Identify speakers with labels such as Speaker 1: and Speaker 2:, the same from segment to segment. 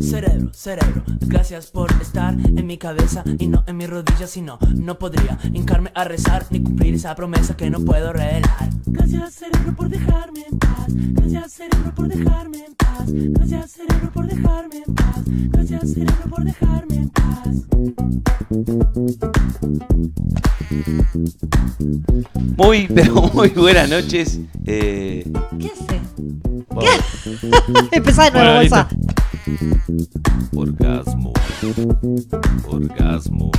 Speaker 1: Cerebro, cerebro, gracias por estar en mi cabeza y no en mis rodillas, si no, no podría hincarme a rezar ni cumplir esa promesa que no puedo revelar.
Speaker 2: Gracias cerebro por dejarme en paz, gracias cerebro por dejarme en paz, gracias cerebro por dejarme en paz, gracias cerebro por dejarme en paz.
Speaker 3: Muy, pero muy buenas noches. Eh,
Speaker 4: ¿Qué hace? ¿Qué? Empezá de nuevo,
Speaker 5: Bueno, listo.
Speaker 4: bolsa.
Speaker 3: orgasmo. Orgasmo.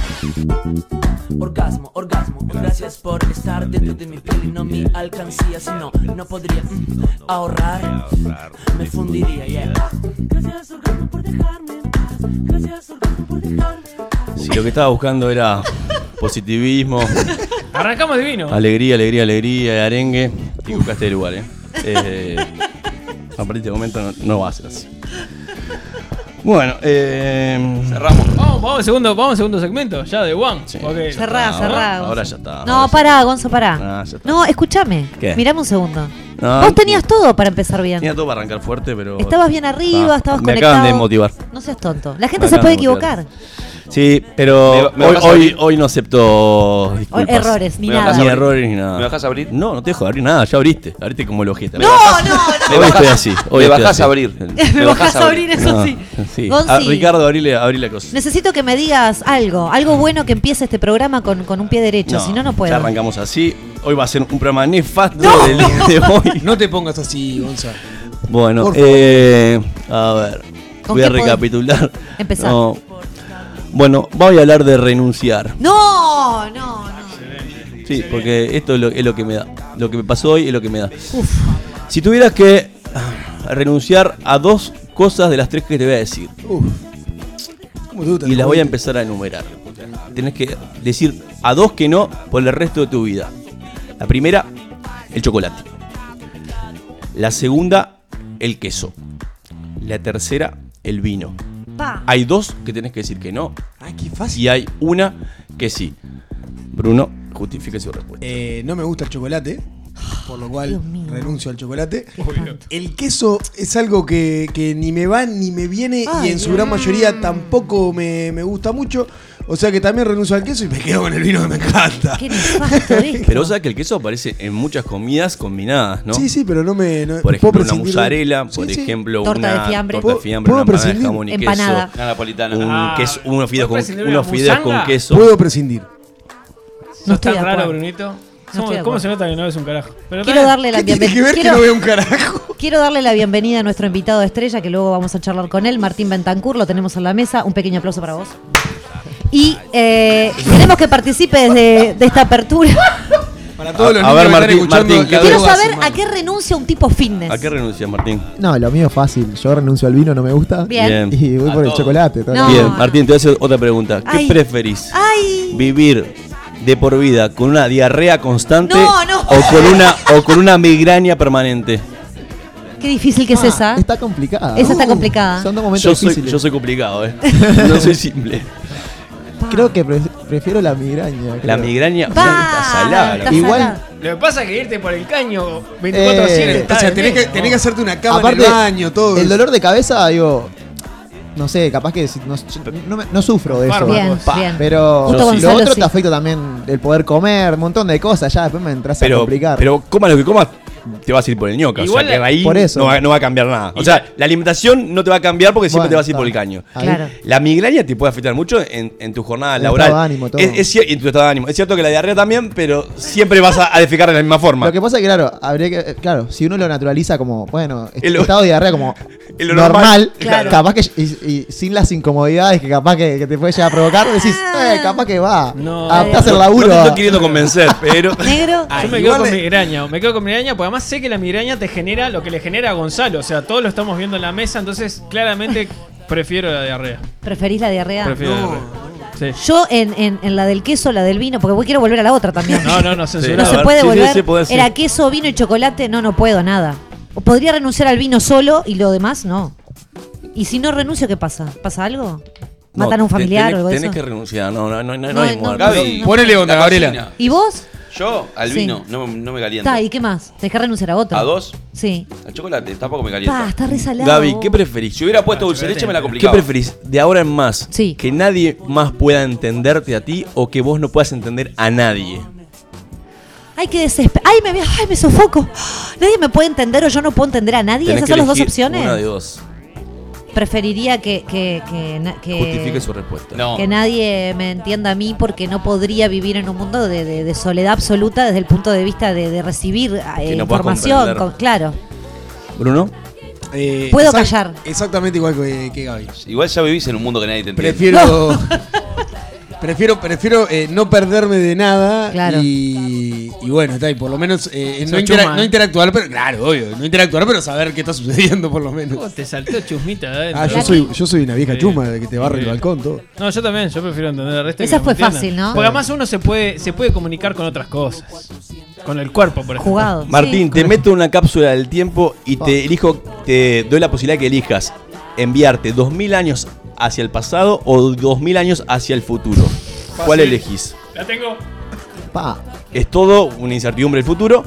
Speaker 1: Orgasmo, orgasmo, gracias por estar dentro de mi piel y no mi alcancía, si no, no podría mm, ahorrar, me fundiría, yeah.
Speaker 2: Gracias orgasmo por dejarme en paz, gracias orgasmo por dejarme en paz.
Speaker 5: Si lo que estaba buscando era positivismo,
Speaker 6: Arrancamos divino.
Speaker 5: alegría, alegría, alegría, y arengue, y buscaste el lugar, ¿eh? Eh, a partir de este momento no, no va a ser así. Bueno, eh,
Speaker 3: Cerramos.
Speaker 6: Vamos, vamos al segundo, vamos al segundo segmento, ya de One. Porque-
Speaker 4: Cerrá,
Speaker 5: Ah,
Speaker 4: cerrá.
Speaker 5: ahora-
Speaker 4: Gonzo.
Speaker 5: ahora ya está,
Speaker 4: No,
Speaker 5: ahora ya
Speaker 4: pará, Gonzo, pará.
Speaker 5: Ah, ya está.
Speaker 4: No, escúchame.
Speaker 5: ¿Qué?
Speaker 4: Mirame un segundo.
Speaker 5: No,
Speaker 4: Vos tenías todo para empezar bien.
Speaker 5: tenía todo para arrancar fuerte, pero.
Speaker 4: Estabas bien arriba,
Speaker 5: Ah,
Speaker 4: estabas
Speaker 5: me
Speaker 4: conectado.
Speaker 5: acaban de motivar.
Speaker 4: No seas tonto. La gente
Speaker 5: Me
Speaker 4: se
Speaker 5: acaban
Speaker 4: puede
Speaker 5: de motivar.
Speaker 4: equivocar.
Speaker 5: Sí, pero
Speaker 3: Me- me
Speaker 5: hoy,
Speaker 3: vas a
Speaker 5: hoy,
Speaker 3: abrir.
Speaker 5: hoy no acepto disculpas.
Speaker 4: errores, ni
Speaker 5: Me
Speaker 4: nada.
Speaker 5: bajás a
Speaker 3: Ni
Speaker 5: abrir. errores ni nada.
Speaker 3: ¿Me bajás a abrir?
Speaker 5: No, no te dejo abrir nada, ya abriste. Abriste como el ojete.
Speaker 4: No, no, no.
Speaker 3: Me
Speaker 5: Hoy
Speaker 3: bajás-
Speaker 5: estoy así. Hoy
Speaker 3: me
Speaker 5: estoy
Speaker 3: bajás
Speaker 5: así.
Speaker 3: a abrir.
Speaker 4: Me bajás a abrir eso
Speaker 5: No,
Speaker 4: sí.
Speaker 5: sí.
Speaker 4: Gonzi,
Speaker 5: Ah, Ricardo, abrile, abrí la cosa.
Speaker 4: necesito que me digas algo. Algo bueno que empiece este programa con, con un pie derecho. Si no, no puedo.
Speaker 5: Ya arrancamos así. Hoy va a ser un programa nefasto del día de hoy.
Speaker 7: No te pongas así, Gonzalo.
Speaker 5: Bueno,
Speaker 7: Por favor.
Speaker 5: eh, a ver.
Speaker 4: ¿Con
Speaker 5: Voy a
Speaker 4: qué pod-
Speaker 5: recapitular.
Speaker 4: Empezá.
Speaker 5: No. Bueno, voy a hablar de renunciar.
Speaker 4: No, no, no.
Speaker 5: Sí, porque esto es lo, es lo que me da. Lo que me pasó hoy es lo que me da. Si tuvieras que ah, renunciar a dos cosas de las tres que te voy a decir,
Speaker 7: Uf. ¿Cómo te gusta
Speaker 5: y
Speaker 7: el
Speaker 5: las voy a
Speaker 7: juguete?
Speaker 5: empezar a enumerar, tenés que decir a dos que no por el resto de tu vida. La primera, el chocolate. La segunda, el queso. La tercera, el vino.
Speaker 4: Pa.
Speaker 5: Hay dos que tenés que decir que no
Speaker 7: Ay, qué fácil.
Speaker 5: y hay una que sí. Bruno, justifique su respuesta.
Speaker 7: Eh, no me gusta el chocolate, por lo cual
Speaker 4: Dios mío.
Speaker 7: renuncio al chocolate.
Speaker 4: Qué espanto.
Speaker 7: El queso es algo que, que ni me va ni me viene
Speaker 4: Ay,
Speaker 7: y en su gran
Speaker 4: mm.
Speaker 7: mayoría tampoco me, me gusta mucho. O sea que también renuncio al queso y me quedo con el vino que me encanta.
Speaker 4: Qué nefasto esto.
Speaker 5: Pero sabes que el queso aparece en muchas comidas combinadas, ¿no?
Speaker 7: Sí, sí, pero no me. no-
Speaker 5: Por
Speaker 7: puedo
Speaker 5: ejemplo, una
Speaker 7: prescindir de-
Speaker 5: mozzarella,
Speaker 7: Sí,
Speaker 5: por
Speaker 7: sí.
Speaker 5: ejemplo,
Speaker 4: Torta de
Speaker 5: una
Speaker 4: fiambre.
Speaker 5: torta de
Speaker 7: ¿Puedo-
Speaker 5: fiambre,
Speaker 7: puedo
Speaker 5: una empanada de
Speaker 7: prescindir?
Speaker 5: jamón y
Speaker 4: Empanada.
Speaker 3: Una napolitana.
Speaker 5: queso, un
Speaker 6: Ah,
Speaker 5: queso- unos
Speaker 6: ¿puedes
Speaker 5: fideos con,
Speaker 6: prescindir de
Speaker 5: unos
Speaker 6: la
Speaker 5: fideos
Speaker 6: musanga?
Speaker 5: con queso.
Speaker 7: Puedo prescindir.
Speaker 4: No
Speaker 6: No
Speaker 4: estoy de
Speaker 6: es tan raro,
Speaker 4: acuerdo.
Speaker 6: Brunito.
Speaker 4: estoy de
Speaker 6: ¿Cómo,
Speaker 4: acuerdo.
Speaker 6: se nota que no es un carajo? Pero
Speaker 4: Quiero
Speaker 6: está
Speaker 4: darle la
Speaker 7: ¿Qué tiene que
Speaker 4: bienvenida.
Speaker 7: ver
Speaker 4: Quiero,
Speaker 7: que no veo un carajo?
Speaker 4: quiero darle la bienvenida a nuestro invitado estrella, que luego vamos a charlar con él, Martín Bentancur, lo tenemos en la mesa. Un pequeño aplauso para vos. Y eh, queremos que participes de, de esta apertura.
Speaker 7: Para
Speaker 5: todos los A- a niños ver, que están Martín, escuchando Martín, la ¿qué
Speaker 4: Quiero saber a qué renuncia un tipo fitness.
Speaker 5: ¿A qué renuncias, Martín?
Speaker 8: No, lo mío es fácil. Yo renuncio al vino, no me gusta.
Speaker 4: Bien.
Speaker 8: Y voy
Speaker 3: A
Speaker 8: por el
Speaker 3: todo.
Speaker 8: chocolate. todo
Speaker 4: No.
Speaker 8: lo-
Speaker 5: Bien, Martín, te voy a hacer otra pregunta. ¿Qué
Speaker 4: Ay.
Speaker 5: preferís?
Speaker 4: Ay,
Speaker 5: ¿Vivir de por vida con una diarrea constante
Speaker 4: No, no.
Speaker 5: o con una o con una migraña permanente?
Speaker 4: qué difícil que es esa.
Speaker 8: Ah, Está complicada. Uh,
Speaker 4: Esa está complicada.
Speaker 8: Son dos momentos
Speaker 5: Yo soy,
Speaker 8: difíciles.
Speaker 5: yo soy complicado, ¿eh? No soy simple.
Speaker 8: Creo que pre- prefiero la migraña.
Speaker 5: La
Speaker 8: creo.
Speaker 5: migraña
Speaker 4: Pa,
Speaker 5: está salada. la
Speaker 4: está
Speaker 5: migraña.
Speaker 8: Igual-
Speaker 4: salada.
Speaker 6: Lo que pasa es que irte por el caño 24 a 7
Speaker 8: Eh,
Speaker 6: está
Speaker 7: O sea,
Speaker 6: de
Speaker 7: tenés que,
Speaker 6: menos.
Speaker 7: tenés que hacerte una cama
Speaker 8: Aparte,
Speaker 7: en el baño, todo.
Speaker 8: el dolor de cabeza, digo. No sé, capaz que si- no, no me- no sufro de eso.
Speaker 6: Fármaco.
Speaker 4: Bien,
Speaker 5: Pa.
Speaker 4: bien.
Speaker 8: Pero
Speaker 4: Justo
Speaker 8: lo
Speaker 4: Gonzalo
Speaker 8: otro
Speaker 4: sí.
Speaker 8: te afecta también el poder comer, un montón de cosas. Ya después me entras a
Speaker 5: Pero,
Speaker 8: complicar.
Speaker 5: pero coma lo que comas, te vas a ir por el ñoca.
Speaker 6: Igual
Speaker 5: o sea, que
Speaker 6: la-
Speaker 5: ahí
Speaker 8: Por eso.
Speaker 5: No, va, no va a cambiar nada. O
Speaker 6: Y
Speaker 5: sea,
Speaker 6: la-
Speaker 5: la alimentación no te va a cambiar porque siempre
Speaker 8: Bueno,
Speaker 5: te vas a ir
Speaker 8: está.
Speaker 5: por el caño.
Speaker 8: Ahí.
Speaker 4: Claro.
Speaker 5: La migraña te puede afectar mucho en, en tu jornada
Speaker 8: En el
Speaker 5: laboral.
Speaker 8: estado de ánimo, todo.
Speaker 5: Es, es cier- y en tu estado de ánimo. Es cierto que la diarrea también, pero siempre vas a, a defecar de la misma forma.
Speaker 8: Lo que pasa es que, claro, habría que. eh, Claro, si uno lo naturaliza como, bueno, est-
Speaker 5: El-
Speaker 8: estado de diarrea como
Speaker 5: el lo
Speaker 8: normal,
Speaker 5: normal, claro.
Speaker 8: capaz que. Y, y sin las incomodidades que capaz que, que te puede llegar a provocar, decís,
Speaker 4: Ah.
Speaker 8: eh, capaz que va.
Speaker 6: No.
Speaker 8: adaptás el
Speaker 5: No-
Speaker 8: laburo.
Speaker 5: No te
Speaker 8: a-
Speaker 5: estoy queriendo convencer, pero.
Speaker 4: Negro.
Speaker 7: Ah,
Speaker 6: Yo me quedo
Speaker 7: igual
Speaker 6: con
Speaker 7: de-
Speaker 6: migraña, me quedo con migraña porque además sé que la migraña te genera lo que le genera a Gonzalo, o sea, todos lo estamos viendo en la mesa, entonces claramente prefiero la diarrea.
Speaker 4: ¿Preferís la diarrea?
Speaker 6: Prefiero la diarrea. Sí.
Speaker 4: Yo en, en- en la del queso, la del vino, porque voy- quiero volver a la otra también.
Speaker 6: No, no, no,
Speaker 4: No
Speaker 5: a
Speaker 6: censurado.
Speaker 4: se
Speaker 5: ver,
Speaker 4: puede
Speaker 5: sí, sí,
Speaker 4: volver.
Speaker 5: sí, podés, sí.
Speaker 4: Era queso, vino y chocolate. No, no puedo, nada. O Podría renunciar al vino solo y lo demás, no. Y si no renuncio, ¿qué pasa? ¿Pasa algo?
Speaker 5: No,
Speaker 4: ¿Matan a un
Speaker 5: te-
Speaker 4: familiar
Speaker 5: tenés-
Speaker 4: o algo de
Speaker 5: Tenés
Speaker 4: eso?
Speaker 5: que renunciar, no, no, no, no,
Speaker 4: No,
Speaker 5: hay
Speaker 4: no,
Speaker 5: muerte.
Speaker 4: no, Gaby, no.
Speaker 9: ponele onda,
Speaker 5: La
Speaker 9: Gabriela.
Speaker 5: cocina.
Speaker 4: ¿Y vos?
Speaker 5: Yo, al
Speaker 4: Sí.
Speaker 5: vino, no, no me caliento.
Speaker 4: Está, ¿y qué más? Tenés que renunciar a otro.
Speaker 5: ¿A dos?
Speaker 4: Sí.
Speaker 5: Al chocolate, tampoco me caliento.
Speaker 4: Pa, está resalado.
Speaker 5: Gaby, ¿qué preferís?
Speaker 3: Si hubiera puesto dulce de
Speaker 5: Dulce
Speaker 3: leche me la
Speaker 5: ¿Qué
Speaker 3: complicaba.
Speaker 5: preferís? ¿De ahora en más?
Speaker 4: Sí.
Speaker 5: ¿Que nadie más pueda entenderte a ti o que vos no puedas entender a nadie?
Speaker 4: Ay, qué desesper... Ay, me, ay, me sofoco. Nadie me puede entender o yo no puedo entender a nadie.
Speaker 5: Tenés
Speaker 4: Esas
Speaker 5: que
Speaker 4: son las dos
Speaker 5: elegir
Speaker 4: opciones.
Speaker 5: Una de dos.
Speaker 4: Preferiría que, que, que, na- que-
Speaker 5: Justifique su respuesta.
Speaker 9: No.
Speaker 4: Eh, que nadie me entienda a mí porque no podría vivir en un mundo de, de- de soledad absoluta desde el punto de vista de, de recibir eh,
Speaker 5: Que no puedas
Speaker 4: información.
Speaker 5: comprender.
Speaker 4: con- claro.
Speaker 5: Bruno,
Speaker 7: Eh,
Speaker 4: Puedo callar.
Speaker 7: Exactamente igual que, que Gaby.
Speaker 3: Igual ya vivís en un mundo que nadie te entiende.
Speaker 7: Prefiero. Prefiero, prefiero eh, no perderme de nada
Speaker 4: Claro.
Speaker 7: y, y bueno, está ahí, por lo menos eh, no,
Speaker 6: Sos
Speaker 7: intera-
Speaker 6: chuma,
Speaker 7: no
Speaker 6: eh.
Speaker 7: interactuar, pero claro, obvio, no interactuar, pero saber qué está sucediendo por lo
Speaker 6: Oh,
Speaker 7: menos.
Speaker 6: te saltó chusmita de adentro.
Speaker 7: Ah, yo soy, yo soy una vieja
Speaker 6: Sí.
Speaker 7: chuma de que te barre el
Speaker 6: Sí.
Speaker 7: balcón, todo.
Speaker 6: No, yo también, yo prefiero entender al resto. y
Speaker 4: Esa
Speaker 6: que
Speaker 4: fue
Speaker 6: me entiendan.
Speaker 4: fácil, ¿no?
Speaker 6: Porque además uno se puede, se puede comunicar con otras cosas. Con el cuerpo, por ejemplo.
Speaker 4: Jugado.
Speaker 5: Martín,
Speaker 4: Sí.
Speaker 5: te meto una cápsula del tiempo y te elijo, te doy la posibilidad que elijas enviarte 2000 años hacia el pasado o 2000 años hacia el futuro. ¿Cuál elegís?
Speaker 6: La tengo.
Speaker 8: Pa.
Speaker 5: Es todo una incertidumbre el futuro.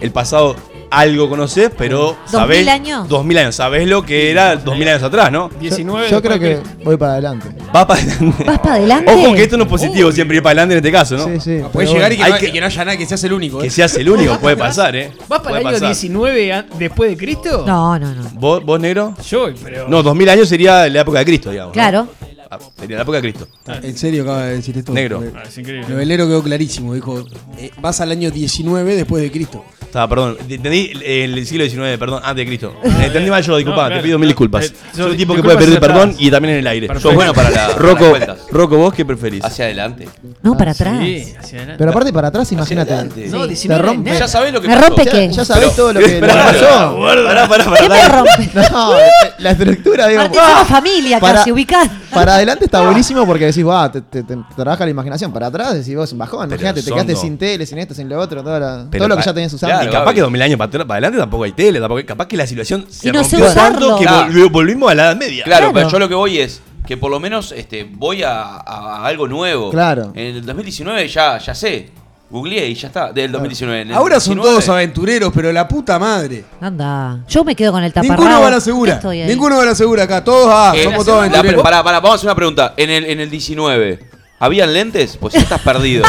Speaker 5: El pasado algo conoces, pero sabés
Speaker 4: 2000 años.
Speaker 5: 2000 años, sabés lo que era 2000 años atrás, ¿no?
Speaker 8: Yo,
Speaker 6: 19.
Speaker 8: yo creo que
Speaker 6: después
Speaker 8: voy para adelante.
Speaker 5: Va para adelante.
Speaker 4: ¿Vas para adelante?
Speaker 5: Ojo que esto no es positivo, siempre ir para adelante en este caso, ¿no?
Speaker 8: Sí, sí.
Speaker 6: Ah,
Speaker 8: pero
Speaker 7: Puedes llegar y que,
Speaker 5: Hay
Speaker 7: no,
Speaker 5: que-
Speaker 7: y que no haya nada, que seas el único.
Speaker 5: Que
Speaker 7: eh.
Speaker 5: seas el único, puede pasar, ¿eh?
Speaker 6: de- ¿Vas para el
Speaker 5: Puede
Speaker 6: año
Speaker 5: pasar.
Speaker 6: 19 a- después de Cristo?
Speaker 4: No, no, no.
Speaker 5: ¿Vos, vos, negro?
Speaker 6: Yo, pero.
Speaker 5: No, 2000 años sería la época de Cristo, digamos. ¿no?
Speaker 4: Claro.
Speaker 5: Ah, Sería la época de Cristo.
Speaker 7: En serio acaba de decir esto.
Speaker 5: Negro.
Speaker 7: Eh,
Speaker 6: Ah, es increíble.
Speaker 7: Novelero quedó clarísimo, dijo, eh, vas al año 19 después de Cristo.
Speaker 5: Estaba, Ah, perdón. Entendí el siglo XIX, perdón, antes de Cristo. Entendí mal yo, disculpa,
Speaker 6: claro.
Speaker 5: te pido mil disculpas.
Speaker 6: Eh,
Speaker 5: Soy
Speaker 6: yo-
Speaker 5: un tipo que
Speaker 6: disculpas
Speaker 5: puede pedir
Speaker 6: aceptadas.
Speaker 5: perdón y también en el aire.
Speaker 6: Perfecto.
Speaker 5: Sos bueno para la. Rocco,
Speaker 3: las cuentas.
Speaker 5: Rocco, ¿vos qué preferís?
Speaker 3: Hacia adelante.
Speaker 4: No, para atrás.
Speaker 6: Sí, hacia adelante.
Speaker 8: Pero aparte para atrás,
Speaker 3: adelante.
Speaker 8: imagínate.
Speaker 3: No,
Speaker 8: te
Speaker 6: 19
Speaker 8: rompe.
Speaker 3: Ya sabés lo que
Speaker 4: ¿Me
Speaker 3: pasó.
Speaker 4: rompe qué?
Speaker 8: Ya, ya sabés todo lo que lo que pasó.
Speaker 5: Pará, pará,
Speaker 4: ¿Qué me
Speaker 5: pará.
Speaker 4: rompe?
Speaker 8: No, la- la estructura, digo.
Speaker 4: Martín,
Speaker 5: ¡ah!
Speaker 4: somos familia
Speaker 8: Para-
Speaker 4: casi, ubicás.
Speaker 8: Para adelante está buenísimo porque decís, va, te, te- te trabaja la imaginación. Para atrás decís, vos, un bajón. Imagínate, te
Speaker 5: son
Speaker 8: quedaste
Speaker 5: dos.
Speaker 8: sin tele, sin esto, sin lo otro, toda la-
Speaker 5: Pero
Speaker 8: todo lo
Speaker 5: pa-
Speaker 8: que ya tenías usado.
Speaker 5: y
Speaker 3: Claro,
Speaker 5: capaz
Speaker 3: Gaby.
Speaker 5: que 2000 años para, atrás- para adelante tampoco hay tele, tampoco hay- capaz que la situación se
Speaker 4: Y no sé
Speaker 5: rompió tanto
Speaker 4: usarlo.
Speaker 5: que
Speaker 3: Claro.
Speaker 5: volvi- volvimos a la Edad Media.
Speaker 3: Claro,
Speaker 4: Claro.
Speaker 3: pero yo lo que voy es que por lo menos este, voy a, a- a algo nuevo.
Speaker 8: Claro.
Speaker 3: En el 2019 ya, ya sé. Googleé y ya está. Del 2019. En el
Speaker 7: Ahora son
Speaker 3: 19,
Speaker 7: todos aventureros, pero la puta madre.
Speaker 4: Anda. Yo me quedo con el taparrabo.
Speaker 7: Ninguno va a la segura.
Speaker 4: Estoy ahí.
Speaker 7: Ninguno va a la segura acá. Todos ah,
Speaker 3: eh,
Speaker 7: somos
Speaker 3: la-
Speaker 7: todos aventureros.
Speaker 3: Pará, pará, vamos a hacer una pregunta. En el, en el 19, ¿habían lentes? Pues ya estás perdido.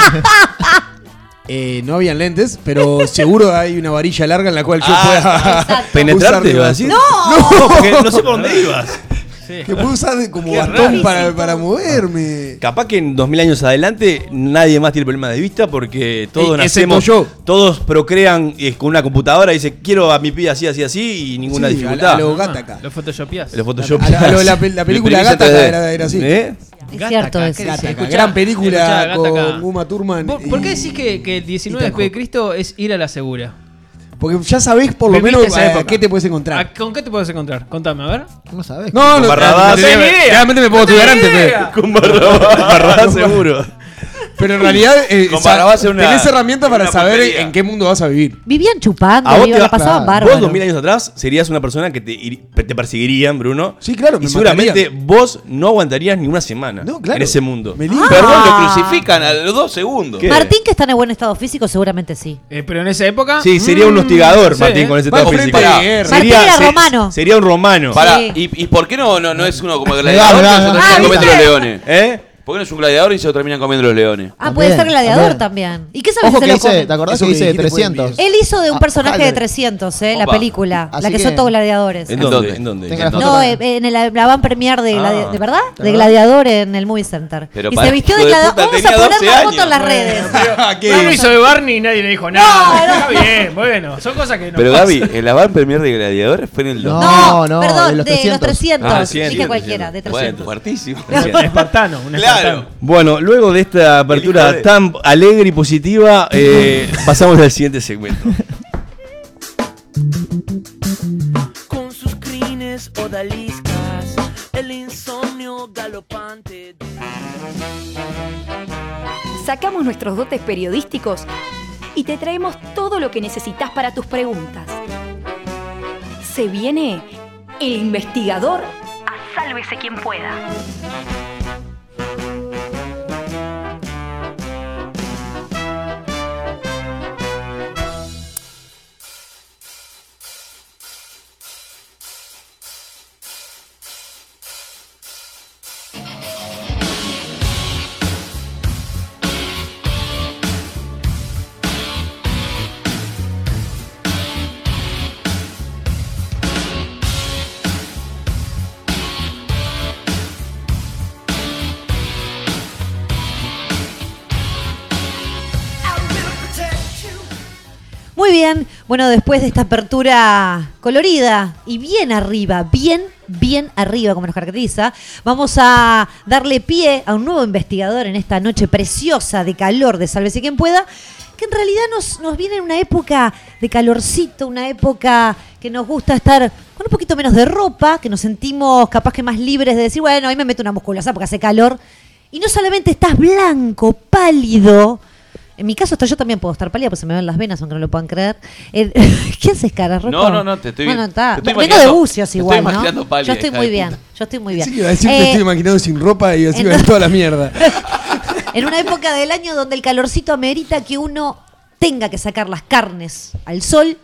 Speaker 7: Eh, no habían lentes, pero seguro hay una varilla larga en la cual yo
Speaker 5: Ah,
Speaker 7: pueda
Speaker 4: exacto.
Speaker 5: ¿Penetrarte
Speaker 7: usar
Speaker 5: iba a
Speaker 7: de-
Speaker 5: decir?
Speaker 4: ¡No!
Speaker 5: No, porque no sé por dónde ibas.
Speaker 6: Sí.
Speaker 7: Que puedo usar de- como
Speaker 6: Qué
Speaker 7: bastón
Speaker 6: raro.
Speaker 7: para, para moverme.
Speaker 5: Capaz que en 2000 años adelante nadie más tiene problema de vista porque todos
Speaker 7: Eh, excepto
Speaker 5: nacemos,
Speaker 7: yo.
Speaker 5: todos procrean eh, con una computadora y dice quiero a mi pibe así, así, así y ninguna
Speaker 7: Sí,
Speaker 5: dificultad.
Speaker 7: a lo-
Speaker 6: Ah,
Speaker 7: gata acá.
Speaker 6: Lo photoshopeás.
Speaker 5: Los Photoshop.
Speaker 7: a lo- a lo- la pe- la
Speaker 5: Me
Speaker 7: película
Speaker 5: previsa
Speaker 7: Gataca
Speaker 5: 3D.
Speaker 7: era- era así.
Speaker 5: ¿Eh?
Speaker 4: Es cierto eso.
Speaker 7: Gataca, gran película con Uma Thurman
Speaker 6: ¿Por,
Speaker 7: y-
Speaker 6: por qué decís que, que el 19 después de Cristo es ir a la segura?
Speaker 7: Porque ya sabés por lo
Speaker 6: Viviste
Speaker 7: menos
Speaker 6: esa
Speaker 7: a
Speaker 6: época.
Speaker 7: qué te puedes
Speaker 6: ¿A-
Speaker 7: encontrar.
Speaker 6: ¿Con qué te puedes encontrar? Contame, a ver.
Speaker 8: No sabés.
Speaker 7: No, no,
Speaker 5: Barrabás.
Speaker 7: realmente-
Speaker 6: No tenía idea.
Speaker 7: Realmente me puedo estudiar antes, pero,
Speaker 5: Con Barrabás, Barrabás seguro.
Speaker 7: pero en realidad eh,
Speaker 3: Con
Speaker 7: o sea,
Speaker 3: Barrabás es una-
Speaker 7: tenés herramientas
Speaker 3: es
Speaker 7: para
Speaker 3: una
Speaker 7: saber eh,
Speaker 3: porquería.
Speaker 7: en qué mundo vas a vivir.
Speaker 4: Vivían chupando,
Speaker 5: A vos
Speaker 4: vivían-
Speaker 5: te
Speaker 4: la
Speaker 5: va-
Speaker 4: pasaban
Speaker 5: Vos
Speaker 4: bárbaro.
Speaker 5: 2000 años atrás serías una persona que te, ir- te perseguirían, Bruno.
Speaker 7: Sí, claro,
Speaker 5: Y
Speaker 7: me
Speaker 5: seguramente
Speaker 7: matarían.
Speaker 5: vos no aguantarías ni una semana
Speaker 7: No, claro.
Speaker 5: en ese mundo.
Speaker 7: Me libro.
Speaker 3: Perdón, lo
Speaker 4: Ah.
Speaker 3: crucifican a los dos segundos.
Speaker 5: ¿Qué?
Speaker 4: Martín, que está en buen estado físico, seguramente sí.
Speaker 6: Eh, pero en esa época.
Speaker 5: Sí, sería un hostigador,
Speaker 6: sí,
Speaker 5: Martín,
Speaker 6: eh.
Speaker 5: con ese
Speaker 7: Vamos
Speaker 5: estado
Speaker 7: frente
Speaker 5: físico.
Speaker 7: a la
Speaker 5: Pará,
Speaker 7: guerra.
Speaker 4: Martín era
Speaker 5: se-
Speaker 4: romano.
Speaker 5: Sería un romano.
Speaker 3: Pará,
Speaker 4: Sí.
Speaker 3: ¿y, y por qué no, no, no es uno como
Speaker 8: da,
Speaker 3: gladiador?
Speaker 8: me da,
Speaker 3: y se
Speaker 8: me da.
Speaker 3: lo terminan
Speaker 8: Ah,
Speaker 3: comiendo los
Speaker 4: ¿viste?
Speaker 3: leones.
Speaker 5: ¿Eh?
Speaker 3: ¿Por qué no es un gladiador y se lo terminan comiendo los leones?
Speaker 4: Ah, puede ser
Speaker 8: También,
Speaker 4: gladiador
Speaker 8: también.
Speaker 4: también. ¿Y qué sabes
Speaker 8: Ojo
Speaker 4: que se
Speaker 8: que
Speaker 4: lo
Speaker 8: dice,
Speaker 4: comen?
Speaker 8: ¿te acordás
Speaker 7: Eso
Speaker 8: que
Speaker 7: que
Speaker 8: dice
Speaker 7: dijiste puede vivir.
Speaker 8: 300?
Speaker 4: Él hizo de un
Speaker 8: Ah,
Speaker 4: personaje de
Speaker 8: Halder.
Speaker 4: 300, ¿eh? La
Speaker 3: Opa.
Speaker 4: película.
Speaker 8: Así
Speaker 4: la que,
Speaker 8: que-
Speaker 4: son todos gladiadores.
Speaker 5: ¿En
Speaker 3: ¿En
Speaker 5: dónde?
Speaker 3: dónde?
Speaker 5: ¿En dónde?
Speaker 8: Tenga la foto
Speaker 4: No,
Speaker 8: para-
Speaker 4: eh, en el- la van premier de, gladi-
Speaker 5: Ah,
Speaker 4: de verdad, de gladiador en el Movie Center.
Speaker 3: Pero
Speaker 4: y
Speaker 3: pará,
Speaker 4: se vistió de
Speaker 3: hijo de
Speaker 4: gladiador.
Speaker 3: puta,
Speaker 4: Vamos a
Speaker 3: tenía
Speaker 4: poner
Speaker 3: 12
Speaker 4: la
Speaker 3: años.
Speaker 4: foto en las redes.
Speaker 6: Ah, lo hizo de Barney y nadie le dijo nada.
Speaker 4: No,
Speaker 6: Está bien, bueno, son cosas que no.
Speaker 3: Pero
Speaker 6: pasan.
Speaker 3: Gaby, el avant premier de gladiadores fue en el
Speaker 8: No. Ah,
Speaker 3: 2000.
Speaker 4: No,
Speaker 8: no,
Speaker 4: perdón,
Speaker 8: de los 300.
Speaker 5: Ah,
Speaker 4: 300.
Speaker 5: 100,
Speaker 4: Dije
Speaker 5: 100,
Speaker 4: cualquiera, de 300.
Speaker 3: Bueno, fuertísimo.
Speaker 6: Un espartano, un
Speaker 3: Claro.
Speaker 6: espartano.
Speaker 5: Bueno, luego de esta
Speaker 3: hijo
Speaker 5: apertura
Speaker 3: de-
Speaker 5: tan alegre y positiva, eh, pasamos al siguiente segmento.
Speaker 1: Con sus crines odaliscas, el insomnio galopante.
Speaker 10: Sacamos nuestros dotes periodísticos y te traemos todo lo que necesitas para tus preguntas. Se viene el investigador a
Speaker 9: Sálvese quien pueda.
Speaker 4: Muy bien, bueno, después de esta apertura colorida y bien arriba, bien, bien arriba, como nos caracteriza, vamos a darle pie a un nuevo investigador en esta noche preciosa de calor de Sálvese quien pueda, que en realidad nos, nos viene en una época de calorcito, una época que nos gusta estar con un poquito menos de ropa, que nos sentimos capaz que más libres de decir, bueno, ahí me meto una musculosa porque hace calor. Y no solamente estás blanco, pálido, en mi caso, hasta yo también puedo estar pálida, pues se me ven las venas, aunque no lo puedan creer. Eh, ¿Qué haces, cara? Rocco?
Speaker 3: No, no, no, te estoy-
Speaker 4: Bueno,
Speaker 3: te
Speaker 4: está.
Speaker 3: estoy
Speaker 4: Vengo de
Speaker 3: imaginando-
Speaker 4: bucios
Speaker 3: te
Speaker 4: igual,
Speaker 3: estoy
Speaker 4: ¿no?
Speaker 3: imaginando pálida,
Speaker 4: yo estoy
Speaker 3: hija
Speaker 4: muy
Speaker 3: de
Speaker 4: bien,
Speaker 3: puta.
Speaker 4: yo estoy muy bien.
Speaker 7: Sí, iba a decir que
Speaker 4: Eh,
Speaker 7: estoy imaginando sin ropa y así iba a ir toda la mierda.
Speaker 4: en una época del año donde el calorcito amerita que uno tenga que sacar las carnes al sol,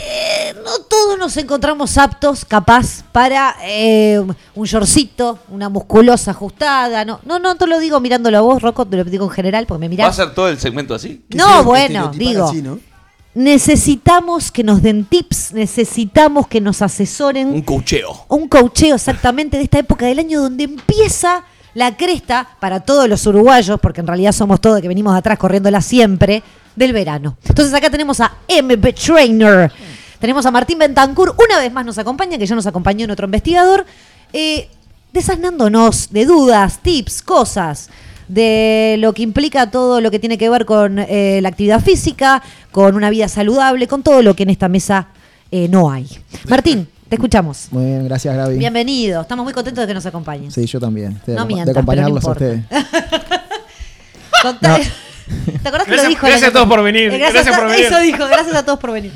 Speaker 4: eh, no todos nos encontramos aptos, capaz, para eh, un shortcito, una musculosa ajustada. No, no, no te lo digo mirándolo a vos, Rocco, te lo digo en general, porque me mirás.
Speaker 3: ¿Va a ser todo el segmento así?
Speaker 7: Que
Speaker 4: No,
Speaker 7: sea que
Speaker 4: bueno,
Speaker 7: estereotipar
Speaker 4: digo.
Speaker 7: así, ¿no?
Speaker 4: Necesitamos que nos den tips, necesitamos que nos asesoren.
Speaker 5: Un cocheo.
Speaker 4: Un coacheo exactamente de esta época del año donde empieza la cresta para todos los uruguayos, porque en realidad somos todos que venimos de atrás corriéndola siempre, del verano. Entonces acá tenemos a MB Trainer, tenemos a Martín Bentancur, una vez más nos acompaña, que ya nos acompañó en otro investigador, eh, desasnándonos de dudas, tips, cosas de lo que implica todo lo que tiene que ver con eh, la actividad física, con una vida saludable, con todo lo que en esta mesa eh, no hay. Martín, te escuchamos.
Speaker 8: Muy bien, gracias, Gaby.
Speaker 4: Bienvenido, estamos muy contentos de que nos acompañes.
Speaker 8: Sí, yo también. Estoy de,
Speaker 4: No
Speaker 8: acom- de
Speaker 4: mientas,
Speaker 8: acompañarlos a
Speaker 4: pero no
Speaker 8: ustedes.
Speaker 4: Contá- ¿Te acordás que
Speaker 6: Gracias-
Speaker 4: lo dijo?
Speaker 6: gracias
Speaker 4: el año
Speaker 6: a todos por
Speaker 4: pasado?
Speaker 6: venir,
Speaker 4: Eh,
Speaker 6: gracias
Speaker 4: a
Speaker 6: por
Speaker 4: to-
Speaker 6: venir.
Speaker 4: Eso dijo, gracias a todos por venir.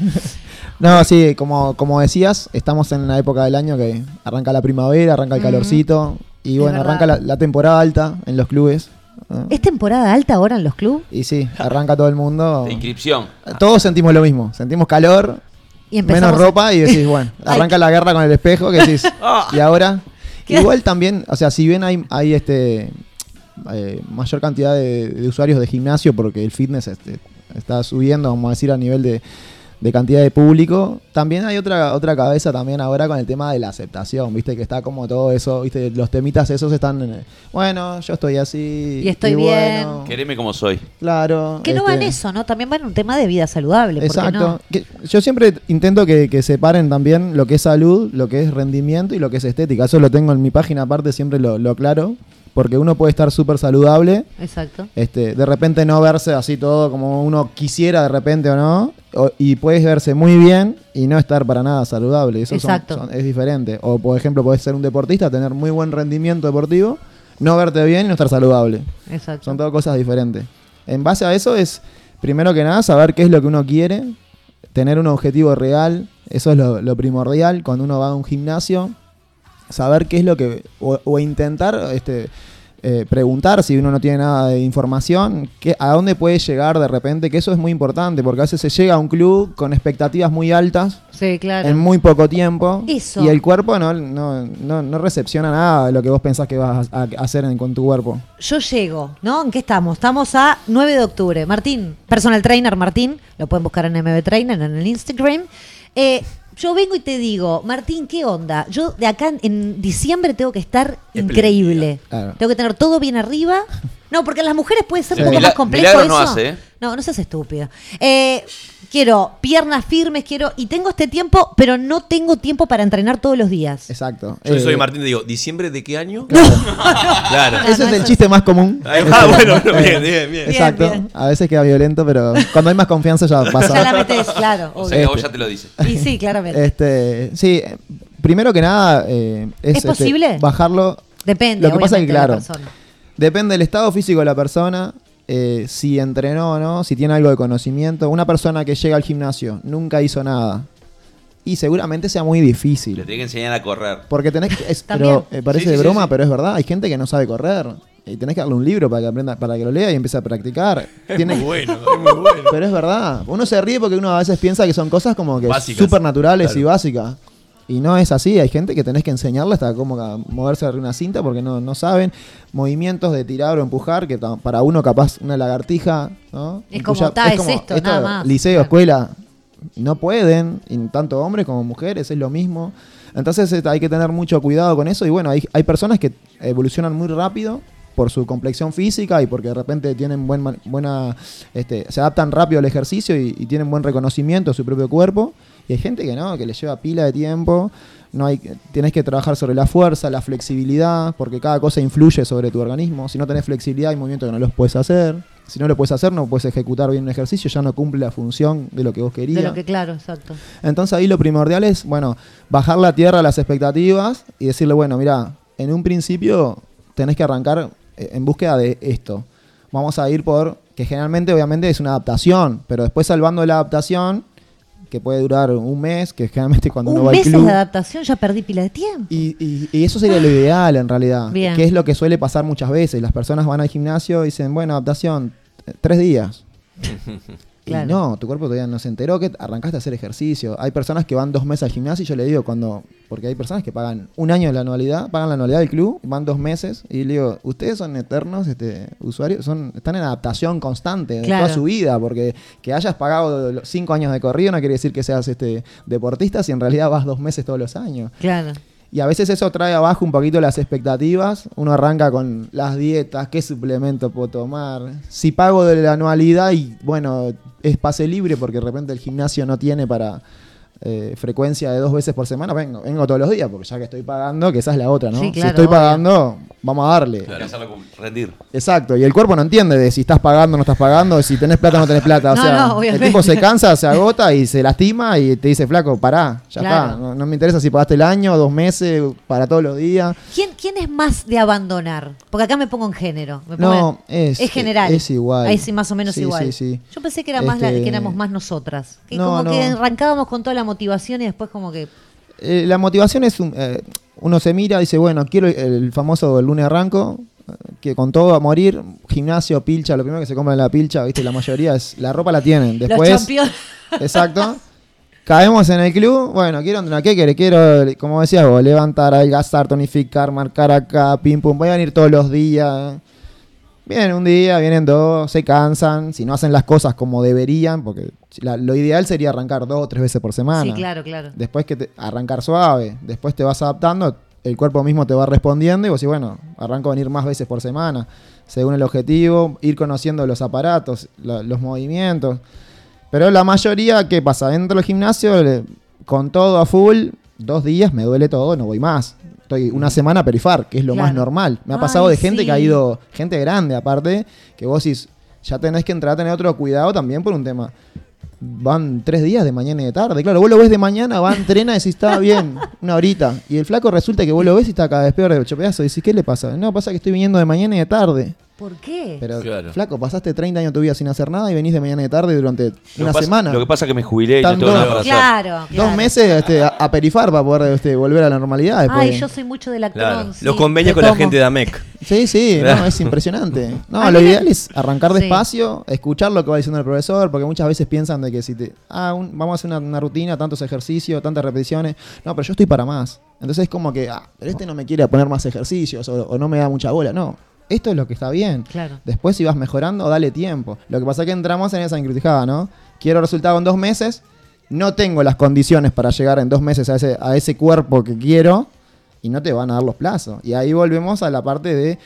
Speaker 8: No, sí, como, como decías, estamos en la época del año que arranca la primavera, arranca el
Speaker 4: Ujú.
Speaker 8: calorcito y
Speaker 4: Es
Speaker 8: bueno,
Speaker 4: verdad.
Speaker 8: arranca la, la temporada alta en los clubes. ¿no?
Speaker 4: ¿Es temporada alta ahora en los clubes?
Speaker 8: Y sí, arranca todo el mundo.
Speaker 3: De inscripción.
Speaker 8: Todos sentimos lo mismo, sentimos calor,
Speaker 4: Y empezamos
Speaker 8: menos ropa y decís, bueno, arranca la guerra con el espejo, que decís, ¿y ahora?
Speaker 4: Oh. ¿Qué?
Speaker 8: Igual también, o sea, si bien hay, hay este eh, mayor cantidad de, de usuarios de gimnasio porque el fitness este, está subiendo, vamos a decir, a nivel de, de cantidad de público, también hay otra otra cabeza también ahora con el tema de la aceptación, viste que está como todo eso, viste, los temitas esos están, eh, bueno, yo estoy así
Speaker 4: Y estoy bien.
Speaker 8: bueno,
Speaker 3: Quereme como soy.
Speaker 8: claro.
Speaker 4: Que no va en
Speaker 8: este,
Speaker 4: eso, ¿no? También va en un tema de vida saludable. ¿por qué
Speaker 8: Exacto.
Speaker 4: no?
Speaker 8: Que- yo siempre intento que, que separen también lo que es salud, lo que es rendimiento y lo que es estética. Eso lo tengo en mi página aparte, siempre lo, lo aclaro. Porque uno puede estar súper saludable,
Speaker 4: Exacto.
Speaker 8: este, de repente no verse así todo como uno quisiera de repente o no, o- y puedes verse muy bien y no estar para nada saludable. Eso son-
Speaker 4: Exacto.
Speaker 8: son- es diferente. O por ejemplo, puedes ser un deportista, tener muy buen rendimiento deportivo, no verte bien y no estar saludable.
Speaker 4: Exacto.
Speaker 8: Son todas cosas diferentes. En base a eso es, primero que nada, saber qué es lo que uno quiere, tener un objetivo real, eso es lo, lo primordial cuando uno va a un gimnasio, saber qué es lo que, o, o intentar este, eh, preguntar si uno no tiene nada de información, qué, a dónde puede llegar de repente, que eso es muy importante, porque a veces se llega a un club con expectativas muy altas
Speaker 4: Sí, claro.
Speaker 8: en muy poco tiempo.
Speaker 4: Eso.
Speaker 8: Y el cuerpo no, no, no, no recepciona nada de lo que vos pensás que vas a, a hacer en- con tu cuerpo.
Speaker 4: Yo llego, ¿no? ¿En qué estamos? Estamos a 9 de octubre. Martín, personal trainer Martín, lo pueden buscar en MB Trainer, en el Instagram. Eh, yo vengo y te digo, Martín, ¿qué onda? Yo de acá en, en diciembre tengo que estar increíble.
Speaker 8: Claro.
Speaker 4: Tengo que tener todo bien arriba. No, porque las mujeres puede ser
Speaker 3: Sí.
Speaker 4: un poco
Speaker 3: Milagro-
Speaker 4: más complejo
Speaker 3: milagro
Speaker 4: eso.
Speaker 3: no hace, ¿eh?
Speaker 4: No, no seas estúpido. Eh, quiero piernas firmes, quiero... Y tengo este tiempo, pero no tengo tiempo para entrenar todos los días.
Speaker 8: Exacto.
Speaker 5: Yo
Speaker 8: Eh,
Speaker 5: soy Martín y digo, ¿diciembre de qué año?
Speaker 8: Ese
Speaker 5: Claro.
Speaker 8: es el chiste más común.
Speaker 5: Ahí
Speaker 3: Ah,
Speaker 5: va, bueno, bueno, bien, bien, bien.
Speaker 8: Exacto.
Speaker 4: bien.
Speaker 8: A veces queda violento, pero cuando hay más confianza ya pasa.
Speaker 4: Ya la metes, claro.
Speaker 3: O sea
Speaker 8: Este.
Speaker 4: obvio.
Speaker 3: que vos ya te lo dices.
Speaker 4: Y sí, claramente.
Speaker 8: Este, sí, eh, primero que nada eh, es,
Speaker 4: ¿Es
Speaker 8: este,
Speaker 4: posible?
Speaker 8: bajarlo.
Speaker 4: Depende,
Speaker 8: Lo que pasa es que,
Speaker 4: obviamente, de la
Speaker 8: claro,
Speaker 4: persona.
Speaker 8: depende del estado físico de la persona, eh, si entrenó o no, si tiene algo de conocimiento. Una persona que llega al gimnasio, nunca hizo nada. y seguramente sea muy difícil.
Speaker 3: Le tiene que enseñar a correr.
Speaker 8: Porque tenés que. es-
Speaker 4: También.
Speaker 8: pero, eh, parece
Speaker 3: Sí, sí,
Speaker 8: de
Speaker 3: sí,
Speaker 8: broma,
Speaker 3: sí.
Speaker 8: pero es verdad. Hay gente que no sabe correr. Y tenés que darle un libro para que aprenda, para que lo lea y empiece a practicar. Tiene-
Speaker 5: bueno, es muy bueno.
Speaker 8: pero es verdad. Uno se ríe porque uno a veces piensa que son cosas como que
Speaker 5: Básicas,
Speaker 8: súper naturales y
Speaker 5: claro.
Speaker 8: básicas. Y no es así. Hay gente que tenés que enseñarle hasta cómo ca- moverse de una cinta porque no, no saben. Movimientos de tirar o empujar, que ta- para uno capaz una lagartija, ¿no?
Speaker 4: Es
Speaker 8: Un
Speaker 4: como,
Speaker 8: push-up.
Speaker 4: ta, es esto, nada más.
Speaker 8: Liceo,
Speaker 4: Claro.
Speaker 8: escuela, no pueden, y tanto hombres como mujeres, es lo mismo. Entonces eh, hay que tener mucho cuidado con eso. Y bueno, hay, hay personas que evolucionan muy rápido por su complexión física y porque de repente tienen buen, man- buena, este, se adaptan rápido al ejercicio y, y tienen buen reconocimiento de su propio cuerpo. Y hay gente que no, que le lleva pila de tiempo. No hay, tenés que trabajar sobre la fuerza, la flexibilidad, porque cada cosa influye sobre tu organismo. Si no tenés flexibilidad, hay movimientos que no los puedes hacer. Si no lo puedes hacer, no puedes ejecutar bien un ejercicio, ya no cumple la función de lo que vos querías.
Speaker 4: De lo que, claro, exacto.
Speaker 8: Entonces ahí lo primordial es, bueno, bajar la tierra a las expectativas y decirle, bueno, mira, en un principio tenés que arrancar eh, en búsqueda de esto. Vamos a ir por, que generalmente obviamente es una adaptación, pero después salvando la adaptación, que puede durar un mes, que generalmente cuando uno
Speaker 4: Un
Speaker 8: va al
Speaker 4: mes es
Speaker 8: club...
Speaker 4: de adaptación, ya perdí pila de tiempo.
Speaker 8: Y, y- y eso sería lo ideal en realidad,
Speaker 4: Bien.
Speaker 8: que es lo que suele pasar muchas veces. Las personas van al gimnasio y dicen, bueno, adaptación, eh, tres días. Y
Speaker 4: Claro.
Speaker 8: no, tu cuerpo todavía no se enteró que arrancaste a hacer ejercicio. Hay personas que van dos meses al gimnasio y yo le digo cuando, porque hay personas que pagan un año de la anualidad, pagan la anualidad del club, van dos meses y le digo, ustedes son eternos este, usuarios, son, están en adaptación constante de
Speaker 4: Claro.
Speaker 8: toda su vida, porque que hayas pagado los cinco años de corrido no quiere decir que seas este, deportista si en realidad vas dos meses todos los años.
Speaker 4: Claro.
Speaker 8: Y a veces eso trae abajo un poquito las expectativas. Uno arranca con las dietas, qué suplemento puedo tomar. Si pago de la anualidad y bueno, es pase libre porque de repente el gimnasio no tiene para eh, frecuencia de dos veces por semana, vengo, vengo todos los días porque ya que estoy pagando, que esa es la otra, ¿no?
Speaker 4: Sí,
Speaker 8: si
Speaker 4: claro,
Speaker 8: estoy
Speaker 4: obvio.
Speaker 8: pagando, vamos a darle.
Speaker 3: Hay que hacerlo como rendir.
Speaker 8: Exacto, y el cuerpo no entiende de si estás pagando o no estás pagando, de si tenés plata o no tenés plata. O
Speaker 4: No,
Speaker 8: sea,
Speaker 4: no,
Speaker 8: el
Speaker 4: obviamente.
Speaker 8: tipo se cansa, se agota y se lastima y te dice, flaco, pará, ya
Speaker 4: Claro.
Speaker 8: está. No, no me interesa si pagaste el año, dos meses, para todos los días.
Speaker 4: ¿Quién, ¿Quién es más de abandonar? Porque acá me pongo en género. me pongo
Speaker 8: No,
Speaker 4: en-
Speaker 8: es-
Speaker 4: general.
Speaker 8: es igual.
Speaker 4: Ahí sí, más o menos
Speaker 8: Sí,
Speaker 4: igual.
Speaker 8: sí, sí.
Speaker 4: Yo pensé que, era más la-
Speaker 8: Este-
Speaker 4: que éramos más nosotras. Que
Speaker 8: No,
Speaker 4: como
Speaker 8: no.
Speaker 4: que arrancábamos con toda la motivación y después como que...
Speaker 8: Eh, la motivación es, un- eh, uno se mira, dice, bueno, quiero el famoso el lunes arranco, eh, que con todo va a morir, gimnasio, pilcha, lo primero que se compra en la pilcha, viste, la mayoría es, la ropa la tienen. Después,
Speaker 4: los campeones...
Speaker 8: Exacto. Caemos en el club. Bueno, quiero entrenar. ¿Qué querés? Quiero, como decías vos, levantar, adelgazar, tonificar, marcar acá, pim pum. Voy a venir todos los días. Vienen un día, vienen dos, se cansan. Si no hacen las cosas como deberían, porque la- lo ideal sería arrancar dos o tres veces por semana.
Speaker 4: Sí, claro, claro.
Speaker 8: Después que te- arrancar suave, después te vas adaptando, el cuerpo mismo te va respondiendo y vos decís, bueno, arranco a venir más veces por semana, según el objetivo, ir conociendo los aparatos, lo- los movimientos. Pero la mayoría, ¿qué pasa? Dentro del gimnasio, le- con todo a full, dos días me duele todo, no voy más. Estoy una semana a perifar, que es lo más
Speaker 4: Claro.
Speaker 8: normal. Me ha
Speaker 4: Ay,
Speaker 8: pasado de gente que ha
Speaker 4: sí.
Speaker 8: ido, gente grande aparte, que vos decís, ya tenés que entrar a tener otro cuidado también por un tema van tres días de mañana y de tarde. Claro, vos lo ves de mañana, va, entrena, decís, está bien, una horita. Y el flaco resulta que vos lo ves y está cada vez peor de ocho pedazos. Decís, ¿qué le pasa? No, pasa que estoy viniendo de mañana y de tarde.
Speaker 4: ¿Por qué?
Speaker 8: Pero,
Speaker 5: Claro.
Speaker 8: flaco, pasaste 30 años de tu vida sin hacer nada y venís de mañana y de tarde durante
Speaker 3: Lo
Speaker 8: una
Speaker 3: que pasa-
Speaker 8: semana.
Speaker 3: Lo que pasa es que me jubilé y no
Speaker 8: Tanto-
Speaker 3: tengo nada para hacer.
Speaker 4: claro,
Speaker 8: Dos
Speaker 4: claro.
Speaker 8: meses este, a, a perifar para poder este, volver a la normalidad. después.
Speaker 4: Ay, yo soy mucho de la
Speaker 5: Claro.
Speaker 4: Crohn, sí,
Speaker 5: Los convenios
Speaker 4: te
Speaker 5: con la
Speaker 4: tomo.
Speaker 5: gente de AMEC.
Speaker 8: Sí, sí, no, es impresionante.
Speaker 4: A
Speaker 8: No,
Speaker 4: mí
Speaker 8: lo
Speaker 4: me-
Speaker 8: ideal es arrancar
Speaker 4: Sí.
Speaker 8: despacio, escuchar lo que va diciendo el profesor, porque muchas veces piensan de que si te. Ah, un- vamos a hacer una, una rutina, tantos ejercicios, tantas repeticiones. No, pero yo estoy para más. Entonces es como que, ah, pero este no me quiere poner más ejercicios o, o no me da mucha bola. No, esto es lo que está bien.
Speaker 4: Claro.
Speaker 8: Después, si vas mejorando, dale tiempo. Lo que pasa es que entramos en esa encrucijada, ¿no? Quiero resultado en dos meses. No tengo las condiciones para llegar en dos meses a ese, a ese cuerpo que quiero y no te van a dar los plazos. Y ahí volvemos a la parte de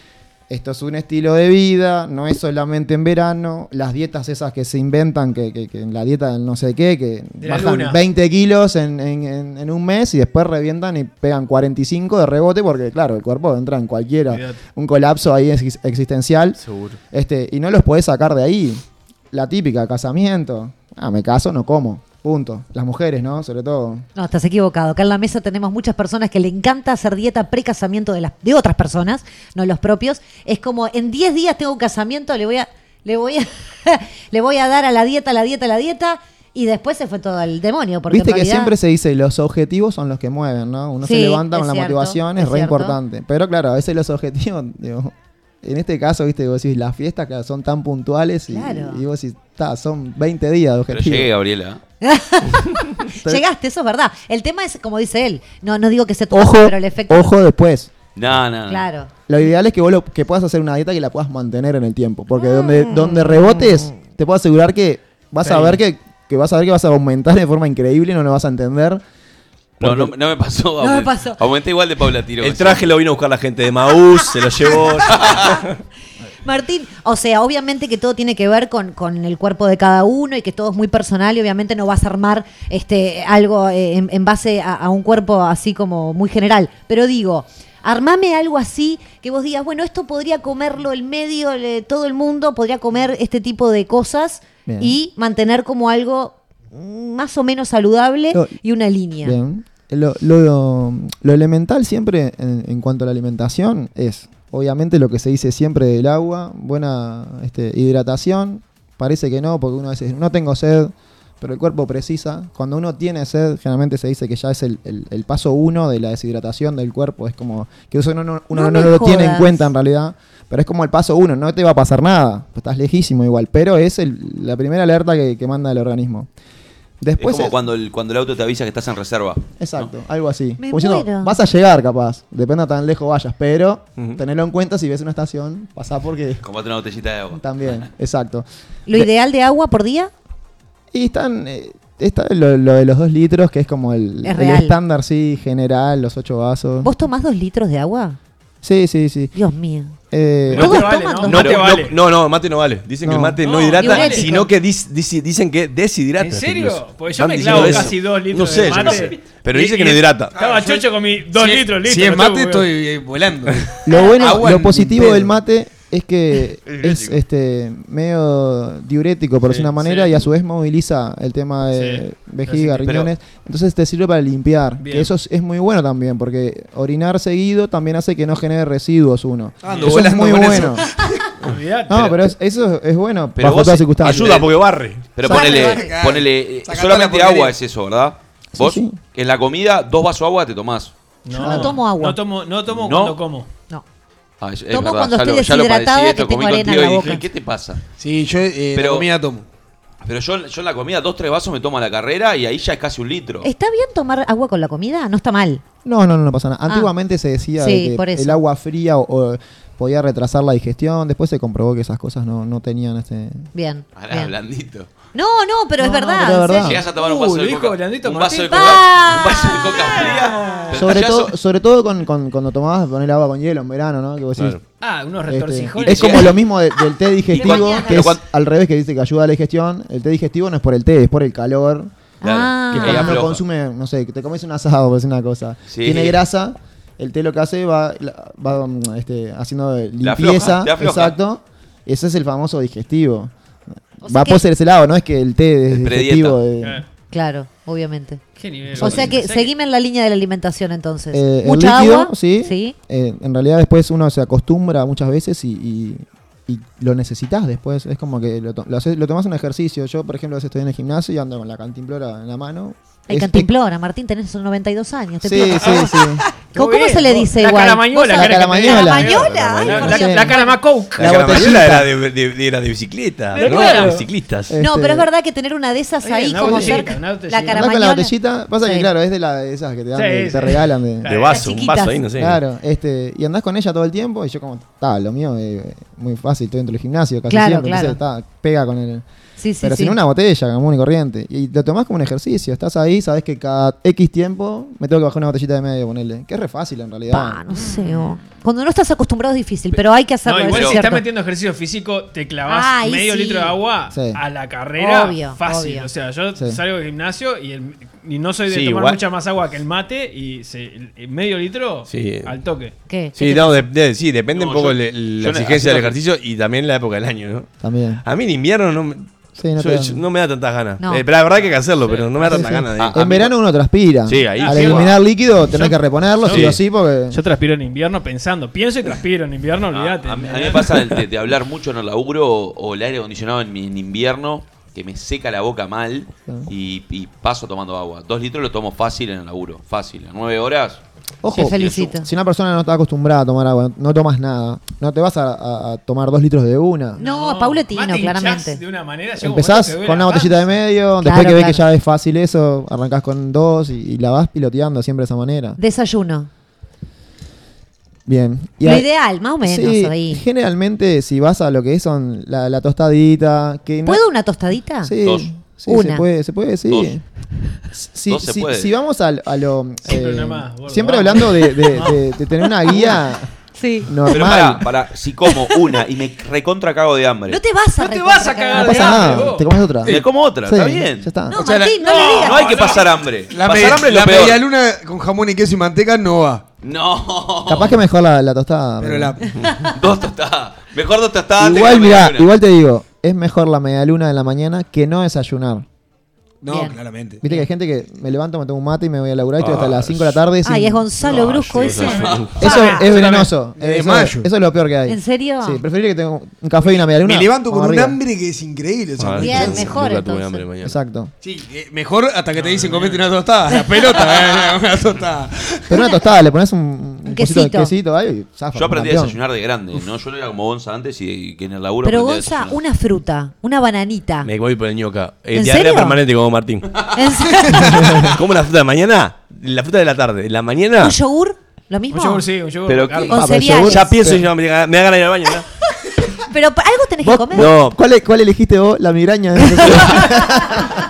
Speaker 8: esto es un estilo de vida, no es solamente en verano, las dietas esas que se inventan, que, que- que en la dieta del no sé qué, que
Speaker 6: De la luna.
Speaker 8: bajan 20 kilos en, en- en- en un mes y después revientan y pegan 45 de rebote porque claro, el cuerpo entra en cualquiera,
Speaker 6: Olvídate.
Speaker 8: un colapso ahí ex- existencial
Speaker 6: Seguro.
Speaker 8: este, y no los podés sacar de ahí. La típica, casamiento, ah, me caso, no como, punto. Las mujeres, ¿no? Sobre todo.
Speaker 4: No, estás equivocado. Acá en la mesa tenemos muchas personas que le encanta hacer dieta pre-casamiento de, las, de otras personas, no los propios. Es como en 10 días tengo un casamiento, le voy a, le voy a, le voy a dar a la dieta, a la dieta, a la dieta. Y después se fue todo al demonio. Porque
Speaker 8: Viste
Speaker 4: en
Speaker 8: que
Speaker 4: realidad-
Speaker 8: siempre se dice, los objetivos son los que mueven, ¿no? Uno
Speaker 4: Sí,
Speaker 8: se levanta
Speaker 4: es
Speaker 8: con la
Speaker 4: cierto,
Speaker 8: motivación,
Speaker 4: es
Speaker 8: es, re
Speaker 4: cierto.
Speaker 8: importante. Pero claro, a veces los objetivos, digo, en este caso, viste, vos decís, las fiestas claro, son tan puntuales y,
Speaker 4: Claro.
Speaker 8: y vos decís, "Ta, son 20 días de
Speaker 3: Pero
Speaker 8: objetivos.
Speaker 3: llegué, Gabriela.
Speaker 4: Llegaste, eso es verdad. El tema es, como dice él, no, no digo que sea tu
Speaker 8: Ojo,
Speaker 4: caso, pero el efecto.
Speaker 8: ojo después.
Speaker 3: No, no. no.
Speaker 4: Claro.
Speaker 8: Lo ideal es que vos lo- que puedas hacer una dieta que la puedas mantener en el tiempo. Porque donde,
Speaker 4: Mm.
Speaker 8: donde rebotes, te puedo asegurar que vas a ver que, que vas a ver que vas a aumentar de forma increíble, no lo vas a entender.
Speaker 3: No, no, no me pasó.
Speaker 4: No me
Speaker 3: aument-
Speaker 4: pasó.
Speaker 3: Aumenté igual de Paula Tiro.
Speaker 5: El traje lo vino a buscar la gente de Maús, se lo llevó.
Speaker 4: Martín, o sea, obviamente que todo tiene que ver con, con el cuerpo de cada uno y que todo es muy personal y obviamente no vas a armar este algo eh, en, en base a, a un cuerpo así como muy general. Pero digo, armame algo así que vos digas, bueno, esto podría comerlo el medio, el- eh, todo el mundo podría comer este tipo de cosas
Speaker 8: Bien.
Speaker 4: y mantener como algo mm, más o menos saludable
Speaker 8: Lo-
Speaker 4: y una línea.
Speaker 8: Bien. Lo, lo- lo elemental siempre en, en cuanto a la alimentación es, obviamente, lo que se dice siempre del agua, buena este, hidratación. Parece que no, porque uno dice, no tengo sed, pero el cuerpo precisa. Cuando uno tiene sed, generalmente se dice que ya es el, el- el paso uno de la deshidratación del cuerpo. Es como que eso uno no, uno
Speaker 4: No
Speaker 8: no
Speaker 4: me
Speaker 8: lo tiene en
Speaker 4: jodas.
Speaker 8: cuenta en realidad. Pero es como el paso uno, no te va a pasar nada, estás lejísimo igual, pero es el- la primera alerta que, que manda el organismo. Después
Speaker 3: es como
Speaker 8: es-
Speaker 3: cuando el, cuando el auto te avisa que estás en reserva.
Speaker 8: Exacto, algo así.
Speaker 4: Me
Speaker 8: Como diciendo,
Speaker 4: muero.
Speaker 8: vas a llegar capaz, depende de tan lejos vayas, pero tenelo en cuenta si ves una estación, pasá porque
Speaker 3: Comate una botellita de agua.
Speaker 8: también, exacto.
Speaker 4: Lo ideal de agua por día,
Speaker 8: Y están, eh, está lo, lo de los dos litros, que es como el,
Speaker 4: Es
Speaker 8: el
Speaker 4: real.
Speaker 8: estándar, sí, general, los ocho vasos.
Speaker 4: ¿vos tomás dos litros de agua?
Speaker 8: Sí, sí, sí.
Speaker 4: Dios mío.
Speaker 8: Eh,
Speaker 6: No te
Speaker 4: Todos
Speaker 6: vale,
Speaker 4: toman
Speaker 6: ¿no?
Speaker 4: dos
Speaker 6: No
Speaker 5: No,
Speaker 6: te
Speaker 5: no,
Speaker 6: vale.
Speaker 5: no, no, mate no vale. Dicen que
Speaker 8: No.
Speaker 5: el mate no,
Speaker 6: No,
Speaker 5: hidrata,
Speaker 4: diurético.
Speaker 5: sino que dis- dis- dicen que deshidrata.
Speaker 6: ¿En serio?
Speaker 5: incluso.
Speaker 6: Porque yo
Speaker 5: Están
Speaker 6: me
Speaker 5: diciendo
Speaker 6: clavo
Speaker 5: eso.
Speaker 6: casi dos litros
Speaker 5: No sé,
Speaker 6: de
Speaker 5: yo
Speaker 6: mate.
Speaker 5: no sé. Pero
Speaker 6: Y-
Speaker 5: dicen que
Speaker 6: y-
Speaker 5: no hidrata. Ah,
Speaker 6: Estaba chocho con mi dos
Speaker 9: Si es-
Speaker 6: litros, listo.
Speaker 9: Si es
Speaker 6: me tengo
Speaker 9: mate,
Speaker 6: que-
Speaker 9: estoy eh, volando.
Speaker 8: Lo bueno,
Speaker 9: Agua
Speaker 8: lo
Speaker 9: ni
Speaker 8: positivo
Speaker 9: pedo.
Speaker 8: del mate es que es este medio diurético, por
Speaker 6: Sí,
Speaker 8: decirlo de una manera,
Speaker 6: sí.
Speaker 8: y a su vez moviliza el tema de vejiga,
Speaker 6: así que-
Speaker 8: riñones. Entonces te sirve para limpiar.
Speaker 6: Bien.
Speaker 8: Que eso es, es muy bueno también, porque orinar seguido también hace que no genere residuos uno.
Speaker 9: Ah, ando
Speaker 8: eso es
Speaker 9: volando
Speaker 8: muy
Speaker 9: con eso.
Speaker 8: bueno.
Speaker 6: Olvidate.
Speaker 8: No, pero es- eso es bueno
Speaker 3: Pero
Speaker 8: bajo
Speaker 3: vos
Speaker 8: todas
Speaker 3: se-
Speaker 8: circunstancias.
Speaker 5: Ayuda porque barre.
Speaker 3: Pero
Speaker 4: Sacate,
Speaker 3: ponele,
Speaker 9: sacate.
Speaker 3: ponele eh,
Speaker 9: Sacate
Speaker 3: solamente
Speaker 9: la porquería.
Speaker 3: agua es eso, ¿verdad?
Speaker 8: Sí,
Speaker 3: Vos,
Speaker 8: sí.
Speaker 3: en la comida, dos vasos de agua te tomás.
Speaker 4: Yo no tomo agua.
Speaker 6: No tomo, no tomo
Speaker 3: ¿No?
Speaker 6: cuando como.
Speaker 4: No.
Speaker 3: Ah, es- es
Speaker 4: Tomo
Speaker 3: verdad,
Speaker 4: cuando
Speaker 3: ya
Speaker 4: estoy
Speaker 3: lo- ya lo padecí
Speaker 4: deshidratada
Speaker 3: esto,
Speaker 4: que tengo
Speaker 3: comí
Speaker 4: arena en
Speaker 3: contigo
Speaker 4: la
Speaker 3: y
Speaker 4: boca.
Speaker 3: dije, ¿qué te pasa?
Speaker 9: Sí, yo eh,
Speaker 3: Pero-
Speaker 9: la comida tomo.
Speaker 3: Pero yo, yo en la comida, dos, tres vasos me tomo a la carrera y ahí ya es casi un litro.
Speaker 4: ¿Está bien tomar agua con la comida? No está mal.
Speaker 8: No, no, no, no pasa nada.
Speaker 4: Ah.
Speaker 8: Antiguamente se decía
Speaker 4: Sí,
Speaker 8: de
Speaker 4: por
Speaker 8: que
Speaker 4: eso.
Speaker 8: el agua fría o, o podía retrasar la digestión. Después se comprobó que esas cosas no, no tenían este.
Speaker 4: Bien.
Speaker 3: Ahora,
Speaker 4: bien.
Speaker 3: blandito.
Speaker 4: No, no, pero es
Speaker 8: No,
Speaker 4: verdad.
Speaker 8: pero es
Speaker 4: en
Speaker 8: verdad.
Speaker 4: serio.
Speaker 3: Llegás a tomar un
Speaker 6: Uh,
Speaker 3: vaso de
Speaker 6: lo dijo
Speaker 3: coca.
Speaker 6: Blandito
Speaker 3: un vaso de
Speaker 6: Martín.
Speaker 3: coca. Un vaso de coca fría. Pero
Speaker 8: Sobre
Speaker 3: ya
Speaker 8: todo,
Speaker 3: so-
Speaker 8: sobre todo con, con- cuando tomabas poner agua con hielo en verano, ¿no? Que vos decís,
Speaker 6: Ah, unos
Speaker 8: este,
Speaker 6: retorcijones.
Speaker 8: es como lo mismo de- del té digestivo,
Speaker 4: mañana.
Speaker 8: que
Speaker 3: Pero
Speaker 8: es
Speaker 3: cuan-
Speaker 8: al revés que dice que ayuda a la digestión. El té digestivo no es por el té, es por el calor.
Speaker 3: Claro,
Speaker 4: Ah.
Speaker 8: Que
Speaker 3: ahí
Speaker 8: cuando uno
Speaker 3: afloja.
Speaker 8: consume, no sé, que te comes un asado, por decir una cosa.
Speaker 3: Sí.
Speaker 8: Tiene grasa, el té lo que hace va, la- va mm, este, haciendo
Speaker 3: afloja,
Speaker 8: limpieza.
Speaker 3: te afloja.
Speaker 8: Exacto. Ese es el famoso digestivo.
Speaker 4: O sea
Speaker 8: va
Speaker 4: que-
Speaker 8: por ser ese lado, no es que el té es
Speaker 3: El predieta.
Speaker 8: digestivo. de-
Speaker 6: Eh,
Speaker 4: Claro, obviamente.
Speaker 6: ¿Qué nivel?
Speaker 4: O sea que seguime en la línea de la alimentación entonces.
Speaker 8: Eh, el
Speaker 4: Mucha
Speaker 8: líquido,
Speaker 4: agua.
Speaker 8: sí. Eh, en realidad después uno se acostumbra muchas veces y, y- y lo necesitas después. Es como que lo, to- lo, haces- lo tomás un ejercicio. Yo, por ejemplo, a veces estoy en el gimnasio y ando con la cantimplora en la mano.
Speaker 4: Hay
Speaker 8: Es-
Speaker 4: cantimplora, Martín, tenés 92 años. te
Speaker 8: Este- Sí, sí,
Speaker 4: pido-
Speaker 8: sí.
Speaker 4: ¿Cómo,
Speaker 6: Qué
Speaker 4: cómo se le
Speaker 6: bien,
Speaker 4: dice
Speaker 6: la
Speaker 4: igual?
Speaker 6: caramañola,
Speaker 4: ¿Vos
Speaker 8: la
Speaker 4: sabés?
Speaker 8: caramañola.
Speaker 4: ¿Caramañola? Ay,
Speaker 6: La,
Speaker 4: no
Speaker 8: no
Speaker 6: la-
Speaker 8: sé.
Speaker 6: la cara más coke.
Speaker 5: La,
Speaker 8: La
Speaker 5: botellita
Speaker 8: botellita.
Speaker 5: era de, de- era de bicicleta,
Speaker 6: Pero
Speaker 5: ¿no?
Speaker 6: claro.
Speaker 5: De biciclistas.
Speaker 8: Eh,
Speaker 4: No,
Speaker 8: este-
Speaker 4: pero es verdad que tener una de esas Pues
Speaker 6: Está
Speaker 4: ahí
Speaker 6: bien, una
Speaker 4: como
Speaker 6: botellita,
Speaker 4: cerca.
Speaker 6: una botellita.
Speaker 4: La
Speaker 6: Andá
Speaker 8: Andá con
Speaker 4: caramañola.
Speaker 8: la botellita, pasa
Speaker 4: Sí.
Speaker 8: que claro, es de, la, de esas que te, dan,
Speaker 6: Sí,
Speaker 8: de-
Speaker 6: sí.
Speaker 8: te regalan de,
Speaker 5: De
Speaker 6: Las
Speaker 5: vaso, un
Speaker 4: chiquitas.
Speaker 5: vaso ahí, no sé.
Speaker 8: Claro, este, y andás con ella todo el tiempo y yo como, está, lo mío es muy fácil, estoy dentro del gimnasio casi
Speaker 4: Claro,
Speaker 8: siempre,
Speaker 4: claro.
Speaker 8: entonces, ta, pega con el...
Speaker 4: Sí, sí,
Speaker 8: pero
Speaker 4: sí.
Speaker 8: sin una botella, común y corriente. Y lo tomás como un ejercicio, estás ahí, sabes que cada X tiempo me tengo que bajar una botellita de medio, ponerle, que es re fácil en realidad.
Speaker 4: Pa, no sé. oh. Cuando no estás acostumbrado es difícil, pero hay que
Speaker 6: No,
Speaker 4: hacerlo.
Speaker 6: igual
Speaker 4: eso
Speaker 6: si
Speaker 4: es
Speaker 6: estás
Speaker 4: cierto.
Speaker 6: metiendo ejercicio físico, te clavas
Speaker 4: Ah, ahí
Speaker 6: medio
Speaker 4: sí.
Speaker 6: litro de agua
Speaker 8: Sí.
Speaker 6: a la carrera
Speaker 4: Obvio,
Speaker 6: fácil.
Speaker 4: obvio.
Speaker 6: O sea, yo
Speaker 8: Sí.
Speaker 6: salgo del gimnasio y, el- y no soy de
Speaker 5: Sí,
Speaker 6: tomar
Speaker 5: igual-
Speaker 6: mucha más agua que el mate y se- el- el medio litro
Speaker 5: Sí.
Speaker 6: al toque.
Speaker 4: ¿Qué?
Speaker 5: Sí, no, de- de- sí, depende
Speaker 3: No,
Speaker 5: un poco
Speaker 3: yo-
Speaker 5: le-
Speaker 3: yo
Speaker 5: la
Speaker 3: no-
Speaker 5: exigencia del
Speaker 3: así no-
Speaker 5: ejercicio y también la época del año, ¿no?
Speaker 8: También.
Speaker 5: A mí en invierno no, me-
Speaker 8: Sí, no
Speaker 5: yo-
Speaker 8: te dan.
Speaker 5: yo- no me da tantas ganas.
Speaker 4: No.
Speaker 5: Eh, pero la verdad que hay que hacerlo, pero no me da tantas ganas. de-
Speaker 3: Ah, a
Speaker 8: en
Speaker 3: mí-
Speaker 8: verano uno transpira.
Speaker 5: Sí, ahí
Speaker 8: Al
Speaker 5: sí.
Speaker 8: eliminar líquido tenés
Speaker 6: Yo-
Speaker 8: que reponerlo, sí
Speaker 5: yo-
Speaker 8: o sí, porque...
Speaker 6: Yo transpiro en invierno pensando. Pienso y transpiro en invierno,
Speaker 3: Ah,
Speaker 6: olvídate.
Speaker 3: a, mí, a mí me pasa el de, de hablar mucho en el laburo o, o el aire acondicionado en, mi- en invierno. que me seca la boca mal y, y paso tomando agua. Dos litros lo tomo fácil en el laburo, fácil. En nueve horas,
Speaker 8: Ojo,
Speaker 4: Te felicito.
Speaker 8: si una persona no está acostumbrada a tomar agua, no tomas nada, no te vas a, a- a tomar dos litros de una.
Speaker 4: No,
Speaker 6: Paula
Speaker 4: paulatino, claramente.
Speaker 6: De una manera, llega un momento
Speaker 8: Empezás
Speaker 6: que duele
Speaker 8: con una
Speaker 6: la
Speaker 8: botellita de
Speaker 6: panza.
Speaker 8: medio,
Speaker 4: Claro,
Speaker 8: después que ves que
Speaker 4: claro.
Speaker 8: ya es fácil eso, arrancás con dos y, y la vas piloteando siempre de esa manera.
Speaker 4: Desayuno.
Speaker 8: Bien. Y
Speaker 4: Lo
Speaker 8: a-
Speaker 4: ideal, más o menos
Speaker 8: Sí,
Speaker 4: ahí.
Speaker 8: generalmente si vas a lo que es son la, la tostadita, que no-
Speaker 4: ¿Puedo una tostadita?
Speaker 8: Sí,
Speaker 3: Dos.
Speaker 8: sí,
Speaker 4: Una.
Speaker 8: se puede, se puede, sí.
Speaker 3: Dos.
Speaker 8: Si,
Speaker 3: Dos se
Speaker 8: si-
Speaker 3: puede.
Speaker 8: si vamos al- a, lo... eh,
Speaker 6: Siempre una más, gordo,
Speaker 8: siempre
Speaker 6: vamos.
Speaker 8: hablando de, de- de- de tener una guía
Speaker 4: Sí.
Speaker 3: Pero para,
Speaker 8: normal.
Speaker 3: para, si como una y me recontra cago de hambre,
Speaker 4: No te vas a
Speaker 6: No te
Speaker 4: recontra
Speaker 6: vas a cagar
Speaker 8: no
Speaker 6: de
Speaker 8: pasa
Speaker 6: hambre,
Speaker 8: nada,
Speaker 6: vos.
Speaker 8: te comes otra.
Speaker 3: me como otra,
Speaker 8: Sí,
Speaker 3: está bien.
Speaker 8: Ya está.
Speaker 4: No,
Speaker 3: O sea, la-
Speaker 4: Martín, no, le digas.
Speaker 3: No hay que pasar hambre.
Speaker 7: La,
Speaker 3: pasar
Speaker 7: media-
Speaker 3: hambre es lo
Speaker 7: la
Speaker 3: peor.
Speaker 7: media luna con jamón y queso y manteca no va.
Speaker 3: No,
Speaker 8: Capaz que mejor la, la tostada.
Speaker 7: Pero
Speaker 8: pero-
Speaker 7: la,
Speaker 3: dos tostadas. Mejor dos tostadas. antes
Speaker 8: Igual,
Speaker 3: que la media
Speaker 8: mira,
Speaker 3: luna.
Speaker 8: igual te digo, es mejor la media luna de la mañana que no desayunar.
Speaker 7: no,
Speaker 4: Bien.
Speaker 7: claramente.
Speaker 8: Viste que hay gente que me levanto, me tomo un mate y me voy a laburar y estoy hasta las 5 de la tarde. sin-
Speaker 4: Ay, es Gonzalo Brusco ese.
Speaker 8: Eso
Speaker 6: Ah,
Speaker 8: es venenoso.
Speaker 7: De
Speaker 8: Eso,
Speaker 7: mayo.
Speaker 8: eso es lo peor que hay.
Speaker 4: ¿En serio?
Speaker 8: Sí, preferiría que tenga un café y una media luna.
Speaker 7: Me levanto con
Speaker 8: vamos
Speaker 7: un
Speaker 8: arriba.
Speaker 7: hambre que es increíble. o sea,
Speaker 5: Ah,
Speaker 7: me-
Speaker 4: Bien,
Speaker 5: entonces,
Speaker 4: mejor,
Speaker 5: Nunca tuve
Speaker 4: entonces.
Speaker 5: hambre mañana.
Speaker 8: Exacto.
Speaker 7: Sí, eh, mejor hasta que te dicen comete una tostada. La pelota, eh, una tostada.
Speaker 8: Pero una tostada, le pones un, un quesito.
Speaker 4: quesito.
Speaker 8: de quesito ahí y zafa,
Speaker 3: Yo aprendí a
Speaker 8: campeón.
Speaker 3: desayunar de grande, ¿no? Yo no era como Gonza antes y, y que en el laburo.
Speaker 4: Pero
Speaker 3: aprendí a
Speaker 4: Gonza,
Speaker 3: desayunar.
Speaker 4: una fruta, una bananita.
Speaker 5: Me voy por el ñoca. Eh,
Speaker 4: ¿En
Speaker 5: diarrea
Speaker 4: serio?
Speaker 5: permanente como Martín.
Speaker 4: ¿En serio?
Speaker 5: ¿Cómo la fruta de la mañana? La fruta de la tarde. ¿La mañana?
Speaker 4: ¿Un yogur? ¿Lo mismo?
Speaker 6: Un yogur, sí, un yogur.
Speaker 3: Pero
Speaker 6: garpa.
Speaker 4: Con
Speaker 8: Ah, pero
Speaker 4: cereales.
Speaker 5: Ya pienso y ya me da me da ganas de ir al baño. ¿verdad?
Speaker 4: Pero pa- algo tenés que
Speaker 8: ¿Vos-
Speaker 4: comer.
Speaker 8: vos- ¿Cuál, e- ¿Cuál elegiste vos? La migraña.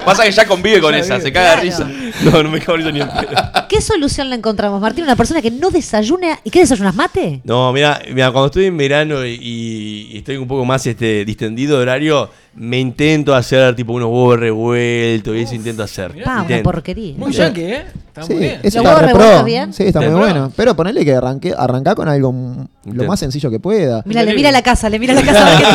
Speaker 3: Pasa que ya convive con esa, se caga de risa.
Speaker 4: Claro.
Speaker 5: No, no me cago ahorita ni en pedo.
Speaker 4: ¿Qué solución la encontramos, Martín? Una persona que no desayuna. ¿Y qué desayunas mate?
Speaker 5: No, mira, mira, cuando estoy en verano y, y estoy un poco más este distendido de horario, me intento hacer tipo unos huevos revueltos y eso intento hacer.
Speaker 4: Pa, una
Speaker 5: Intento.
Speaker 4: porquería.
Speaker 6: Muy yankee, ¿eh? Está
Speaker 8: sí,
Speaker 6: muy bien.
Speaker 8: eso
Speaker 4: ¿Lo
Speaker 8: está
Speaker 4: vos
Speaker 8: re
Speaker 4: revuelto
Speaker 8: pro.
Speaker 4: bien?
Speaker 8: Sí, está muy
Speaker 5: Está pro.
Speaker 8: bueno. Pero ponele que arranque, arrancá con algo mm, lo
Speaker 5: Bien.
Speaker 8: más sencillo que pueda.
Speaker 4: Mira, le mira la casa, le mira la casa. a ver qué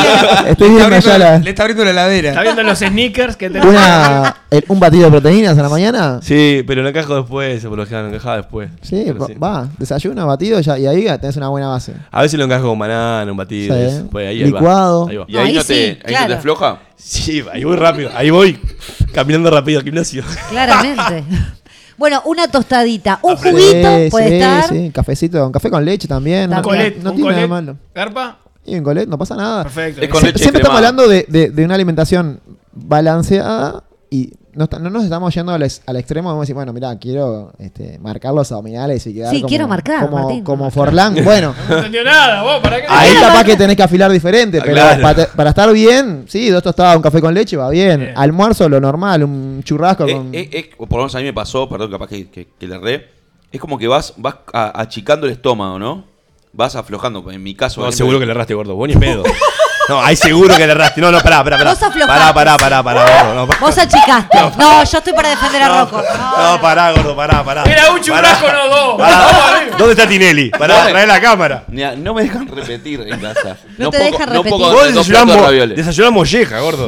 Speaker 8: Estoy
Speaker 4: tiene.
Speaker 7: Le está
Speaker 8: viendo
Speaker 7: abriendo
Speaker 8: ya
Speaker 7: la-
Speaker 8: la-
Speaker 7: Le está abriendo la
Speaker 6: Está
Speaker 7: heladera.
Speaker 6: viendo los sneakers que tenemos.
Speaker 8: una, el- un batido de proteínas a la mañana.
Speaker 5: Sí, pero lo encajo después, por lo general lo encajaba después.
Speaker 8: Sí,
Speaker 5: Pero
Speaker 8: va, va, desayuno, batido ya, y ahí tenés una buena base.
Speaker 5: A veces lo encajo con banana, un batido.
Speaker 8: Sí.
Speaker 5: y eso. Pues ahí,
Speaker 8: Licuado.
Speaker 5: Ahí va. Ahí
Speaker 3: Y
Speaker 5: va.
Speaker 3: ahí,
Speaker 4: ahí
Speaker 3: no, te,
Speaker 4: sí,
Speaker 3: ahí no
Speaker 4: claro.
Speaker 3: te afloja.
Speaker 5: Sí, ahí voy rápido, ahí voy. Caminando rápido al gimnasio.
Speaker 4: Claramente. Bueno, una tostadita, un
Speaker 8: Ah, Sí,
Speaker 4: juguito puede
Speaker 8: sí,
Speaker 4: estar.
Speaker 8: sí, cafecito, un café con leche también.
Speaker 6: Un
Speaker 8: no-
Speaker 6: colet,
Speaker 8: no
Speaker 6: un
Speaker 8: tiene nada
Speaker 6: colet.
Speaker 8: malo.
Speaker 6: Garpa,
Speaker 8: Y un colet, no pasa nada.
Speaker 6: perfecto.
Speaker 3: Es con
Speaker 8: Sie-
Speaker 3: leche
Speaker 8: Siempre estamos
Speaker 3: cremada.
Speaker 8: hablando de, de- de una alimentación balanceada y no, está- no nos estamos yendo al, ex- al extremo de decir, bueno, mira, quiero este, marcar los abdominales y quedar
Speaker 4: Sí,
Speaker 8: como,
Speaker 4: quiero marcar,
Speaker 8: como,
Speaker 4: Martín.
Speaker 8: como Forlán. Bueno,
Speaker 6: No entendió nada, vos, ¿para qué?
Speaker 8: ahí capaz que tenés que afilar diferente,
Speaker 5: Ah,
Speaker 8: pero
Speaker 5: claro.
Speaker 8: para, para estar bien, sí, dos tostadas, un café con leche, va bien.
Speaker 6: Bien.
Speaker 8: Almuerzo, lo normal, un churrasco
Speaker 3: Eh,
Speaker 8: con...
Speaker 3: eh, eh, por lo menos a mí me pasó, perdón, capaz que, que, que le erré. Es como que vas, vas a- achicando el estómago, ¿no? Vas aflojando. En mi caso, por
Speaker 5: No,
Speaker 3: ejemplo,
Speaker 5: seguro que le erraste, gordo. Vos ni en pedo. No, ahí seguro que le erraste. No, no, pará, pará, pará.
Speaker 4: Vos aflojaste.
Speaker 5: Pará, pará, pará, pará, gordo. No,
Speaker 4: Vos achicaste. No, yo estoy para defender a Rocco.
Speaker 5: No, pará, gordo, pará, pará.
Speaker 6: Era un churrasco,
Speaker 5: Pará.
Speaker 6: no dos.
Speaker 5: Pará. ¿Dónde está Tinelli? Pará, trae la cámara.
Speaker 3: Mira, no me dejan repetir en casa.
Speaker 4: No te dejan
Speaker 3: no
Speaker 4: repetir. Vos
Speaker 3: poco dos platos de
Speaker 5: desayunamos,
Speaker 3: ravioles.
Speaker 5: desayunamos molleja, gordo.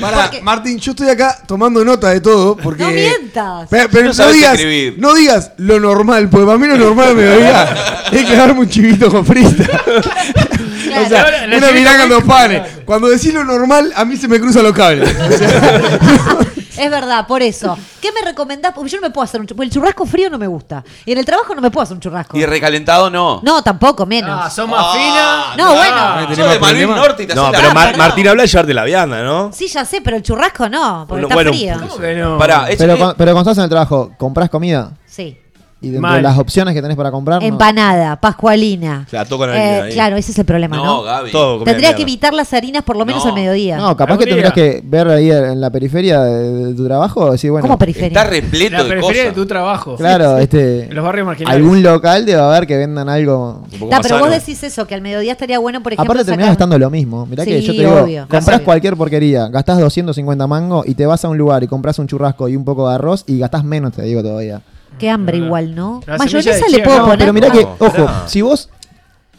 Speaker 7: Pará, Martín, yo estoy acá tomando nota de todo porque.
Speaker 4: No mientas.
Speaker 7: Pe- Pero,
Speaker 3: no
Speaker 7: no,
Speaker 3: sabes
Speaker 7: digas,
Speaker 3: escribir.
Speaker 7: no digas lo normal, porque para mí lo normal me debería es clavarme un chivito con frita.
Speaker 4: Claro.
Speaker 7: O sea,
Speaker 6: Ahora, la
Speaker 7: una
Speaker 6: chivita
Speaker 7: mirada
Speaker 6: frita
Speaker 7: con los
Speaker 6: es
Speaker 7: panes.
Speaker 6: importante.
Speaker 7: Cuando decís lo normal, a mí se me cruzan los cables.
Speaker 4: Es verdad, por eso. ¿Qué me recomendás? Porque yo no me puedo hacer un churrasco. El churrasco frío no me gusta. Y en el trabajo no me puedo hacer un churrasco.
Speaker 3: Y recalentado, no.
Speaker 4: No, tampoco,
Speaker 6: Ah,
Speaker 4: menos.
Speaker 6: sos más fina.
Speaker 4: No,
Speaker 6: Ah.
Speaker 4: bueno.
Speaker 3: Sos de Malvin Norte y te
Speaker 5: No,
Speaker 3: haces
Speaker 5: pero
Speaker 3: la-
Speaker 5: Mar-
Speaker 4: perdón.
Speaker 5: Martín habla de llevarte la vianda, ¿no?
Speaker 4: Sí, ya sé, pero el churrasco no, porque
Speaker 5: Bueno,
Speaker 4: está
Speaker 5: bueno,
Speaker 4: frío.
Speaker 5: un
Speaker 6: ¿Cómo que no?
Speaker 3: Pará, es-
Speaker 8: Pero, cuando- pero cuando estás en el trabajo, ¿comprás comida?
Speaker 4: Sí.
Speaker 8: Y dentro
Speaker 6: Mal.
Speaker 8: de las opciones que tenés para comprar... no-
Speaker 4: Empanada, pascualina. Eh,
Speaker 5: O sea, todo con harina ahí.
Speaker 4: Claro, ese es el problema,
Speaker 3: no,
Speaker 4: ¿no?
Speaker 3: Gaby.
Speaker 5: Todo comida
Speaker 4: Tendría que
Speaker 5: mierda.
Speaker 4: evitar las harinas por lo menos
Speaker 3: No.
Speaker 4: al mediodía.
Speaker 8: No, capaz que
Speaker 6: Habría.
Speaker 8: tendrías que ver ahí en la periferia de, de tu trabajo, decir, bueno,
Speaker 4: ¿Cómo periferia?
Speaker 3: Está repleto
Speaker 6: La
Speaker 3: de
Speaker 6: periferia de
Speaker 3: cosas.
Speaker 6: tu trabajo.
Speaker 8: claro, este,
Speaker 6: En los barrios marginales.
Speaker 8: algún local debe haber que vendan algo.
Speaker 5: Un poco
Speaker 4: Ta,
Speaker 5: más
Speaker 4: pero
Speaker 5: sano.
Speaker 4: vos decís eso, que al mediodía estaría bueno, por ejemplo.
Speaker 8: Aparte terminás
Speaker 4: sacar-
Speaker 8: gastando lo mismo. Mirá que
Speaker 4: Sí,
Speaker 8: yo te digo,
Speaker 4: obvio.
Speaker 8: comprás
Speaker 4: Obvio.
Speaker 8: cualquier porquería, gastás 250 mango y te vas a un lugar y compras un churrasco y un poco de arroz y gastás menos, te digo todavía.
Speaker 4: Qué hambre
Speaker 6: Verdad.
Speaker 4: igual, ¿no?
Speaker 6: La
Speaker 4: Mayonesa
Speaker 6: semilla de
Speaker 4: le
Speaker 6: chía,
Speaker 4: puedo
Speaker 6: no,
Speaker 4: poner.
Speaker 8: Pero mirá que,
Speaker 5: No,
Speaker 8: ojo,
Speaker 5: pará.
Speaker 8: si vos,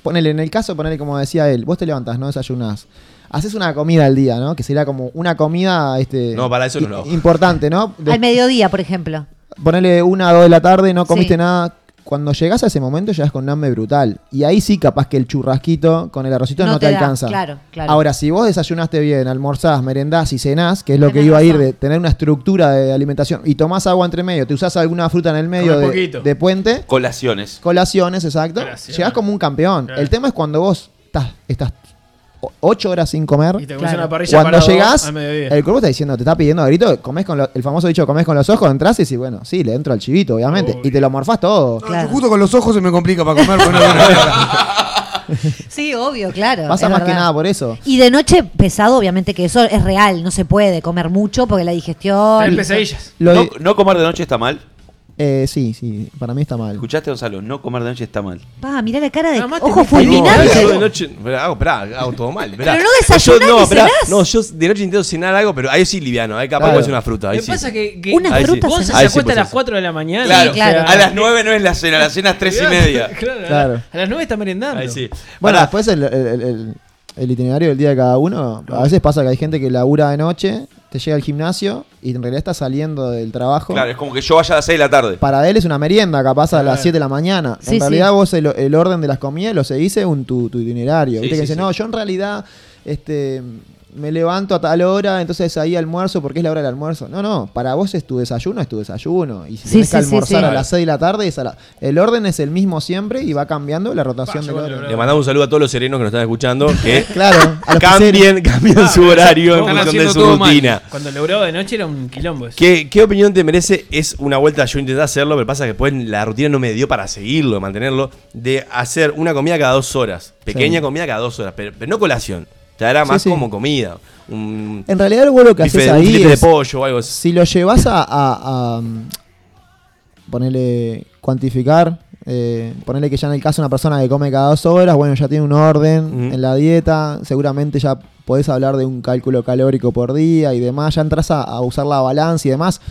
Speaker 8: ponele, en el caso, ponele como decía él, vos te levantás, no desayunás. Haces una comida al día, ¿no? Que sería como una comida este,
Speaker 5: No, para eso no
Speaker 8: i-
Speaker 5: lo hago.
Speaker 8: importante, ¿no? De-
Speaker 4: Al mediodía, por ejemplo.
Speaker 8: Ponele una o dos de la tarde, no comiste
Speaker 4: Sí.
Speaker 8: nada. cuando llegas a ese momento llegas con un hambre brutal. Y ahí sí, capaz que el churrasquito con el arrocito no,
Speaker 4: No
Speaker 8: te,
Speaker 4: te da,
Speaker 8: alcanza.
Speaker 4: claro, claro.
Speaker 8: Ahora, si vos desayunaste bien, almorzás, merendás y cenás, que es lo
Speaker 4: Tenés
Speaker 8: que iba a ir
Speaker 4: razón.
Speaker 8: de tener una estructura de alimentación, y tomás agua entre medio, te usás alguna fruta en el medio
Speaker 6: Come
Speaker 8: de,
Speaker 6: poquito.
Speaker 8: de puente,
Speaker 3: Colaciones.
Speaker 8: colaciones, exacto,
Speaker 6: Colaciones.
Speaker 8: llegás como un campeón.
Speaker 6: Claro.
Speaker 8: El tema es cuando vos estás, estás o- ocho horas sin comer.
Speaker 6: Y te
Speaker 4: Claro.
Speaker 6: comes una parrilla
Speaker 8: Cuando
Speaker 6: para dos
Speaker 8: llegás,
Speaker 6: al mediodía.
Speaker 8: el cuerpo está diciendo, te está pidiendo a grito, comés con lo- el famoso dicho, comés con los ojos, entras y decís, bueno, sí, le entro al chivito, obviamente.
Speaker 6: Obvio.
Speaker 8: Y te lo morfás todo.
Speaker 7: No,
Speaker 4: Claro.
Speaker 7: yo justo con los ojos se me complica para comer. porque no veo nada.
Speaker 4: Sí, obvio, claro.
Speaker 8: Pasa
Speaker 4: es
Speaker 8: más que
Speaker 4: verdad.
Speaker 8: nada por eso.
Speaker 4: Y de noche pesado, obviamente que eso es real, no se puede comer mucho porque la digestión.
Speaker 6: Traen pesadillas.
Speaker 8: Lo
Speaker 3: no,
Speaker 8: de-
Speaker 3: no comer de noche está mal.
Speaker 8: eh, sí, sí, para mí está mal.
Speaker 3: ¿Escuchaste, Gonzalo? No comer de noche está mal.
Speaker 4: Pa, mirá la cara de
Speaker 6: Nada más te
Speaker 4: ojo
Speaker 6: metí vos,
Speaker 4: fulminante.
Speaker 5: Yo de noche. Esperá, hago, esperá, hago todo mal. esperá.
Speaker 4: Pero no desayunás
Speaker 5: Yo,
Speaker 4: ni
Speaker 5: no, esperá,
Speaker 4: cenás.
Speaker 5: no, yo de noche intento cenar algo, pero ahí sí liviano. Ahí capaz
Speaker 8: Claro.
Speaker 5: puede ser una fruta. Ahí
Speaker 6: Lo que
Speaker 5: sí.
Speaker 6: pasa que, que
Speaker 4: Unas
Speaker 5: Ahí sí.
Speaker 4: frutas
Speaker 6: Gonza
Speaker 4: en
Speaker 5: Ahí
Speaker 6: se acuesta
Speaker 5: sí,
Speaker 6: a
Speaker 5: pues,
Speaker 6: las
Speaker 5: sí.
Speaker 6: 4 de la mañana.
Speaker 3: Claro.
Speaker 6: O
Speaker 4: claro.
Speaker 6: sea,
Speaker 3: A las 9 no es la cena, la cena es 3 y media.
Speaker 6: Claro, a la-
Speaker 8: Claro.
Speaker 6: A las 9 está merendando.
Speaker 5: Ahí sí.
Speaker 8: Bueno,
Speaker 5: Pará,
Speaker 8: después el, el- el- el- el itinerario del día de cada uno, a veces pasa que hay gente que labura de noche, te llega al gimnasio y en realidad está saliendo del trabajo.
Speaker 3: Claro, es como que yo vaya a las 6 de la tarde.
Speaker 8: Para él es una merienda, capaz a las 7 de la mañana.
Speaker 4: Sí,
Speaker 8: en realidad
Speaker 4: sí.
Speaker 8: vos el, el orden de las comidas lo seguís según tu, tu itinerario.
Speaker 3: Sí,
Speaker 8: Viste que
Speaker 3: sí,
Speaker 8: dice,
Speaker 3: sí.
Speaker 8: no, yo en realidad este, me levanto a tal hora, entonces ahí almuerzo porque es la hora del almuerzo. No, no, para vos es tu desayuno, es tu desayuno. Y si tenés
Speaker 4: Sí,
Speaker 8: que
Speaker 4: sí, sí,
Speaker 8: almorzar
Speaker 4: sí.
Speaker 8: a las 6 de la tarde, es a la- el orden es el mismo siempre y va cambiando la rotación
Speaker 6: Pa,
Speaker 8: del
Speaker 6: yo
Speaker 8: orden.
Speaker 6: creo-
Speaker 5: Le mandamos un saludo a todos los serenos que nos están escuchando. Que
Speaker 8: Claro, a los
Speaker 5: cambien, cambien su horario en función de su rutina.
Speaker 6: Cuando lograba de noche era un quilombo. eso.
Speaker 5: ¿Qué, qué opinión te merece? Es una vuelta, yo intenté hacerlo, pero pasa que después la rutina no me dio para seguirlo, mantenerlo, de hacer una comida cada dos horas. Pequeña
Speaker 8: Sí.
Speaker 5: comida cada dos horas, pero, pero no colación. Ya era
Speaker 8: Sí,
Speaker 5: más
Speaker 8: sí.
Speaker 5: como comida. Un
Speaker 8: En realidad vos lo que
Speaker 5: bife-
Speaker 8: haces
Speaker 5: un
Speaker 8: ahí
Speaker 5: filete de
Speaker 8: es,
Speaker 5: pollo o algo así.
Speaker 8: si lo llevas a, a- a, mm, ponerle cuantificar, eh, ponerle que ya en el caso de una persona que come cada dos horas, bueno, ya tiene un orden
Speaker 5: Ujú.
Speaker 8: en la dieta, seguramente ya podés hablar de un cálculo calórico por día y demás, ya entras a, a usar la balanza y demás.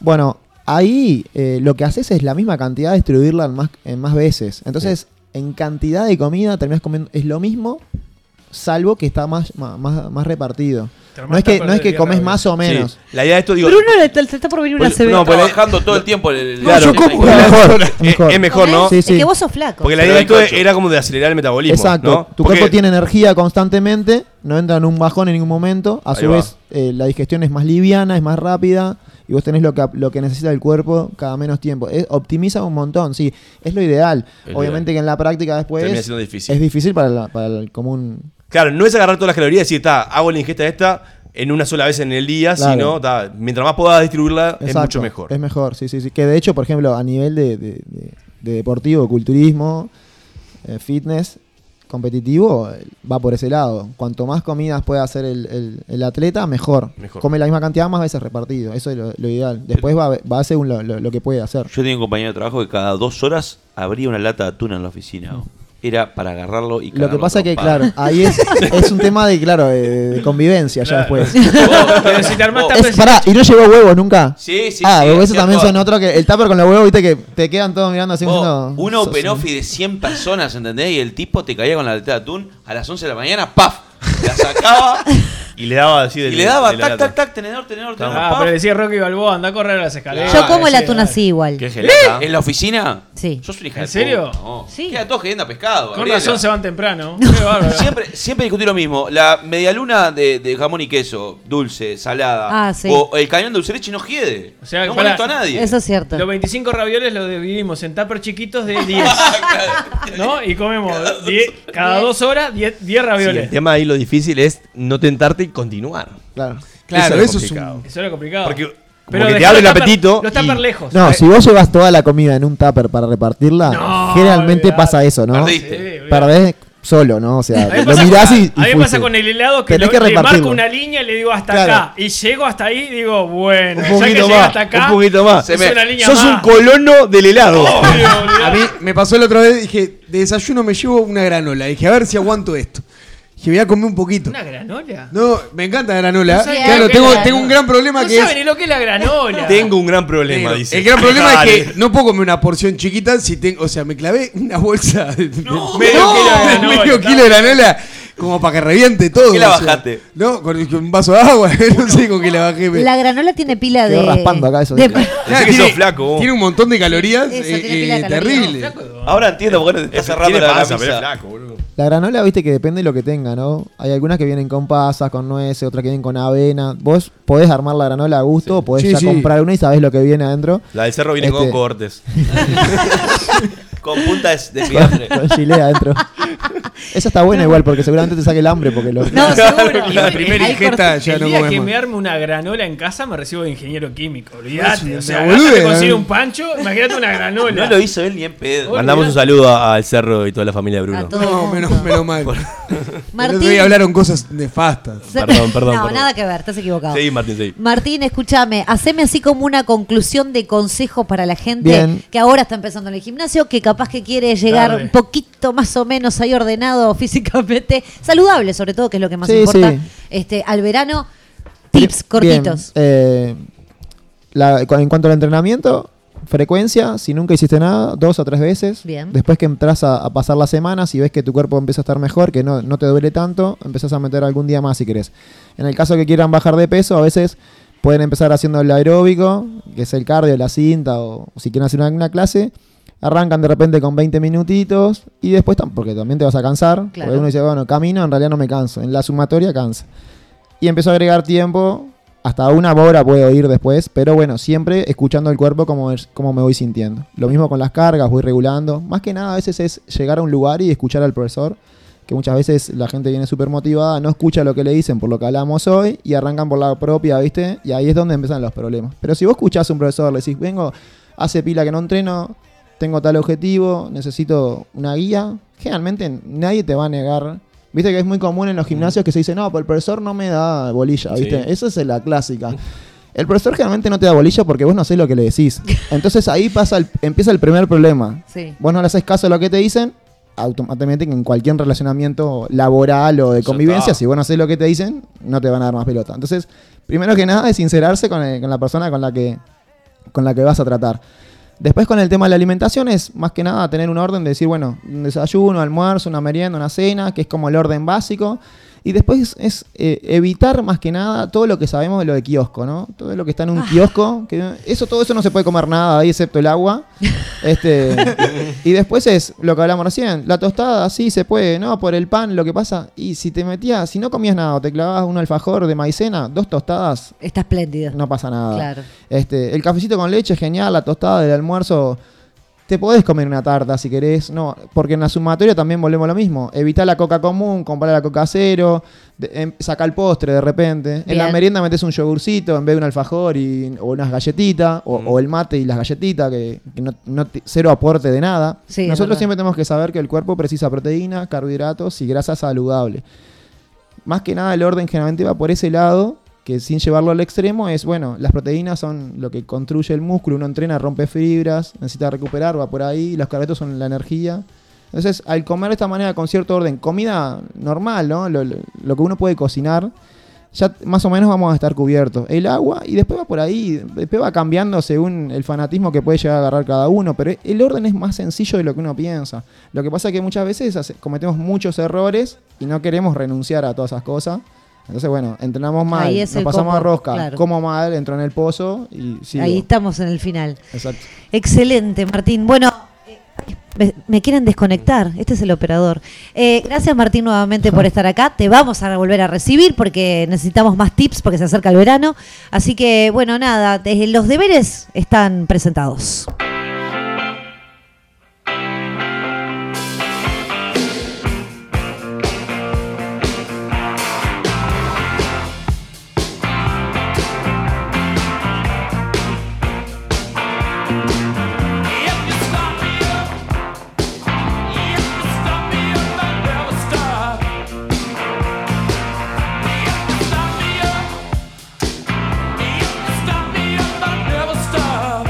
Speaker 8: Bueno, ahí eh, lo que haces es la misma cantidad distribuirla en más, en más veces. Entonces, en cantidad de comida terminas comiendo, es lo mismo, salvo que está más, más, más- más repartido.
Speaker 6: Te armás
Speaker 8: No es que,
Speaker 6: tapa
Speaker 8: no es que
Speaker 6: de
Speaker 8: comes
Speaker 6: guerra,
Speaker 8: más o menos.
Speaker 5: Sí. La idea de esto, digo,
Speaker 4: Bruno le- te, te está por venir una
Speaker 5: Pues,
Speaker 4: CB.
Speaker 5: no,
Speaker 3: No,
Speaker 5: pero-
Speaker 3: trabajando todo el tiempo. el-
Speaker 8: No, yo
Speaker 3: el-
Speaker 8: como
Speaker 3: el-
Speaker 8: cada
Speaker 5: es
Speaker 8: dos
Speaker 5: mejor,
Speaker 8: horas.
Speaker 5: es- es mejor, ¿no?
Speaker 8: Sí, sí.
Speaker 4: Es que vos sos flaco.
Speaker 5: porque la
Speaker 3: Pero
Speaker 5: idea de esto
Speaker 3: bizcocho.
Speaker 5: era como de acelerar el metabolismo.
Speaker 8: Exacto.
Speaker 5: ¿no?
Speaker 8: Tu
Speaker 5: Porque-
Speaker 8: cuerpo tiene energía constantemente, no entra en un bajón en ningún momento. A
Speaker 5: Ahí
Speaker 8: su
Speaker 5: va.
Speaker 8: vez, eh, la digestión es más liviana, es más rápida. Y vos tenés lo que, lo que necesita el cuerpo cada menos tiempo. Es- optimiza un montón, sí. Es lo ideal.
Speaker 5: Es lo
Speaker 8: Obviamente que en la práctica después
Speaker 5: Termina siendo difícil.
Speaker 8: es difícil para, la- para el común.
Speaker 5: Claro, no es agarrar todas las calorías y decir, está, hago la ingesta esta en una sola vez en el día,
Speaker 8: Claro.
Speaker 5: sino, ta, mientras más puedas distribuirla, es
Speaker 8: Exacto.
Speaker 5: mucho mejor.
Speaker 8: Es mejor, sí, sí, sí. Que de hecho, por ejemplo, a nivel de, de- de- de deportivo, culturismo, eh, fitness, competitivo, eh, va por ese lado. Cuanto más comidas pueda hacer el, el- el atleta, mejor.
Speaker 5: Mejor.
Speaker 8: Come la misma cantidad, más veces repartido. Eso es lo, lo ideal. Después va, va a según lo, lo- lo que puede hacer.
Speaker 3: Yo tenía un compañero de trabajo que cada dos horas abría una lata de atún en la oficina. Era para agarrarlo y
Speaker 8: Lo que
Speaker 3: cagarlo
Speaker 8: pasa que,
Speaker 3: trompada.
Speaker 8: claro, ahí es, es un tema de, claro, de, de convivencia ya después.
Speaker 6: Vos, que necesitas más
Speaker 3: Es
Speaker 6: tapa de-
Speaker 8: Es, pará, ¿y no llevó huevos nunca?
Speaker 3: Sí, sí,
Speaker 8: Ah,
Speaker 3: sí,
Speaker 8: porque eso
Speaker 3: hacía
Speaker 8: también
Speaker 3: todo.
Speaker 8: son otro que... El tupper con los huevos, viste, que te quedan todos mirando
Speaker 6: Oh,
Speaker 8: así.
Speaker 3: Vos,
Speaker 8: diciendo,
Speaker 3: un
Speaker 8: "Sos
Speaker 3: open
Speaker 8: un
Speaker 3: office de 100 personas, ¿entendés? Y el tipo te caía con la lata de atún a las 11 de la mañana, ¡paf! La sacaba
Speaker 5: Y le daba así
Speaker 3: y
Speaker 5: del-
Speaker 3: le daba
Speaker 5: de la
Speaker 3: tac,
Speaker 5: lata.
Speaker 3: tac, tac, tenedor, tenedor, tenedor,
Speaker 6: Ah,
Speaker 3: paf.
Speaker 6: pero decía Rocky Balboa, anda a correr a las escaleras.
Speaker 4: Yo como el
Speaker 6: Sí,
Speaker 4: atún
Speaker 6: dale.
Speaker 4: así igual.
Speaker 5: Qué gelata.
Speaker 3: ¿eh? ¿En la oficina?
Speaker 4: Sí.
Speaker 3: Sos una hija
Speaker 6: ¿En
Speaker 3: de
Speaker 6: serio?
Speaker 3: puta, no.
Speaker 4: Sí.
Speaker 3: Queda todo queriendo a pescado.
Speaker 6: Con
Speaker 3: Gabriela.
Speaker 6: razón se van temprano. Qué bárbaro.
Speaker 3: Siempre, siempre discutí lo mismo. La medialuna de, de jamón y queso, dulce, salada.
Speaker 4: Ah, sí.
Speaker 3: O el cañón de dulce no hiede.
Speaker 6: O sea,
Speaker 3: no
Speaker 6: para-
Speaker 3: molestó a nadie.
Speaker 4: Eso es cierto.
Speaker 6: Los 25 ravioles los dividimos en tupper chiquitos de 10.
Speaker 5: Ah,
Speaker 6: ¿No? Y comemos 10 cada dos horas 10 10
Speaker 5: Sí,
Speaker 6: ravioles.
Speaker 5: el tema ahí lo difícil es no tentarte y continuar.
Speaker 8: Claro.
Speaker 7: Claro,
Speaker 5: es
Speaker 7: eso es
Speaker 5: complicado.
Speaker 7: un.
Speaker 6: Eso era complicado.
Speaker 5: Porque como que te abre
Speaker 6: abre
Speaker 5: el apetito
Speaker 6: Los tupper
Speaker 5: y-
Speaker 6: lejos.
Speaker 8: No,
Speaker 6: Eh,
Speaker 8: si vos llevas toda la comida en un tupper para repartirla,
Speaker 6: No,
Speaker 8: generalmente
Speaker 6: olvidate.
Speaker 8: pasa eso, ¿no?
Speaker 3: Perdiste.
Speaker 6: olvidá.
Speaker 8: Perdés solo, ¿no? O sea,
Speaker 6: A mí me
Speaker 8: lo
Speaker 6: pasa-
Speaker 8: mirás y. y
Speaker 6: A mí me
Speaker 8: fuiste.
Speaker 6: pasa con el helado que,
Speaker 8: Tenés
Speaker 6: lo-
Speaker 8: que
Speaker 6: le marco
Speaker 8: repartirlo.
Speaker 6: una línea y le digo hasta
Speaker 8: Claro.
Speaker 6: acá. Y llego hasta ahí y digo, bueno,
Speaker 5: Un
Speaker 6: ya que
Speaker 5: poquito
Speaker 6: llegué
Speaker 5: más,
Speaker 6: hasta acá,
Speaker 5: un poquito más.
Speaker 6: es
Speaker 3: Se me-
Speaker 6: una línea
Speaker 5: Sos un
Speaker 6: más.
Speaker 5: colono del helado.
Speaker 6: Obvio, boludo.
Speaker 7: A mí me pasó la otra vez, dije, de desayuno me llevo una granola. Dije, a ver si aguanto esto. Dije, voy a comer un poquito.
Speaker 6: ¿Una granola?
Speaker 7: No, me encanta la granola.
Speaker 6: No sabía
Speaker 7: claro,
Speaker 6: que
Speaker 7: tengo,
Speaker 6: era
Speaker 7: tengo
Speaker 6: granola.
Speaker 7: un gran problema
Speaker 6: No
Speaker 7: que es.
Speaker 6: saben ni lo que es la granola.
Speaker 5: Tengo un gran problema,
Speaker 7: Pero
Speaker 5: dice.
Speaker 7: El gran problema
Speaker 5: Dale.
Speaker 7: es que no puedo comer una porción chiquita si tengo, o sea, me clavé una bolsa de de
Speaker 6: No,
Speaker 7: medio, kilo, de
Speaker 6: no,
Speaker 7: medio
Speaker 6: no.
Speaker 7: kilo de granola Como para que reviente todo.
Speaker 3: qué la
Speaker 7: o sea.
Speaker 3: bajaste?
Speaker 7: No, con, con un vaso de agua. no sé con qué la bajé. pero-
Speaker 4: La granola tiene pila
Speaker 8: Quedó
Speaker 4: de.
Speaker 8: raspando acá eso.
Speaker 4: de-
Speaker 3: Decía que sos flaco vos.
Speaker 7: Tiene un montón de calorías
Speaker 4: Eso, tiene
Speaker 7: eh,
Speaker 4: pila de
Speaker 7: eh,
Speaker 4: calorías.
Speaker 7: terribles.
Speaker 3: Ahora entiendo por qué te está cerrando
Speaker 9: Tiene
Speaker 3: la
Speaker 9: panza, pero es
Speaker 3: camisa.
Speaker 9: flaco, boludo.
Speaker 8: La granola, viste que depende de lo que tenga, ¿no? Hay algunas que vienen con pasas, con nueces, otras que vienen con avena. Vos podés armar la granola a gusto, podés
Speaker 7: Sí,
Speaker 8: ya
Speaker 7: sí.
Speaker 8: comprar una y sabés lo que viene adentro.
Speaker 9: La del cerro viene con
Speaker 8: Este-
Speaker 9: cortes.
Speaker 3: Con punta de, de fiambre.
Speaker 8: Con chile adentro. Esa está buena igual, porque seguramente te saque el hambre. Porque lo...
Speaker 4: No, seguro.
Speaker 7: La primera
Speaker 4: Ahí
Speaker 7: ingesta ya
Speaker 6: el
Speaker 7: no
Speaker 6: día
Speaker 7: comes
Speaker 6: que
Speaker 7: más.
Speaker 6: me arme una granola en casa me recibo de ingeniero químico, olvídate.
Speaker 7: una
Speaker 6: O sea,
Speaker 7: boludez,
Speaker 6: te consigue
Speaker 7: ¿eh?
Speaker 6: un pancho, imagínate una granola.
Speaker 3: No lo hizo él ni en pedo.
Speaker 5: Mandamos un saludo a- al cerro y toda la familia de
Speaker 4: corta
Speaker 5: Bruno.
Speaker 4: a todo el
Speaker 7: No,
Speaker 4: mundo.
Speaker 7: menos, menos mal. El otro
Speaker 4: Martín.
Speaker 7: día hablaron cosas nefastas.
Speaker 5: Perdón, perdón,
Speaker 4: No,
Speaker 5: perdón.
Speaker 4: nada que ver, estás equivocado.
Speaker 5: Sí, Martín, sí.
Speaker 4: Martín, escúchame, haceme así como una conclusión de consejos para la gente
Speaker 8: Bien.
Speaker 4: que ahora está empezando en el gimnasio, que capaz que quiere llegar
Speaker 6: Dale.
Speaker 4: un poquito más o menos ahí ordenado físicamente, saludable sobre todo, que es lo que más
Speaker 8: Sí,
Speaker 4: importa,
Speaker 8: sí.
Speaker 4: este, al verano.
Speaker 8: Bien,
Speaker 4: Tips cortitos.
Speaker 8: eh, la- cu- en cuanto al entrenamiento, frecuencia, si nunca hiciste nada, dos o tres veces.
Speaker 4: Bien.
Speaker 8: Después que entras a, a pasar las semanas y ves que tu cuerpo empieza a estar mejor, que no, no te duele tanto, empezás a meter algún día más si querés. En el caso que quieran bajar de peso, a veces pueden empezar haciendo el aeróbico, que es el cardio, la cinta, o si quieren hacer una, una clase. Arrancan de repente con 20 minutitos y después, tam- porque también te vas a cansar.
Speaker 4: Claro.
Speaker 8: Porque uno dice, bueno, camino, en realidad no me canso. En la sumatoria cansa y empezó a agregar tiempo. Hasta una hora puedo ir después, pero bueno, siempre escuchando el cuerpo como, es- como me voy sintiendo. Lo mismo con las cargas, voy regulando. Más que nada a veces es llegar a un lugar y escuchar al profesor, que muchas veces la gente viene súper motivada, no escucha lo que le dicen por lo que hablamos hoy y arrancan por la propia, ¿viste? Y ahí es donde empiezan los problemas. Pero si vos escuchás a un profesor, le decís, vengo, hace pila que no entreno, tengo tal objetivo, necesito una guía, generalmente nadie te va a negar Viste que es muy común en los gimnasios que se dice, no, pero el profesor no me da bolilla, ¿viste?
Speaker 5: Sí.
Speaker 8: Esa es la clásica. El profesor generalmente no te da bolilla porque vos no sé lo que le decís. Entonces ahí pasa el- empieza el primer problema.
Speaker 4: Sí.
Speaker 8: Vos no le haces caso a lo que te dicen, automáticamente en cualquier relacionamiento laboral o de convivencia, si vos no haces lo que te dicen, no te van a dar más pelota. Entonces, primero que nada es sincerarse con, el- con la persona con la que con la que vas a tratar. Después con el tema de la alimentación es más que nada tener un orden de decir, bueno, un desayuno, almuerzo, una merienda, una cena, que es como el orden básico. Y después es eh, evitar más que nada todo lo que sabemos de lo de kiosco, ¿no? Todo lo que está en un kiosco, que eso, todo eso no se puede comer nada ahí excepto el agua. Este,
Speaker 7: eh,
Speaker 8: y después es lo que hablamos recién, la tostada, sí se puede, ¿no? Por el pan, lo que pasa. Y si te metías, si no comías nada, o te clavabas un alfajor de maicena, dos tostadas,
Speaker 4: Está espléndido.
Speaker 8: no pasa nada.
Speaker 4: Claro.
Speaker 8: Este, el cafecito con leche, genial, la tostada del almuerzo. Te podés comer una tarta si querés, no, porque en la sumatoria también volvemos a lo mismo. Evitá la coca común, comprar la coca cero, de- em, sacá el postre de repente. En la
Speaker 4: Bien.
Speaker 8: merienda metes un yogurcito en vez de un alfajor y, o unas galletitas, o, o el mate y las galletitas, que, que no, no te- cero aporte de nada.
Speaker 4: Sí, es
Speaker 8: Nosotros
Speaker 4: verdad.
Speaker 8: siempre tenemos que saber que el cuerpo precisa proteínas, carbohidratos y grasas saludables más que nada el orden generalmente va por ese lado, que sin llevarlo al extremo es, bueno, las proteínas son lo que construye el músculo, uno entrena, rompe fibras, necesita recuperar, va por ahí, los carbohidratos son la energía. Entonces, al comer de esta manera con cierto orden, comida normal, ¿no? Lo, lo- lo que uno puede cocinar, ya t- más o menos vamos a estar cubiertos. El agua, y después va por ahí, después va cambiando según el fanatismo que puede llegar a agarrar cada uno, pero el orden es más sencillo de lo que uno piensa. Lo que pasa es que muchas veces hace- cometemos muchos errores y no queremos renunciar a todas esas cosas. Entonces, bueno, entrenamos mal,
Speaker 4: Ahí es
Speaker 8: nos
Speaker 4: el
Speaker 8: pasamos
Speaker 4: cómo,
Speaker 8: a rosca,
Speaker 4: claro.
Speaker 8: como mal, entro en el pozo y sigo.
Speaker 4: Ahí estamos en el final.
Speaker 8: Exacto.
Speaker 4: Excelente, Martín. Bueno, eh, me, me quieren desconectar. Este es el operador. Eh, gracias, Martín, nuevamente por estar acá. Te vamos a volver a recibir porque necesitamos más tips porque se acerca el verano. Así que, bueno, nada, desde los deberes están presentados.
Speaker 2: Stop me up, I never stop.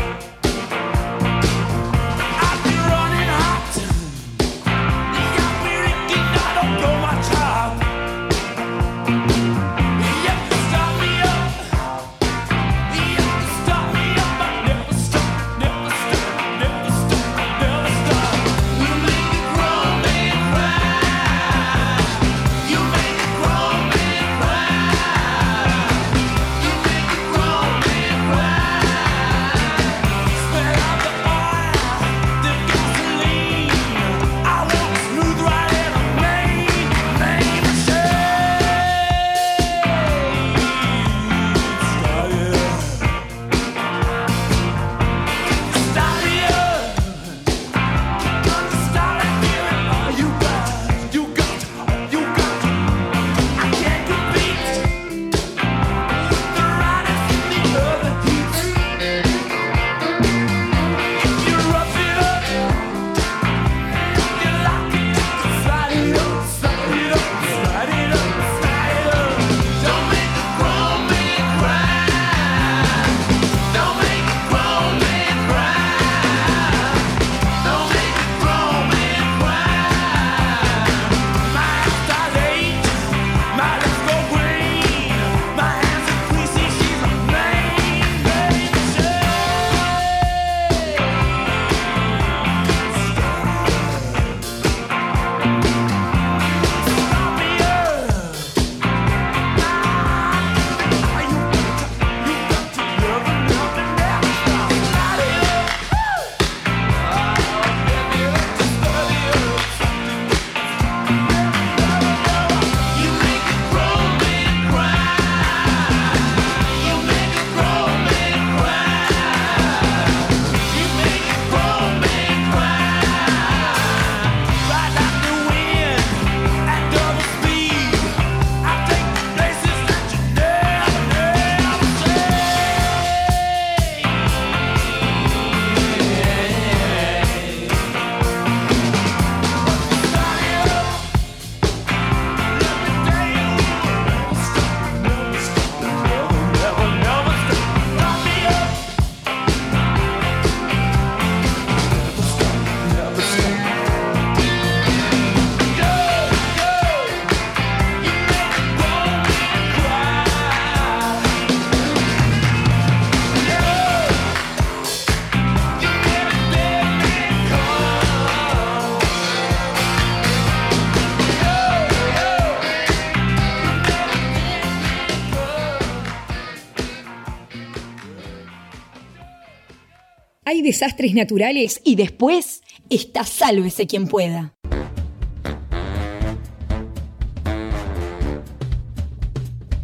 Speaker 10: Hay desastres naturales y después está sálvese quien pueda.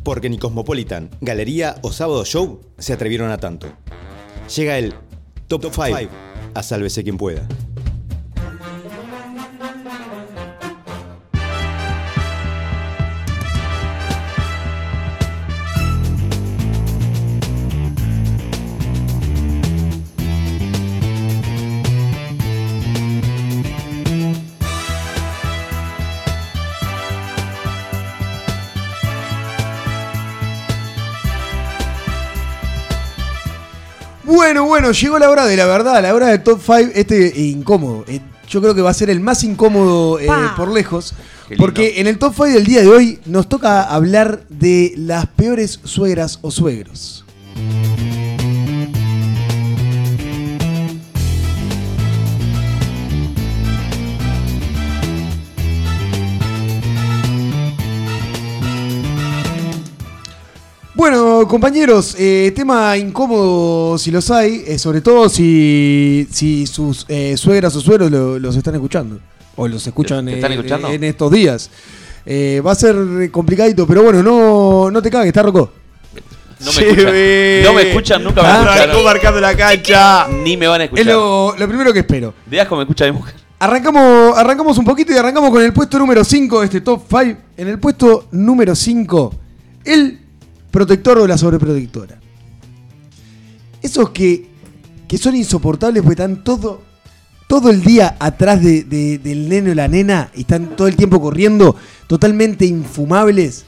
Speaker 9: Porque ni Cosmopolitan, Galería o Sábado Show se atrevieron a tanto. Llega el Top 5 a Sálvese quien pueda.
Speaker 7: Bueno, bueno, llegó la hora de la verdad, la hora del top 5, este incómodo. Eh, yo creo que va a ser el más incómodo eh,
Speaker 4: Pa.
Speaker 7: por lejos.
Speaker 3: Qué lindo.
Speaker 7: Porque en el top 5 del día de hoy nos toca hablar de las peores suegras o suegros. Bueno, compañeros, eh, tema incómodo si los hay, eh, sobre todo si, si sus eh, suegras o suegros lo- los están escuchando. O los escuchan,
Speaker 3: ¿Te están
Speaker 7: eh,
Speaker 3: escuchando?
Speaker 7: en estos días. Eh, va a ser complicadito, pero bueno, no, no te cagues, está Rocco.
Speaker 3: No me escuchan. No me escuchan, nunca
Speaker 7: Ah,
Speaker 3: me escucharon.
Speaker 5: marcando la cancha.
Speaker 3: Ni me van a
Speaker 7: Es
Speaker 3: escuchar.
Speaker 7: lo, lo primero que espero.
Speaker 3: De asco me escucha mi mujer.
Speaker 7: Arrancamos, arrancamos un poquito y arrancamos con el puesto número 5 de este top 5. En el puesto número 5, el protector o la sobreprotectora. Esos que, que son insoportables porque están todo, todo el día atrás de- de- del neno o la nena y están todo el tiempo corriendo, totalmente infumables.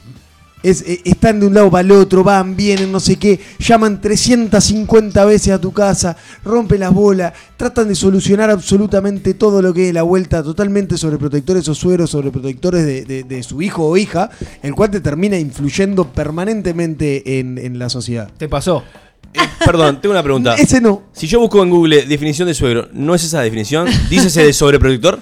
Speaker 7: Es- eh, están de un lado para el otro, van, vienen, no sé qué, llaman 350 veces a tu casa, rompen las bolas, tratan de solucionar absolutamente todo lo que es la vuelta, totalmente sobreprotectores o sueros, sobreprotectores de, de, de su hijo o hija, el cual te termina influyendo permanentemente en, en la sociedad.
Speaker 6: Te pasó.
Speaker 5: Perdón, tengo una pregunta.
Speaker 7: Ese no,
Speaker 5: Si yo busco en Google definición de suegro, ¿no es esa definición? ¿Dice ese de sobreproductor?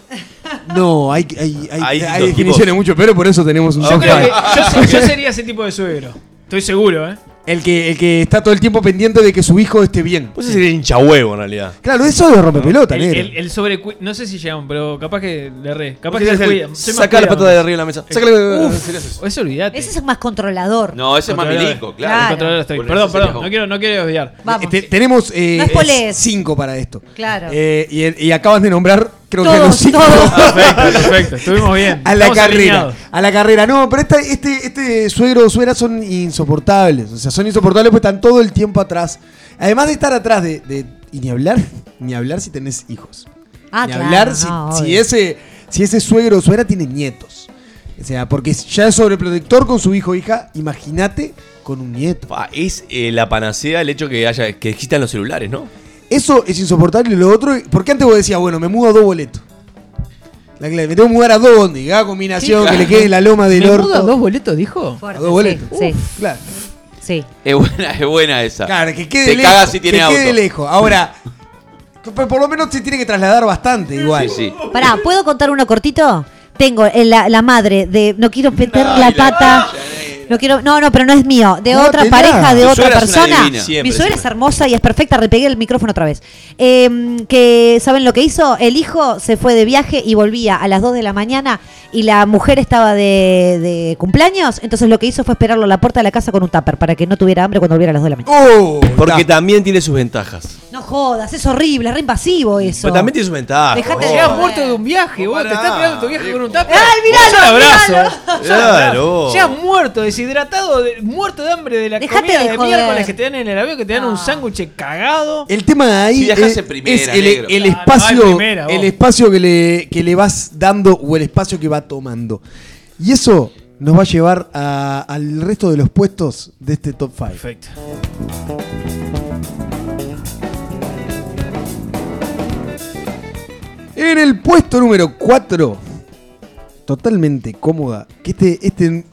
Speaker 7: no, hay, hay, hay,
Speaker 5: Hay
Speaker 7: hay
Speaker 5: distintos
Speaker 7: definiciones
Speaker 5: tipos.
Speaker 7: mucho pero por eso tenemos un
Speaker 6: Yo creo que
Speaker 7: sofá.
Speaker 6: yo, se- yo sería ese tipo de suegro. Estoy seguro, ¿eh?
Speaker 7: El que, el que está todo el tiempo pendiente de que su hijo esté bien.
Speaker 5: Pues ese sería hincha huevo en realidad.
Speaker 7: Claro, eso de rompepelota,
Speaker 6: El,
Speaker 7: negro.
Speaker 6: el, el sobrecu- No sé si llegaron, pero capaz que le re. Capaz que
Speaker 5: Ese
Speaker 6: se
Speaker 5: es el
Speaker 6: cuidan. Soy más
Speaker 5: Saca la
Speaker 6: cuidado.
Speaker 5: pata de arriba de la mesa.
Speaker 7: Sácale- eh,
Speaker 6: Uf, eso olvidate.
Speaker 4: Ese es más controlador.
Speaker 3: No, ese es más
Speaker 6: Controlador.
Speaker 3: milico,
Speaker 6: El
Speaker 3: claro.
Speaker 4: Claro.
Speaker 6: controlador está ahí.
Speaker 3: Con
Speaker 6: Perdón,
Speaker 3: ese
Speaker 6: perdón.
Speaker 3: sería-
Speaker 6: No quiero, no quiero desviar. Este,
Speaker 4: Vamos.
Speaker 7: Te- tenemos eh,
Speaker 4: No spoilees.
Speaker 7: cinco para esto.
Speaker 4: Claro.
Speaker 7: Eh, y, y acaban de nombrar, creo que
Speaker 4: Todos,
Speaker 7: los cinco.
Speaker 4: todos.
Speaker 6: Perfecto, perfecto. Estuvimos bien.
Speaker 7: A la
Speaker 6: Estamos
Speaker 7: carrera.
Speaker 6: alineados.
Speaker 7: A la carrera. No, pero esta- este, este suegro o suegra son insoportables. O sea, son insoportables porque están todo el tiempo atrás. Además de estar atrás de. de- y ni hablar, ni hablar si tenés hijos.
Speaker 4: Ah,
Speaker 7: ni
Speaker 4: claro,
Speaker 7: hablar si,
Speaker 4: no,
Speaker 7: si
Speaker 4: obvio.
Speaker 7: ese, si ese suegro o suegra tiene nietos. O sea, porque ya es sobreprotector con su hijo o hija, imagínate con un nieto.
Speaker 5: Pa, es eh, la panacea el hecho que haya que existan los celulares, ¿no?
Speaker 7: Eso es insoportable. Lo otro, porque antes vos decías, bueno, me mudo a dos boletos. La clave, me tengo que mudar a dos bondigas, combinación, que le quede la loma del
Speaker 6: ¿Me
Speaker 7: orto.
Speaker 6: mudo a dos boletos, dijo?
Speaker 7: A
Speaker 4: Fuerte,
Speaker 7: dos boletos.
Speaker 4: Sí,
Speaker 7: Uf,
Speaker 4: sí,
Speaker 7: claro.
Speaker 4: sí.
Speaker 3: Es buena, es buena esa.
Speaker 7: Claro, que quede
Speaker 3: Te
Speaker 7: lejos.
Speaker 3: cagas si tiene
Speaker 7: que
Speaker 3: auto.
Speaker 7: quede lejos. Ah. Ahora, pero por lo menos se tiene que trasladar bastante igual.
Speaker 3: Sí, sí.
Speaker 4: Pará, ¿puedo contar uno cortito? Tengo eh, la, la madre de no quiero meter
Speaker 3: Ay,
Speaker 4: la
Speaker 3: la
Speaker 4: pata. No quiero, no, no, pero no es mío, de
Speaker 7: No,
Speaker 4: otra
Speaker 7: tenés.
Speaker 4: pareja, de
Speaker 5: Tu
Speaker 4: otra
Speaker 5: suegra es una
Speaker 4: persona.
Speaker 5: divina. Siempre,
Speaker 4: Mi suegra es
Speaker 5: siempre.
Speaker 4: hermosa y es perfecta, repegué el micrófono otra vez. Eh, que saben lo que hizo, el hijo se fue de viaje y volvía a las 2 de la mañana y la mujer estaba de, de cumpleaños, entonces lo que hizo fue esperarlo a la puerta de la casa con un tupper para que no tuviera hambre cuando volviera a las 2 de la mañana.
Speaker 7: Oh,
Speaker 5: Porque
Speaker 7: está.
Speaker 5: también tiene sus ventajas.
Speaker 4: No jodas, es horrible, es re invasivo eso.
Speaker 5: Pero también tiene sus ventajas.
Speaker 4: Dejate
Speaker 5: ¿no?
Speaker 4: de-
Speaker 6: Llegas muerto de un viaje, vos. Te
Speaker 5: Pará,
Speaker 6: está esperando tu viaje con un tapa.
Speaker 4: ¡Ay, miralo,
Speaker 6: Un abrazo.
Speaker 5: Claro.
Speaker 6: Llegas muerto, deshidratado, de- muerto de hambre de la
Speaker 4: Dejate
Speaker 6: comida
Speaker 4: de
Speaker 6: de, Ah.
Speaker 4: joder.
Speaker 6: miércoles que te dan en el avión, que te dan un
Speaker 4: No.
Speaker 6: sándwich cagado.
Speaker 7: El tema ahí
Speaker 3: Si
Speaker 7: es,
Speaker 3: viajás en primera,
Speaker 7: es el,
Speaker 3: negro.
Speaker 7: el
Speaker 6: Claro,
Speaker 7: espacio,
Speaker 6: no hay primera, vos.
Speaker 7: el espacio que le, que le vas dando o el espacio que va tomando. Y eso nos va a llevar a- al resto de los puestos de este top 5.
Speaker 6: Perfecto.
Speaker 7: En el puesto número 4, totalmente cómoda, que este, este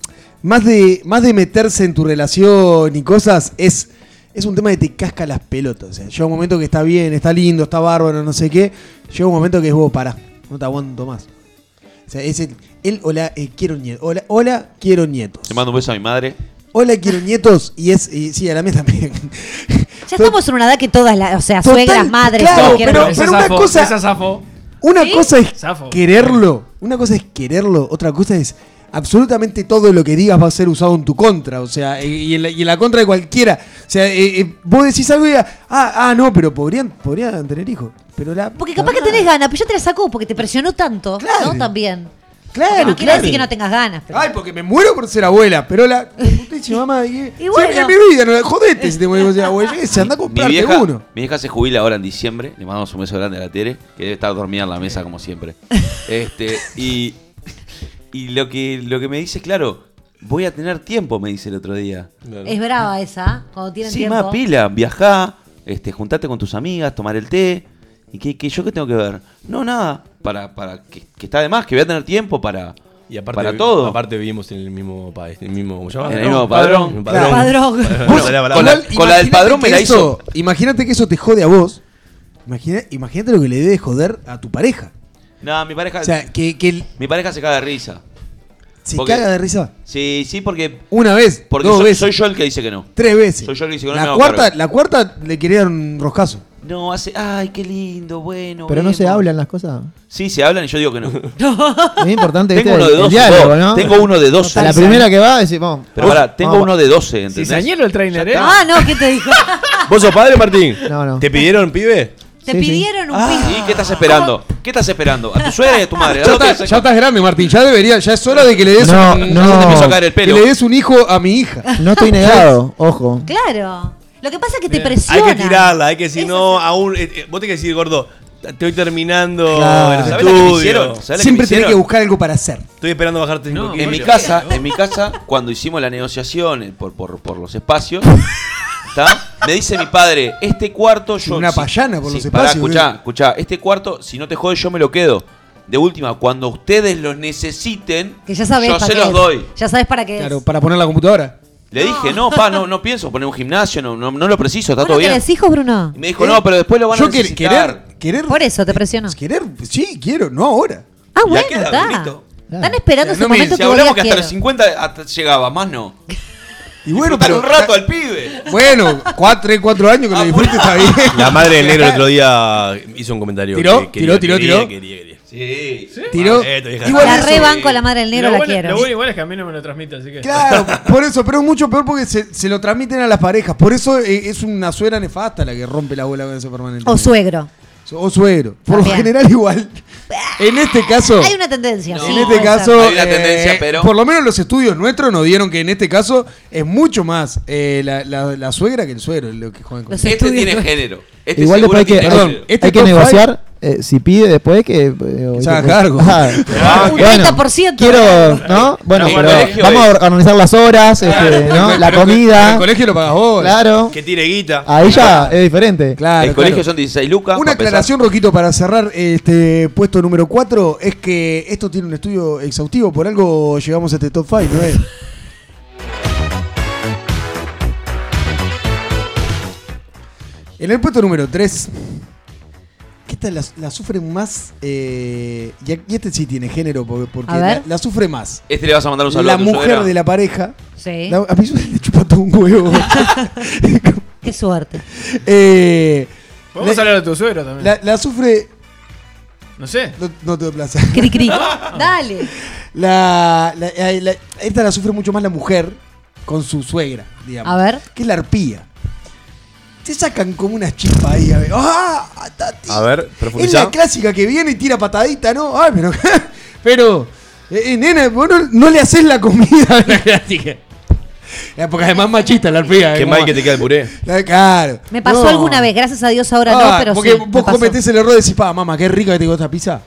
Speaker 7: más, de, más de meterse en tu relación y cosas, es, es un tema de te casca las pelotas. O sea, llega un momento que está bien, está lindo, está bárbaro, no sé qué. Llega un momento que es vos, pará, no te aguanto más. O sea, es el, el hola, eh, quiero nietos. Hola, hola, quiero nietos.
Speaker 3: Te mando un beso a mi madre.
Speaker 7: Hola, quiero nietos. Y es, y sí, a la mía también.
Speaker 4: Ya estamos en una edad que todas las, o sea, suegras,
Speaker 7: Total,
Speaker 4: madres,
Speaker 7: claro,
Speaker 4: todos quieren-
Speaker 7: pero-
Speaker 6: Esa
Speaker 7: una
Speaker 6: zafo,
Speaker 7: cosa-
Speaker 6: Esa zafo.
Speaker 7: Una
Speaker 4: ¿Sí?
Speaker 7: cosa es
Speaker 6: Zafo.
Speaker 7: quererlo, una cosa es quererlo, otra cosa es absolutamente todo lo que digas va a ser usado en tu contra, o sea, eh, y en la, y en la contra de cualquiera. O sea, eh, eh, vos decís algo y ah, ah, no, pero podrían, podrían tener hijos. Pero la,
Speaker 4: Porque capaz que tenés ganas, pero ya te la sacó porque te presionó tanto,
Speaker 7: Ah. Claro.
Speaker 4: ¿no? También. Que
Speaker 7: Claro,
Speaker 4: no quiere
Speaker 7: claro.
Speaker 4: decir que no tengas ganas. pero-
Speaker 7: Ay, porque me muero por ser abuela, pero la putísima mamá. Y,
Speaker 4: Y bueno.
Speaker 7: sí, es mi vida, no, jodete si te mueres por ser abuela. Yo qué sé, anda a
Speaker 3: Mi
Speaker 7: comprarte
Speaker 3: vieja,
Speaker 7: uno.
Speaker 3: mi vieja se jubila ahora en diciembre. Le mandamos un beso grande a la Tere, que debe estar dormida en la mesa como siempre. Este, y y lo, que, lo que me dice, claro, voy a tener tiempo, me dice el otro día.
Speaker 4: Es brava esa, ¿eh? cuando tienen
Speaker 3: sí,
Speaker 4: tiempo.
Speaker 3: más pila, viajá, este, juntate con tus amigas, tomar el té. ¿Y qué, qué- yo qué tengo que ver? No, nada. Para, para que, que está de más, que voy a tener tiempo para,
Speaker 5: Y aparte,
Speaker 3: para todo.
Speaker 5: Aparte vivimos en el mismo país, en el mismo, ¿cómo se llama?
Speaker 3: En el mismo padrón.
Speaker 5: Un
Speaker 7: Claro.
Speaker 4: Padrón.
Speaker 5: Bueno, pará, pará.
Speaker 3: con la- con la del
Speaker 7: Imagínate
Speaker 3: padrón me
Speaker 7: que
Speaker 3: la
Speaker 7: eso- Imagínate que eso te jode a vos. Imagina- Imagínate lo que le debe joder a tu pareja.
Speaker 3: No, mi pareja,
Speaker 7: O sea, que, que el-
Speaker 3: mi pareja se caga de risa.
Speaker 7: se
Speaker 3: Porque-
Speaker 7: caga de risa
Speaker 3: Sí, sí, porque,
Speaker 7: una vez,
Speaker 3: porque
Speaker 7: dos
Speaker 3: soy-
Speaker 7: veces,
Speaker 3: soy yo el que dice que no.
Speaker 7: tres veces.
Speaker 3: soy yo el que dice que no
Speaker 7: la
Speaker 3: me hago
Speaker 7: cuarta,
Speaker 3: cargo.
Speaker 7: La cuarta le quería dar un roscazo.
Speaker 3: No, hace. Ay, qué lindo, bueno.
Speaker 8: Pero no se
Speaker 3: vemos".
Speaker 8: hablan las cosas.
Speaker 3: Sí, se hablan y yo digo que no.
Speaker 8: Es importante
Speaker 3: tengo
Speaker 8: ¿viste?
Speaker 3: uno de
Speaker 8: el- el
Speaker 3: 12.
Speaker 8: diálogo,
Speaker 3: vos.
Speaker 8: ¿no?
Speaker 3: Tengo uno de 12.
Speaker 8: A la primera que va, decís, vamos.
Speaker 3: Pero pará, tengo
Speaker 8: vamos.
Speaker 3: uno de 12, ¿entendés?
Speaker 6: Cizañero el trainer, ¿eh?
Speaker 4: Ah, no, ¿qué te dijo?
Speaker 5: ¿Vos sos padre, Martín?
Speaker 8: No, no.
Speaker 5: ¿Te pidieron, pibe?
Speaker 4: Te
Speaker 8: Sí, sí.
Speaker 4: pidieron un
Speaker 3: Ah,
Speaker 4: pico.
Speaker 3: ¿Y qué estás esperando? ¿Qué estás esperando? ¿A tu suegra y a tu madre?
Speaker 7: Ya, estás- ya estás grande, Martín. Ya debería, ya es hora de que le des
Speaker 8: No,
Speaker 7: un,
Speaker 8: no.
Speaker 3: te empiezo a caer el
Speaker 7: que
Speaker 3: pelo.
Speaker 7: le des un hijo a mi hija.
Speaker 8: No estoy negado, ojo.
Speaker 4: Claro. Lo que pasa es que
Speaker 3: Eh,
Speaker 4: te
Speaker 5: Hay
Speaker 4: presiona.
Speaker 5: que tirarla, hay que decir,
Speaker 4: Eso
Speaker 5: no, aún. eh, eh, vos tenés que decir, gordo, estoy terminando
Speaker 7: Claro.
Speaker 5: el
Speaker 3: ¿Sabés la que me
Speaker 5: estudio.
Speaker 3: hicieron? ¿Sabés la que
Speaker 7: Siempre tenés
Speaker 3: me
Speaker 7: que
Speaker 3: hicieron?
Speaker 7: buscar algo para hacer.
Speaker 5: Estoy esperando bajarte cinco
Speaker 6: No,
Speaker 5: kilos.
Speaker 3: En mi casa, en mi casa, cuando hicimos la negociación eh, por, por, por los espacios, ¿está? Me dice mi padre, este cuarto yo.
Speaker 7: Una payana por los
Speaker 3: pará,
Speaker 7: espacios, eh".
Speaker 3: escuchá,
Speaker 7: boludo.
Speaker 3: escuchá, este cuarto, si no te jode, yo me lo quedo. De última, cuando ustedes lo necesiten,
Speaker 4: Que ya sabes
Speaker 3: yo
Speaker 4: para
Speaker 3: se
Speaker 4: qué
Speaker 3: los
Speaker 4: es.
Speaker 3: doy.
Speaker 4: Ya sabes para qué es.
Speaker 7: Claro, para poner
Speaker 3: Ah.
Speaker 7: la computadora.
Speaker 3: Le dije, no, pa, no, no pienso poner un gimnasio, no, no, no lo preciso, está
Speaker 4: ¿Vos
Speaker 3: todo
Speaker 4: no
Speaker 3: bien.
Speaker 4: tenés hijos, Bruno?
Speaker 3: Y me dijo, no, pero después lo van a
Speaker 7: Eh, Yo que-
Speaker 3: necesitar.
Speaker 7: querer, querer,
Speaker 4: Por eso te presionó.
Speaker 7: querer, sí, quiero, no ahora.
Speaker 4: Ah,
Speaker 3: Y la
Speaker 4: bueno,
Speaker 3: queda,
Speaker 4: está.
Speaker 3: Brunito.
Speaker 4: Están esperando
Speaker 7: Ya,
Speaker 4: ese
Speaker 7: no me-
Speaker 4: momento
Speaker 3: Si
Speaker 4: que vos digas
Speaker 3: hablamos que hasta
Speaker 4: quiero.
Speaker 3: los 50 hasta llegaba, más no.
Speaker 7: Y bueno,
Speaker 3: Disfrutar
Speaker 7: pero.
Speaker 3: un rato al pibe. Ah,
Speaker 7: Bueno, cuatro, tres, cuatro años que lo disfrutes está bien.
Speaker 5: La madre del negro el otro día hizo un comentario.
Speaker 7: Tiró,
Speaker 5: que
Speaker 7: tiró,
Speaker 5: quería,
Speaker 7: tiró,
Speaker 5: quería,
Speaker 7: tiró.
Speaker 5: quería, quería.
Speaker 3: Sí.
Speaker 7: Tiró.
Speaker 5: Eh, tu hija.
Speaker 7: Igual
Speaker 4: La
Speaker 7: eso-
Speaker 4: rebanco a la madre del negro,
Speaker 6: lo
Speaker 4: la
Speaker 6: bueno,
Speaker 4: quiero.
Speaker 6: Lo bueno igual es que a mí no me lo transmite, así que.
Speaker 7: Claro, por eso, pero es mucho peor porque se, se lo transmiten a las parejas. Por eso eh, es una suegra nefasta la que rompe la bola con eso permanente.
Speaker 4: O suegro.
Speaker 7: O suegro. Por lo
Speaker 4: También.
Speaker 7: general, igual. En este caso.
Speaker 4: Hay una tendencia. sí,
Speaker 7: en este
Speaker 4: puede ser.
Speaker 7: caso, eh,
Speaker 3: Hay una tendencia, pero-
Speaker 7: por lo menos los estudios nuestros nos dieron que en este caso es mucho más eh, la, la- la suegra que el suegro lo que juegan con
Speaker 4: Los
Speaker 7: eso.
Speaker 3: Este
Speaker 4: estudios-
Speaker 3: tiene género. Este
Speaker 8: Igual después
Speaker 3: seguro
Speaker 8: hay que,
Speaker 3: tiene
Speaker 8: hay-
Speaker 3: género.
Speaker 7: Perdón, este
Speaker 8: hay que
Speaker 7: top five-
Speaker 8: negociar. eh, si pide después que. eh, o-
Speaker 7: Se haga
Speaker 8: que-
Speaker 7: cargo.
Speaker 8: Ah,
Speaker 4: Un
Speaker 8: bueno,
Speaker 4: 30%.
Speaker 8: Quiero, ¿no? Bueno,
Speaker 3: No,
Speaker 8: pero
Speaker 3: colegio
Speaker 8: vamos a
Speaker 3: es.
Speaker 8: organizar las horas, este, ¿no?
Speaker 7: Pero-
Speaker 8: la
Speaker 7: pero- pero El
Speaker 8: comida.
Speaker 7: colegio lo pagas vos.
Speaker 8: Claro.
Speaker 5: Que tire guita.
Speaker 8: Ahí ya es diferente.
Speaker 7: Claro, claro.
Speaker 3: el colegio son 16 lucas.
Speaker 7: Una
Speaker 3: pa' empezar.
Speaker 7: aclaración, Roquito, para cerrar este puesto número 4 es que esto tiene un estudio exhaustivo, por algo llegamos a este top 5, ¿no es? En el puesto número 3, que esta la, la sufren más, eh, y aquí este sí tiene género, porque, porque
Speaker 4: A
Speaker 7: la,
Speaker 4: ver.
Speaker 7: la sufre más.
Speaker 3: Este le vas a mandar un saludo
Speaker 7: La
Speaker 3: a tu
Speaker 7: mujer
Speaker 3: suegra.
Speaker 7: de la pareja,
Speaker 4: Sí.
Speaker 7: la- a mí le chupa todo un huevo.
Speaker 4: Qué suerte.
Speaker 7: Eh,
Speaker 6: Podemos
Speaker 7: la-
Speaker 6: hablar de tu suegro también.
Speaker 7: la- la sufre
Speaker 6: No sé.
Speaker 7: No, no te doy plaza.
Speaker 4: Cri cri. Dale.
Speaker 7: La, la- eh, la- esta la sufre mucho más la mujer con su suegra, digamos.
Speaker 4: A ver.
Speaker 7: Que es la arpía. Se sacan como una chispa ahí. A ver, ¡Ah! Tati!
Speaker 5: A ver,
Speaker 7: Es
Speaker 5: profundizá.
Speaker 7: la clásica que viene y tira patadita, ¿no? Ay, pero. pero. eh, eh, nena, vos no, no le haces la comida a la clásica. Eh, Porque además machista la arpía. eh,
Speaker 5: Qué mal
Speaker 7: como-
Speaker 5: que te queda el puré.
Speaker 7: La- Claro.
Speaker 4: Me pasó
Speaker 7: No.
Speaker 4: alguna vez, gracias a Dios ahora
Speaker 7: Ah,
Speaker 4: no, pero
Speaker 7: porque
Speaker 4: sí. me
Speaker 7: vos
Speaker 4: pasó.
Speaker 7: cometés el error de decir, pa, mamá, qué rica que tengo esta pizza.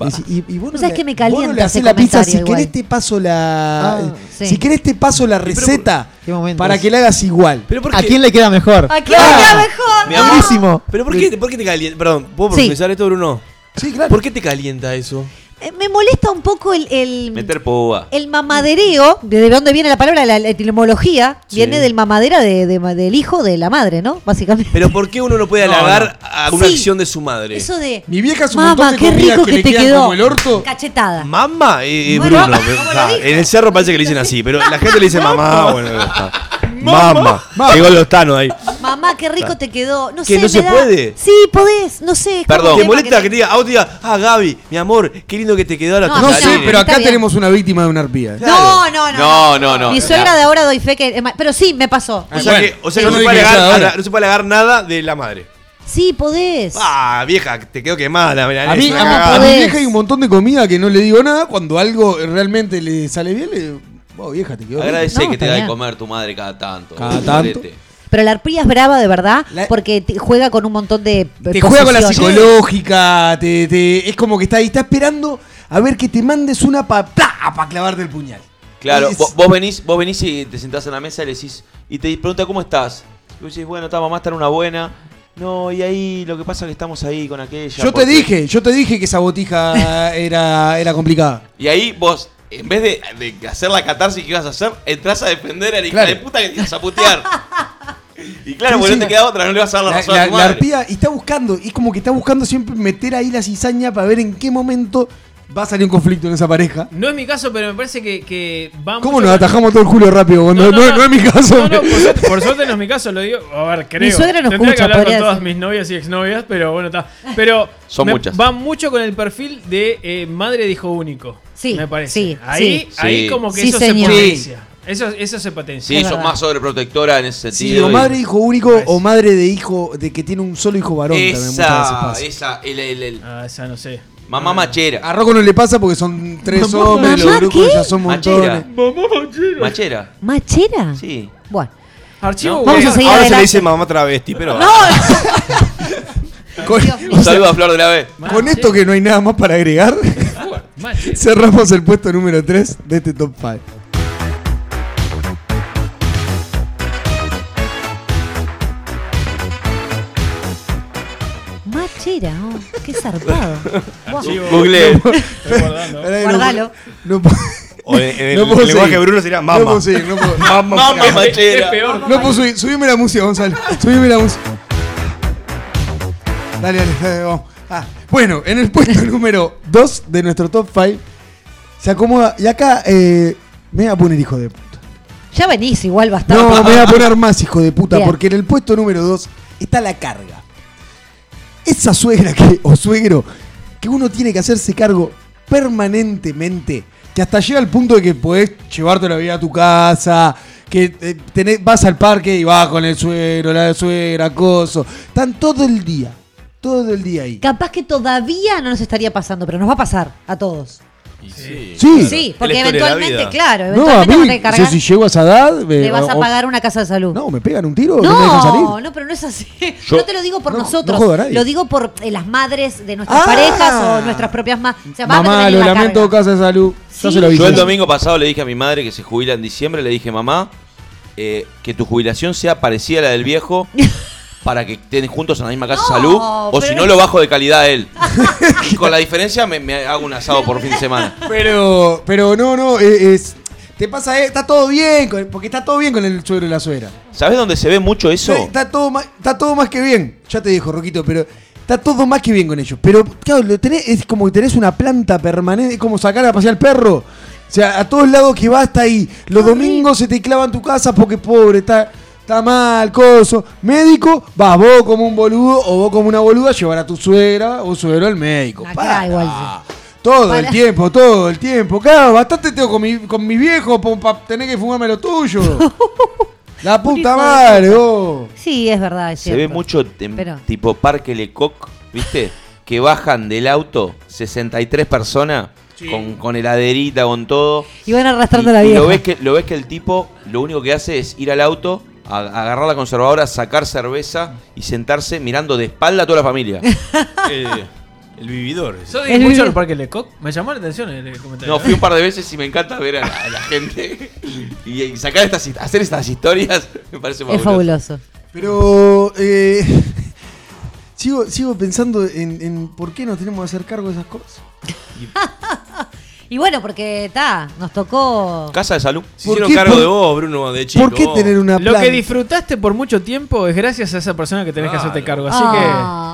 Speaker 3: Va.
Speaker 7: Y si- Y, y vos no
Speaker 4: ¿Sabés
Speaker 7: le-
Speaker 4: que me calienta
Speaker 7: vos no le
Speaker 4: ese
Speaker 7: hacés la pizza,
Speaker 4: comentario
Speaker 7: si
Speaker 4: igual?
Speaker 7: querés te paso la eh,
Speaker 8: Ah,
Speaker 4: sí.
Speaker 7: si querés te paso la receta
Speaker 8: qué momento
Speaker 7: para
Speaker 8: es.
Speaker 7: que la hagas igual.
Speaker 5: Pero por
Speaker 8: ¿A
Speaker 5: qué-
Speaker 8: quién le queda mejor?
Speaker 4: Aquí
Speaker 7: Ah,
Speaker 4: está mejor. Ah.
Speaker 5: Mi amor.
Speaker 8: Buenísimo.
Speaker 5: ¿Pero por qué, por qué te calienta? Perdón, ¿puedo
Speaker 4: Sí.
Speaker 5: profundizar esto, Bruno?
Speaker 7: sí, claro.
Speaker 5: ¿Por qué te calienta eso?
Speaker 4: Eh, Me molesta un poco el, el-
Speaker 3: Meter púa.
Speaker 4: el mamadereo, de dónde viene la palabra, la etimología, viene del mamadera de- de- del hijo de la madre, ¿no? Básicamente.
Speaker 5: ¿Pero por qué uno no puede halagar a una
Speaker 4: Sí.
Speaker 5: acción de su madre?
Speaker 4: Eso de.
Speaker 7: Mi vieja hace un
Speaker 4: Mamá,
Speaker 7: montón de
Speaker 4: qué
Speaker 7: comidas
Speaker 4: rico
Speaker 7: que
Speaker 4: que,
Speaker 7: le
Speaker 4: te
Speaker 7: quedan
Speaker 4: quedó.
Speaker 7: como el orto.
Speaker 4: Cachetada.
Speaker 5: Mamá y, y
Speaker 4: Bueno,
Speaker 5: Eh, Bruno.
Speaker 4: ¿cómo lo
Speaker 5: Ah,
Speaker 4: dijo?
Speaker 5: en el cerro parece que le dicen así, pero la gente le dice mamá. Bueno, está. Mamá.
Speaker 7: Mamá.
Speaker 5: Llegó los tanos ahí.
Speaker 4: Mamá. Mamá, qué rico te quedó. No
Speaker 5: Que
Speaker 4: sé,
Speaker 5: no
Speaker 4: me
Speaker 5: se
Speaker 4: da-
Speaker 5: puede.
Speaker 4: Sí, podés. No sé. es como
Speaker 5: Perdón.
Speaker 4: un
Speaker 5: ¿Te
Speaker 4: tema
Speaker 5: molesta que
Speaker 4: te-
Speaker 5: te diga, Auti, diga, ah, Gaby, mi amor, qué lindo que te quedó la
Speaker 4: No,
Speaker 7: No
Speaker 4: Está
Speaker 7: sé,
Speaker 4: bien,
Speaker 7: pero
Speaker 4: está
Speaker 7: acá
Speaker 4: bien.
Speaker 7: tenemos una víctima de una arpía.
Speaker 4: No, no, no.
Speaker 3: No, no, no.
Speaker 4: Mi suegra de ahora doy fe que. es ma- Pero sí, me pasó.
Speaker 5: O sea
Speaker 7: Bueno,
Speaker 5: que, o sea
Speaker 7: yo
Speaker 5: que no,
Speaker 7: no
Speaker 5: se
Speaker 7: dije
Speaker 5: puede
Speaker 7: nada
Speaker 5: alegar,
Speaker 7: ahora.
Speaker 5: a- no se puede alegar nada de la madre.
Speaker 4: Sí, podés.
Speaker 5: Ah, vieja, te quedó quemada la
Speaker 7: A
Speaker 5: melanesa.
Speaker 7: mí,
Speaker 4: no
Speaker 7: a,
Speaker 5: una cagada.
Speaker 7: a mi
Speaker 4: podés.
Speaker 7: vieja hay un montón de comida que no le digo nada. Cuando algo realmente le sale bien, le digo, "Vos, vieja, te quedó rico".
Speaker 3: Agradecé
Speaker 4: No,
Speaker 3: que te
Speaker 4: está
Speaker 3: da de
Speaker 4: bien.
Speaker 3: comer tu madre cada tanto.
Speaker 7: Cada
Speaker 3: Sorete.
Speaker 7: tanto.
Speaker 4: Pero la arpía es brava de verdad
Speaker 7: La-
Speaker 4: porque te- juega con un montón de. eh,
Speaker 7: Te juega con la
Speaker 4: posesiones.
Speaker 7: psicológica, te, te- es como que está ahí, está esperando a ver que te mandes una para pa clavarte el puñal.
Speaker 3: Claro,
Speaker 7: Es-
Speaker 3: vo- vos, venís, vos venís y te sentás en la mesa y le decís, y te pregunta cómo estás. Y vos decís, bueno, está mamá está en una buena. No, y ahí lo que pasa es que estamos ahí con aquella.
Speaker 7: yo te
Speaker 3: porque-".
Speaker 7: dije, yo te dije que esa botija era, era complicada.
Speaker 3: Y ahí vos, en vez de, de hacer la catarsis que ibas a hacer, entras a defender a la hija
Speaker 7: Claro.
Speaker 3: de puta que te ibas a putear. y claro,
Speaker 7: Sí,
Speaker 3: porque
Speaker 7: sí.
Speaker 3: no te queda otra, no le vas a dar la
Speaker 7: La,
Speaker 3: razón a
Speaker 7: la-
Speaker 3: tu
Speaker 7: la
Speaker 3: madre.
Speaker 7: arpía y está buscando, es como que está buscando siempre meter ahí la cizaña para ver en qué momento va a salir un conflicto en esa pareja.
Speaker 6: No es mi caso, pero me parece que, que va
Speaker 7: ¿Cómo
Speaker 6: mucho
Speaker 7: nos
Speaker 6: con-
Speaker 7: atajamos todo el culo rápido? No, no- no es mi caso.
Speaker 6: No, no, por, suerte, por suerte no es mi caso, lo digo. A ver, creo.
Speaker 4: suegra nos
Speaker 6: Tendría que
Speaker 4: escucha,
Speaker 6: hablar con
Speaker 4: podría
Speaker 6: todas
Speaker 4: decir.
Speaker 6: mis novias y exnovias, pero bueno, está. Pero
Speaker 3: Son
Speaker 6: me-
Speaker 3: muchas.
Speaker 6: va mucho con el perfil de eh, madre de hijo único.
Speaker 4: Sí,
Speaker 6: Me parece.
Speaker 4: sí,
Speaker 6: ahí,
Speaker 4: sí.
Speaker 6: ahí
Speaker 3: Sí.
Speaker 6: como que
Speaker 4: Sí,
Speaker 6: eso
Speaker 4: señor.
Speaker 6: se
Speaker 4: Sí.
Speaker 6: potencia. Eso, eso se potencia.
Speaker 3: Sí,
Speaker 4: Es
Speaker 3: sos
Speaker 4: verdad.
Speaker 3: más sobreprotectora en ese
Speaker 7: Sí,
Speaker 3: sentido.
Speaker 7: o
Speaker 3: y-
Speaker 7: madre de hijo único o madre de hijo de que tiene un solo hijo varón también muchas veces
Speaker 3: Esa,
Speaker 7: pasa.
Speaker 3: esa, el, el- el-
Speaker 6: Ah, esa no sé.
Speaker 3: mamá machera.
Speaker 7: A Rocco no le pasa porque son tres
Speaker 4: Mamá,
Speaker 7: hombres, los
Speaker 4: ¿mamá
Speaker 7: grupos
Speaker 4: qué?
Speaker 7: ya son montones.
Speaker 3: Machera. Machera.
Speaker 4: ¿Machera?
Speaker 3: Sí.
Speaker 4: Bueno.
Speaker 6: Archivo
Speaker 3: No.
Speaker 6: web.
Speaker 4: Vamos a seguir
Speaker 5: Ahora se le
Speaker 4: adelante.
Speaker 5: dice mamá travesti, pero.
Speaker 7: Con,
Speaker 3: Un saludo a Flor de la B.
Speaker 7: con esto que no hay nada más para agregar,
Speaker 6: Machera.
Speaker 7: cerramos el puesto número 3 de este top 5.
Speaker 4: Machera, oh, qué zarpado. Guau.
Speaker 6: Archivo
Speaker 3: Google.
Speaker 6: Estoy guardando.
Speaker 4: Guardalo.
Speaker 7: No, puedo-
Speaker 5: O en, en el,
Speaker 7: No puedo
Speaker 5: lenguaje
Speaker 7: seguir.
Speaker 5: bruno sería
Speaker 7: no puedo
Speaker 5: mamá.
Speaker 7: seguir, no puedo.
Speaker 3: Mamá
Speaker 6: Es
Speaker 3: machera.
Speaker 6: peor.
Speaker 7: No puedo subir. Subime la música, Gonzalo. Subime la música. Dale, dale, dale, vamos. Ah, bueno, en el puesto número 2 de nuestro top 5 se acomoda. Y acá eh, me voy a poner hijo de puta.
Speaker 4: Ya venís igual Ah. bastante.
Speaker 7: No, me voy a poner más hijo de puta,
Speaker 4: Bien.
Speaker 7: porque en el puesto número 2 está la carga. Esa suegra que, o suegro que uno tiene que hacerse cargo permanentemente, que hasta llega al punto de que podés llevarte la vida a tu casa, que eh, tenés- vas al parque y vas con el suegro, la suegra, acoso. Están todo el día, todo el día ahí.
Speaker 4: Capaz que todavía no nos estaría pasando, pero nos va a pasar a todos.
Speaker 7: Sí,
Speaker 4: Sí,
Speaker 5: Es
Speaker 4: porque
Speaker 5: la historia de la
Speaker 4: eventualmente,
Speaker 5: vida.
Speaker 4: claro,
Speaker 7: no, a
Speaker 4: eventualmente
Speaker 7: mí,
Speaker 4: vas a
Speaker 7: o
Speaker 4: recargar,
Speaker 7: sea, si llego a esa edad, me-
Speaker 4: le vas a
Speaker 7: o-
Speaker 4: pagar una casa de salud.
Speaker 7: no, me pegan un tiro, no, me dejan salir.
Speaker 4: No, no, pero no es así. no te lo digo por
Speaker 7: no,
Speaker 4: nosotros.
Speaker 7: no jodo a nadie.
Speaker 4: Lo digo por eh, las madres de nuestras
Speaker 7: Ah.
Speaker 4: parejas o nuestras propias madres. O sea, vamos a
Speaker 7: Mamá,
Speaker 4: tener
Speaker 7: lo
Speaker 4: la
Speaker 7: lamento,
Speaker 4: carga.
Speaker 7: casa de salud. Ya
Speaker 4: Sí.
Speaker 7: se lo avisé.
Speaker 3: Yo el domingo pasado le dije a mi madre que se jubila en diciembre, le dije, mamá, eh, que tu jubilación sea parecida a la del viejo para que estén juntos en la misma casa de
Speaker 4: No,
Speaker 3: salud, o
Speaker 4: pero
Speaker 3: si
Speaker 4: no-
Speaker 3: no lo bajo de calidad a él. y con la diferencia me, me hago un asado por fin de semana.
Speaker 7: Pero, pero no, no, eh, es, te pasa, eh, está todo bien, con- porque está todo bien con el suegro y la suegra.
Speaker 3: ¿Sabes dónde se ve mucho eso?
Speaker 7: Está todo, ma- está todo más que bien, ya te dijo Roquito, pero está todo más que bien con ellos. Pero claro, lo tenés, es como que tenés una planta permanente, es como sacar a pasear al perro. O sea, a todos lados que vas está ahí. Los domingos se te clavan tu casa porque pobre, está, está mal, coso. Médico, vas vos como un boludo o vos como una boluda a llevar a tu suegra o suegro al médico.
Speaker 4: Acá
Speaker 7: Para.
Speaker 4: igual
Speaker 7: Todo
Speaker 4: Para.
Speaker 7: el tiempo, todo el tiempo. Claro, bastante tengo con mi, con mi viejo para tener que fumarme lo tuyo. La puta
Speaker 4: hijo de
Speaker 7: madre, vos.
Speaker 4: Sí, es verdad. es
Speaker 3: Se ve
Speaker 4: cierto.
Speaker 3: mucho en
Speaker 4: Pero-
Speaker 3: tipo Parque Lecoq, ¿viste? Que bajan del auto 63 personas con, con heladerita, con todo.
Speaker 4: Y van arrastrando
Speaker 3: Y-
Speaker 4: la
Speaker 3: y
Speaker 4: vida.
Speaker 3: Lo ves, que, lo ves que el tipo lo único que hace es ir al auto, a- agarrar la conservadora, sacar cerveza y sentarse mirando de espalda a toda la familia.
Speaker 5: Eh, el vividor. ese.
Speaker 6: ¿Sos
Speaker 4: El
Speaker 6: mucho en
Speaker 4: video-
Speaker 6: el parque Lecoq? Me llamó la atención el comentario. ¿eh?
Speaker 3: No, fui un par de veces y me encanta ver a la, a la gente. Y, y sacar estas, his- hacer estas historias me parece
Speaker 4: Es fabuloso.
Speaker 7: Pero eh, sigo, sigo pensando en, en por qué nos tenemos que hacer cargo de esas cosas.
Speaker 4: Y bueno, porque está, nos tocó.
Speaker 3: Casa de salud.
Speaker 5: Se
Speaker 7: ¿Por
Speaker 5: hicieron
Speaker 7: qué?
Speaker 5: cargo
Speaker 7: ¿Por-
Speaker 5: de vos, Bruno, de chico.
Speaker 7: ¿Por qué tener una
Speaker 6: Lo
Speaker 7: planta?
Speaker 6: que disfrutaste por mucho tiempo es gracias a esa persona que tenés que hacerte cargo. Así que.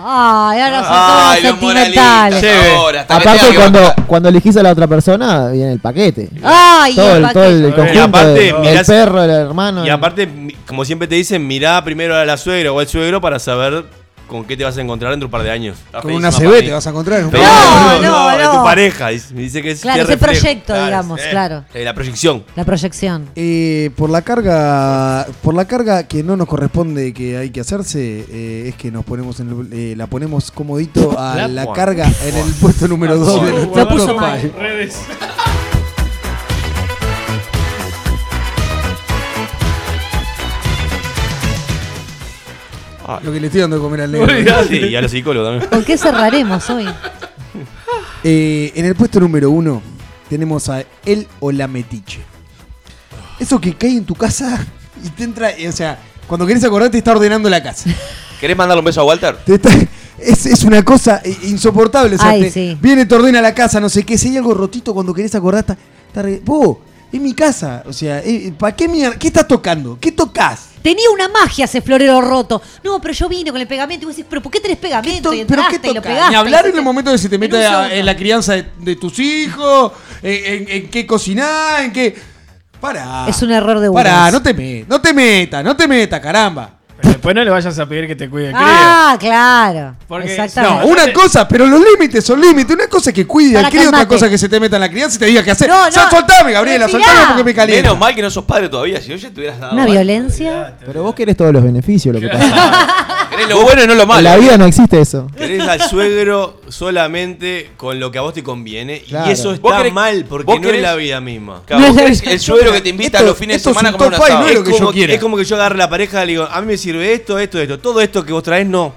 Speaker 4: Ah, ay, ahora son todos
Speaker 3: Ay, los
Speaker 4: sentimentales.
Speaker 3: moralistas ahora, hasta que tenga
Speaker 8: Aparte,
Speaker 3: que
Speaker 8: cuando,
Speaker 3: bancar.
Speaker 8: cuando elegís a la otra persona, viene el paquete.
Speaker 4: Ay,
Speaker 8: todo, el, todo el
Speaker 4: paquete.
Speaker 8: conjunto.
Speaker 5: Y aparte,
Speaker 8: de- el
Speaker 5: mirás-
Speaker 8: perro, el hermano.
Speaker 5: Y
Speaker 8: el-
Speaker 5: aparte, mi- como siempre te dicen, mirá primero a la suegra o al suegro para saber con qué te vas a encontrar dentro de un par de años. Está
Speaker 7: Con una
Speaker 5: feísima
Speaker 7: CB
Speaker 5: para
Speaker 7: te
Speaker 5: mí.
Speaker 7: vas a encontrar. en un
Speaker 5: No,
Speaker 4: No,
Speaker 5: no,
Speaker 4: no,
Speaker 5: no, de
Speaker 4: no.
Speaker 5: tu pareja. Dice dice que es
Speaker 4: Claro,
Speaker 5: te
Speaker 4: es el
Speaker 5: refleja.
Speaker 4: proyecto, digamos, claro.
Speaker 5: eh, la proyección.
Speaker 4: La proyección.
Speaker 7: Eh, por la carga por la carga que no nos corresponde que hay que hacerse eh, es que nos ponemos en el- eh, la ponemos comodito a la,
Speaker 5: La pon-
Speaker 7: carga en el puesto número 2 de nuestro
Speaker 4: Lo puso
Speaker 7: top
Speaker 4: mal.
Speaker 7: five.
Speaker 6: Redes.
Speaker 7: lo que le estoy dando de comer al negro
Speaker 5: Sí, y a los psicólogos también.
Speaker 4: ¿Con qué cerraremos hoy?
Speaker 7: Eh, en el puesto número 1 tenemos a el o la metiche eso que cae en tu casa y te entra eh, o sea cuando querés acordarte está ordenando la casa
Speaker 3: ¿Querés mandarle un beso a Walter?
Speaker 7: Te está- es, es una cosa i- insoportable. o sea,
Speaker 4: Ay,
Speaker 7: te-
Speaker 4: sí.
Speaker 7: Viene, te ordena la casa, no sé qué. Si hay algo rotito cuando querés acordar, está, está re- Vos, es mi casa. O sea, ¿para qué mierda? ¿Qué estás tocando? ¿Qué tocas?
Speaker 4: Tenía una magia ese florero roto. No, pero yo vine con el pegamento y vos decís, ¿pero por qué tenés pegamento? y
Speaker 7: ¿Pero
Speaker 4: entraste
Speaker 7: qué
Speaker 4: y lo
Speaker 7: tocás?
Speaker 4: pegaste.
Speaker 7: Ni hablar en
Speaker 4: hiciste-
Speaker 7: el momento que se te
Speaker 4: en
Speaker 7: mete
Speaker 4: un
Speaker 7: a-
Speaker 4: segundo.
Speaker 7: en la crianza de, de tus hijos, eh, en, en- en qué cocinás, en qué. Pará.
Speaker 4: Es un error de unos.
Speaker 7: Pará, no te metas, no te metas, no te metas, caramba.
Speaker 6: Pero después no le vayas a pedir que te cuide el crío.
Speaker 4: Ah, claro.
Speaker 6: Porque-
Speaker 7: No,
Speaker 4: Exactamente.
Speaker 7: una cosa, pero los límites son límites. Una cosa es que cuide al
Speaker 4: Para,
Speaker 7: crío, otra
Speaker 4: calmate.
Speaker 7: cosa es que se te meta en la crianza y te diga qué hacer.
Speaker 4: No, no,
Speaker 7: Ya, soltame, Gabriela,
Speaker 4: respirá.
Speaker 7: soltame porque me caliento.
Speaker 3: Menos mal que no sos padre todavía, si no ya te hubieras dado.
Speaker 4: Una
Speaker 3: mal.
Speaker 4: violencia.
Speaker 8: Pero vos querés todos los beneficios, lo que pasa.
Speaker 3: Querés lo bueno y no lo
Speaker 8: En
Speaker 3: malo.
Speaker 8: la vida no existe eso.
Speaker 5: Querés al suegro solamente con lo que a vos te conviene.
Speaker 8: Claro.
Speaker 5: Y eso
Speaker 8: Vos
Speaker 5: está
Speaker 3: querés-
Speaker 5: mal
Speaker 3: vos
Speaker 5: porque no
Speaker 3: querés-
Speaker 5: es la vida misma.
Speaker 3: Claro, vos querés el suegro que te invita
Speaker 7: Esto-
Speaker 3: los fines
Speaker 7: esto
Speaker 3: de
Speaker 7: es
Speaker 3: semana a
Speaker 7: un
Speaker 3: comer un
Speaker 7: top five,
Speaker 3: asado.
Speaker 7: no es lo que
Speaker 5: como,
Speaker 7: yo quiera.
Speaker 5: es como que yo agarre la pareja y le digo, a mí me sirve esto, esto, esto. Todo esto que vos traes, no.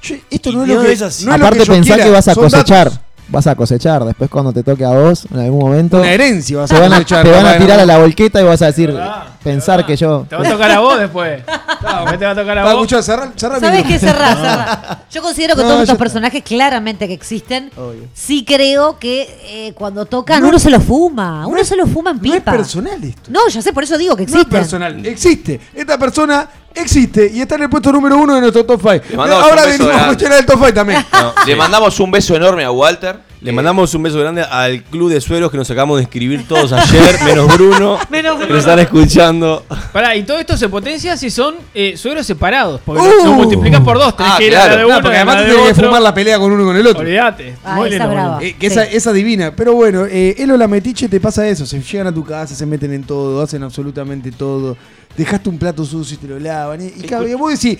Speaker 7: Che, esto
Speaker 5: Y
Speaker 7: no es lo que
Speaker 5: es así.
Speaker 7: no es lo
Speaker 8: aparte,
Speaker 7: yo
Speaker 8: pensá
Speaker 7: quiera,
Speaker 8: que vas a
Speaker 7: son
Speaker 8: cosechar.
Speaker 7: datos.
Speaker 8: Vas a cosechar. Después, cuando te toque a vos, en algún momento.
Speaker 7: Una herencia vas
Speaker 8: te
Speaker 7: a
Speaker 8: van a,
Speaker 7: cosechar.
Speaker 8: te van a
Speaker 7: papá,
Speaker 8: tirar
Speaker 7: ¿no?
Speaker 8: a la volqueta y vas a decir,
Speaker 6: verdad,
Speaker 8: pensar que yo.
Speaker 6: Te va a tocar a vos después. Después te va a tocar a
Speaker 7: Pará,
Speaker 6: vos.
Speaker 7: Cucho, cerrá- cerrá el
Speaker 4: ¿Sabes
Speaker 7: micrófono.
Speaker 4: qué? Cerrá, cerrá. Yo considero que
Speaker 7: No,
Speaker 4: todos
Speaker 7: ya
Speaker 4: estos
Speaker 7: está.
Speaker 4: personajes claramente que existen,
Speaker 7: Obvio.
Speaker 4: sí creo que eh, cuando tocan
Speaker 7: No
Speaker 4: uno
Speaker 7: es-
Speaker 4: se lo fuma.
Speaker 7: no
Speaker 4: uno
Speaker 7: es-
Speaker 4: se lo fuma en
Speaker 7: No es
Speaker 4: pipa.
Speaker 7: personal esto.
Speaker 4: No, ya sé, por eso digo que
Speaker 7: No es
Speaker 4: existen.
Speaker 7: personal. Existe. Esta persona existe y está en el puesto número uno de nuestro top 5.
Speaker 3: mandamos
Speaker 7: Ahora
Speaker 3: un beso
Speaker 7: venimos a
Speaker 3: grande.
Speaker 7: cuestionar el top 5 también.
Speaker 3: No, le mandamos un beso enorme a Walter.
Speaker 5: Le mandamos un beso grande al club de sueros que nos acabamos de inscribir todos ayer, menos Bruno,
Speaker 4: Menos
Speaker 5: que nos están escuchando.
Speaker 6: Pará, y todo esto se potencia si son eh, suegros separados. Porque
Speaker 7: Uh.
Speaker 6: lo, lo multiplicas por dos. Tenés
Speaker 3: Ah,
Speaker 6: que ir a
Speaker 3: claro.
Speaker 6: la de
Speaker 7: No,
Speaker 6: uno.
Speaker 7: porque
Speaker 6: a la
Speaker 7: además te
Speaker 6: de
Speaker 7: tenés que
Speaker 6: otro.
Speaker 7: fumar la pelea con uno y con el otro.
Speaker 6: Olvídate.
Speaker 4: Ah,
Speaker 6: Muy
Speaker 4: esa
Speaker 6: lindo,
Speaker 4: brava.
Speaker 6: boludo.
Speaker 7: Eh, que esa,
Speaker 4: Sí.
Speaker 7: esa divina. Pero bueno, eh, él o la metiche te pasa eso. Se llegan a tu casa, se meten en todo, hacen absolutamente todo. Dejaste un plato sucio y te lo lavan. eh, Y, cabe- vos decís,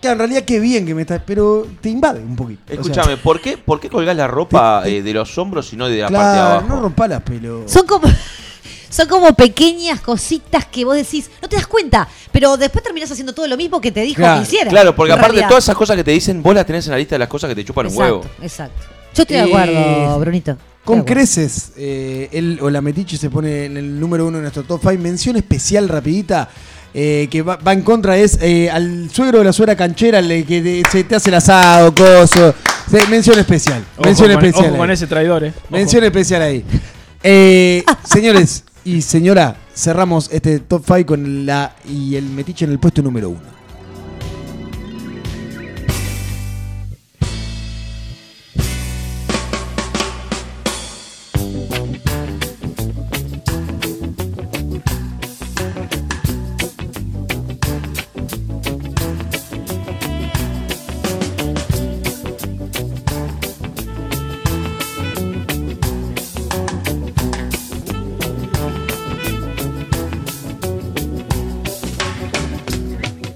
Speaker 7: claro, en realidad qué bien que me estás. Pero te invade un poquito. O sea,
Speaker 3: Escúchame, ¿por, qué, ¿por qué colgás la ropa eh, de los hombros y no de la parte de
Speaker 7: claro,
Speaker 3: abajo?
Speaker 7: no rompa las pelotas.
Speaker 4: Son como. Son como pequeñas cositas que vos decís, no te das cuenta, pero después terminás haciendo todo lo mismo que te dijo
Speaker 7: Claro,
Speaker 4: que hicieras.
Speaker 3: Claro, porque
Speaker 4: En
Speaker 3: aparte
Speaker 4: realidad.
Speaker 3: todas esas cosas que te dicen, vos las tenés en la lista de las cosas que te chupan un
Speaker 4: Exacto,
Speaker 3: huevo.
Speaker 4: exacto. Yo estoy de acuerdo,
Speaker 7: Eh,
Speaker 4: Brunito.
Speaker 7: Con
Speaker 4: Estoy de acuerdo.
Speaker 7: creces, eh, él o la metiche se pone en el número uno de nuestro top 5. Mención especial rapidita. eh, que va, va en contra es eh, al suegro de la suegra canchera el que te- se te hace el asado, coso. Se- mención especial.
Speaker 6: Ojo
Speaker 7: mención
Speaker 6: con-
Speaker 7: especial.
Speaker 6: Ojo con
Speaker 7: ahí.
Speaker 6: ese traidor, eh. Ojo.
Speaker 7: Mención especial ahí. Eh, señores y señora, cerramos este top 5 con la y el metiche en el puesto número 1.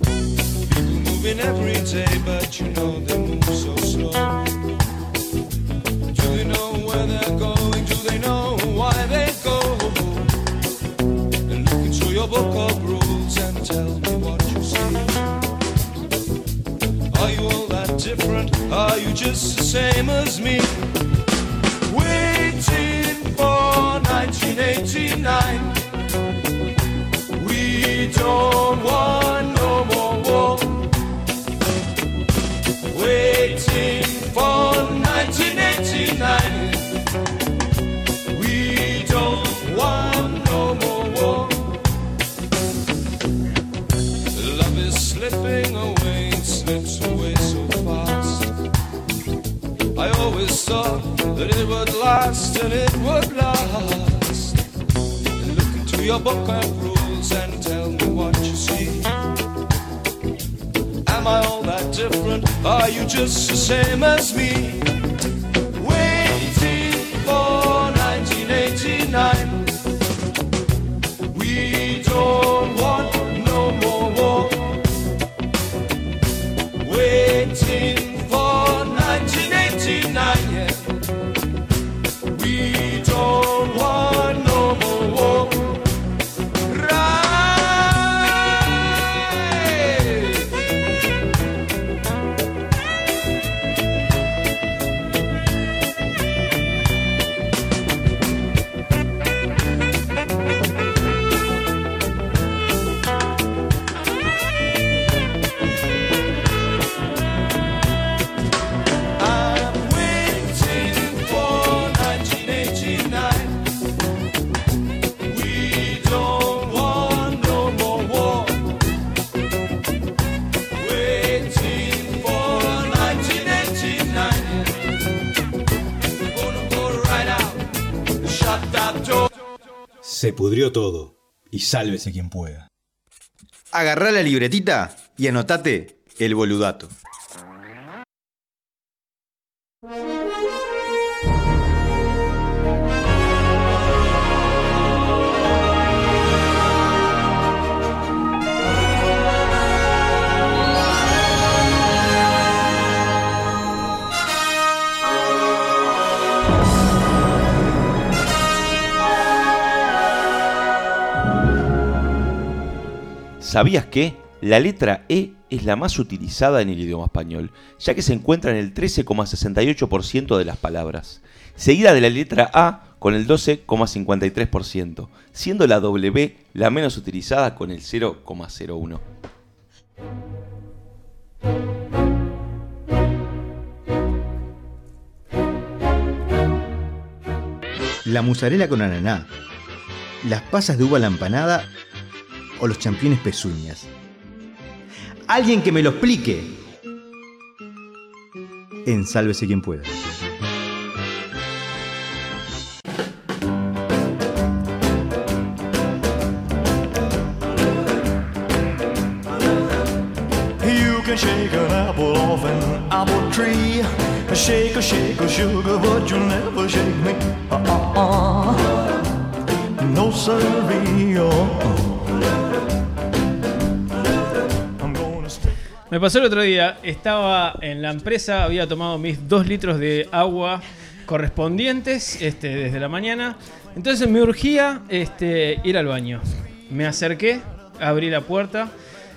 Speaker 11: moving every day, but you know they move so slow. Do they know where they're going? Do they know why they go? And look into your book of rules and tell me what you see. Are you all that different? Are you just the same as me? Waiting for 1989. We don't want no more war. Waiting for 1989. We away, it slips away so fast. I always thought that it would last and it would last. And look into your book of rules and tell me what you see. Am I all that different? Are you just the same as me? Waiting for 1989. We don't want no more war. Waiting for 1989, yeah. We don't want no more war. Right. I'm waiting for 1989. We don't want no more war. Waiting for 1989. We're gonna go right out, shut that door.
Speaker 9: Se pudrió todo. Y sálvese quien pueda. Agarrá la libretita y anotate el boludato.
Speaker 3: ¿Sabías que la letra E es la más utilizada en el idioma español, ya que se encuentra en el 13,68% de las palabras, seguida de la letra A con el 12,53%, siendo la W la menos utilizada con el 0,01%.
Speaker 9: La musarela con ananá. Las pasas de uva a la empanada o los championes pezuñas. Alguien que me lo explique. En Sálvese quien pueda.
Speaker 11: You can shake an apple off an apple tree. Shake a shake a sugar, but you'll never shake me. Uh-uh. No siree. uh-uh. I'm gonna stay.
Speaker 6: Me pasó el otro día, estaba en la empresa, había tomado mis dos litros de agua correspondientes este, desde la mañana. Entonces me urgía este, ir al baño. Me acerqué, abrí la puerta.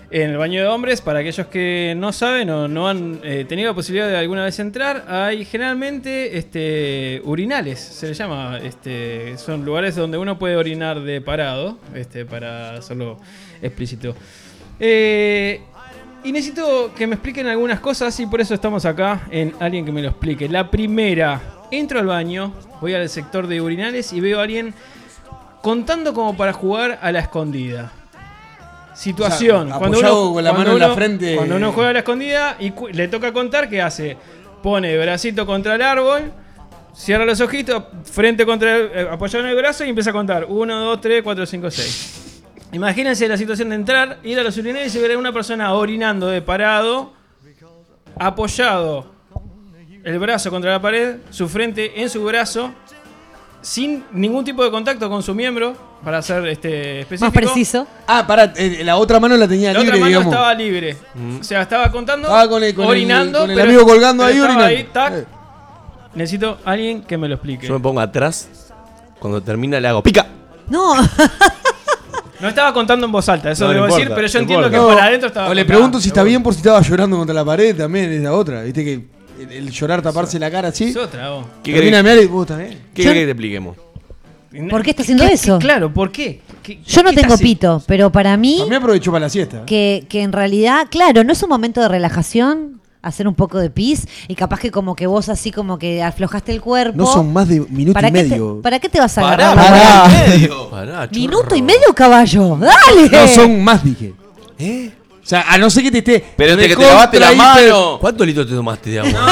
Speaker 6: En el baño de hombres, para aquellos que no saben o no han eh, tenido la posibilidad de alguna vez entrar, hay generalmente este, urinales, se le llama. Este, son lugares donde uno puede orinar de parado, este, para hacerlo explícito. Eh, y necesito que me expliquen algunas cosas y por eso estamos acá en alguien que me lo explique. La primera, entro al baño, voy al sector de urinales y veo a alguien contando como para jugar a la escondida.
Speaker 12: O
Speaker 6: Situación.
Speaker 12: sea,
Speaker 6: cuando
Speaker 12: apoyado
Speaker 6: uno,
Speaker 12: con la
Speaker 6: cuando
Speaker 12: mano en la
Speaker 6: uno-
Speaker 12: frente.
Speaker 6: Cuando uno juega a la escondida y cu- le toca contar, ¿qué hace? Pone el bracito contra el árbol, cierra los ojitos, frente contra el, eh, apoyado en el brazo y empieza a contar. 1, 2, 3, 4, 5, 6. Imagínense la situación de entrar, ir a los urinarios y ver a una persona orinando de parado, apoyado el brazo contra la pared, su frente en su brazo, sin ningún tipo de contacto con su miembro, para ser este, específico.
Speaker 12: Ah, pará, eh, la otra mano la tenía
Speaker 6: La
Speaker 12: libre,
Speaker 6: otra mano
Speaker 12: digamos. Mm.
Speaker 6: estaba libre. O sea, estaba contando,
Speaker 12: Estaba con el- con el-
Speaker 6: orinando,
Speaker 12: con el
Speaker 6: pero-
Speaker 12: amigo colgando
Speaker 6: pero
Speaker 12: ahí,
Speaker 6: estaba
Speaker 12: orinando.
Speaker 6: tac. Necesito a alguien que me lo explique.
Speaker 5: Yo me pongo atrás, cuando termina le hago pica.
Speaker 4: No.
Speaker 6: No estaba contando en voz alta, eso
Speaker 5: No, no
Speaker 6: debo decir,
Speaker 5: importa,
Speaker 6: pero yo
Speaker 5: no
Speaker 6: entiendo
Speaker 5: importa.
Speaker 6: que
Speaker 5: No,
Speaker 6: para adentro estaba.
Speaker 7: O le
Speaker 6: contando.
Speaker 7: pregunto si está bien por si estaba llorando contra la pared también, es la otra. Viste que el, el llorar, taparse la cara así.
Speaker 6: Es otra, vos.
Speaker 5: ¿Qué
Speaker 7: Termina de
Speaker 5: querés?
Speaker 7: mirar y vos también.
Speaker 5: ¿Qué
Speaker 4: Yo-
Speaker 5: querés que te expliquemos?
Speaker 4: ¿Por qué está haciendo eso?
Speaker 6: Claro, ¿por qué?
Speaker 4: Yo no tengo pito, pero para mí,
Speaker 7: También aprovechó para la siesta. ¿eh?
Speaker 4: que, que en realidad, claro, no es un momento de relajación, hacer un poco de pis y capaz que como que vos así como que aflojaste el cuerpo.
Speaker 7: No son más de minuto
Speaker 4: ¿Para
Speaker 7: y
Speaker 4: qué te-
Speaker 7: medio.
Speaker 4: ¿Para qué te vas a
Speaker 7: Pará,
Speaker 4: agarrar? la
Speaker 7: pará.
Speaker 4: bola?
Speaker 7: Ah.
Speaker 5: Pará,
Speaker 4: ¿Minuto y medio, caballo? ¡Dale!
Speaker 7: No son más, dije.
Speaker 5: ¿Eh?
Speaker 7: O sea, a no ser que te esté.
Speaker 3: Pero entre que te
Speaker 7: recontra
Speaker 3: lavaste la
Speaker 7: hiper-
Speaker 3: mano.
Speaker 5: ¿Cuántos litros te tomaste de agua?
Speaker 7: No,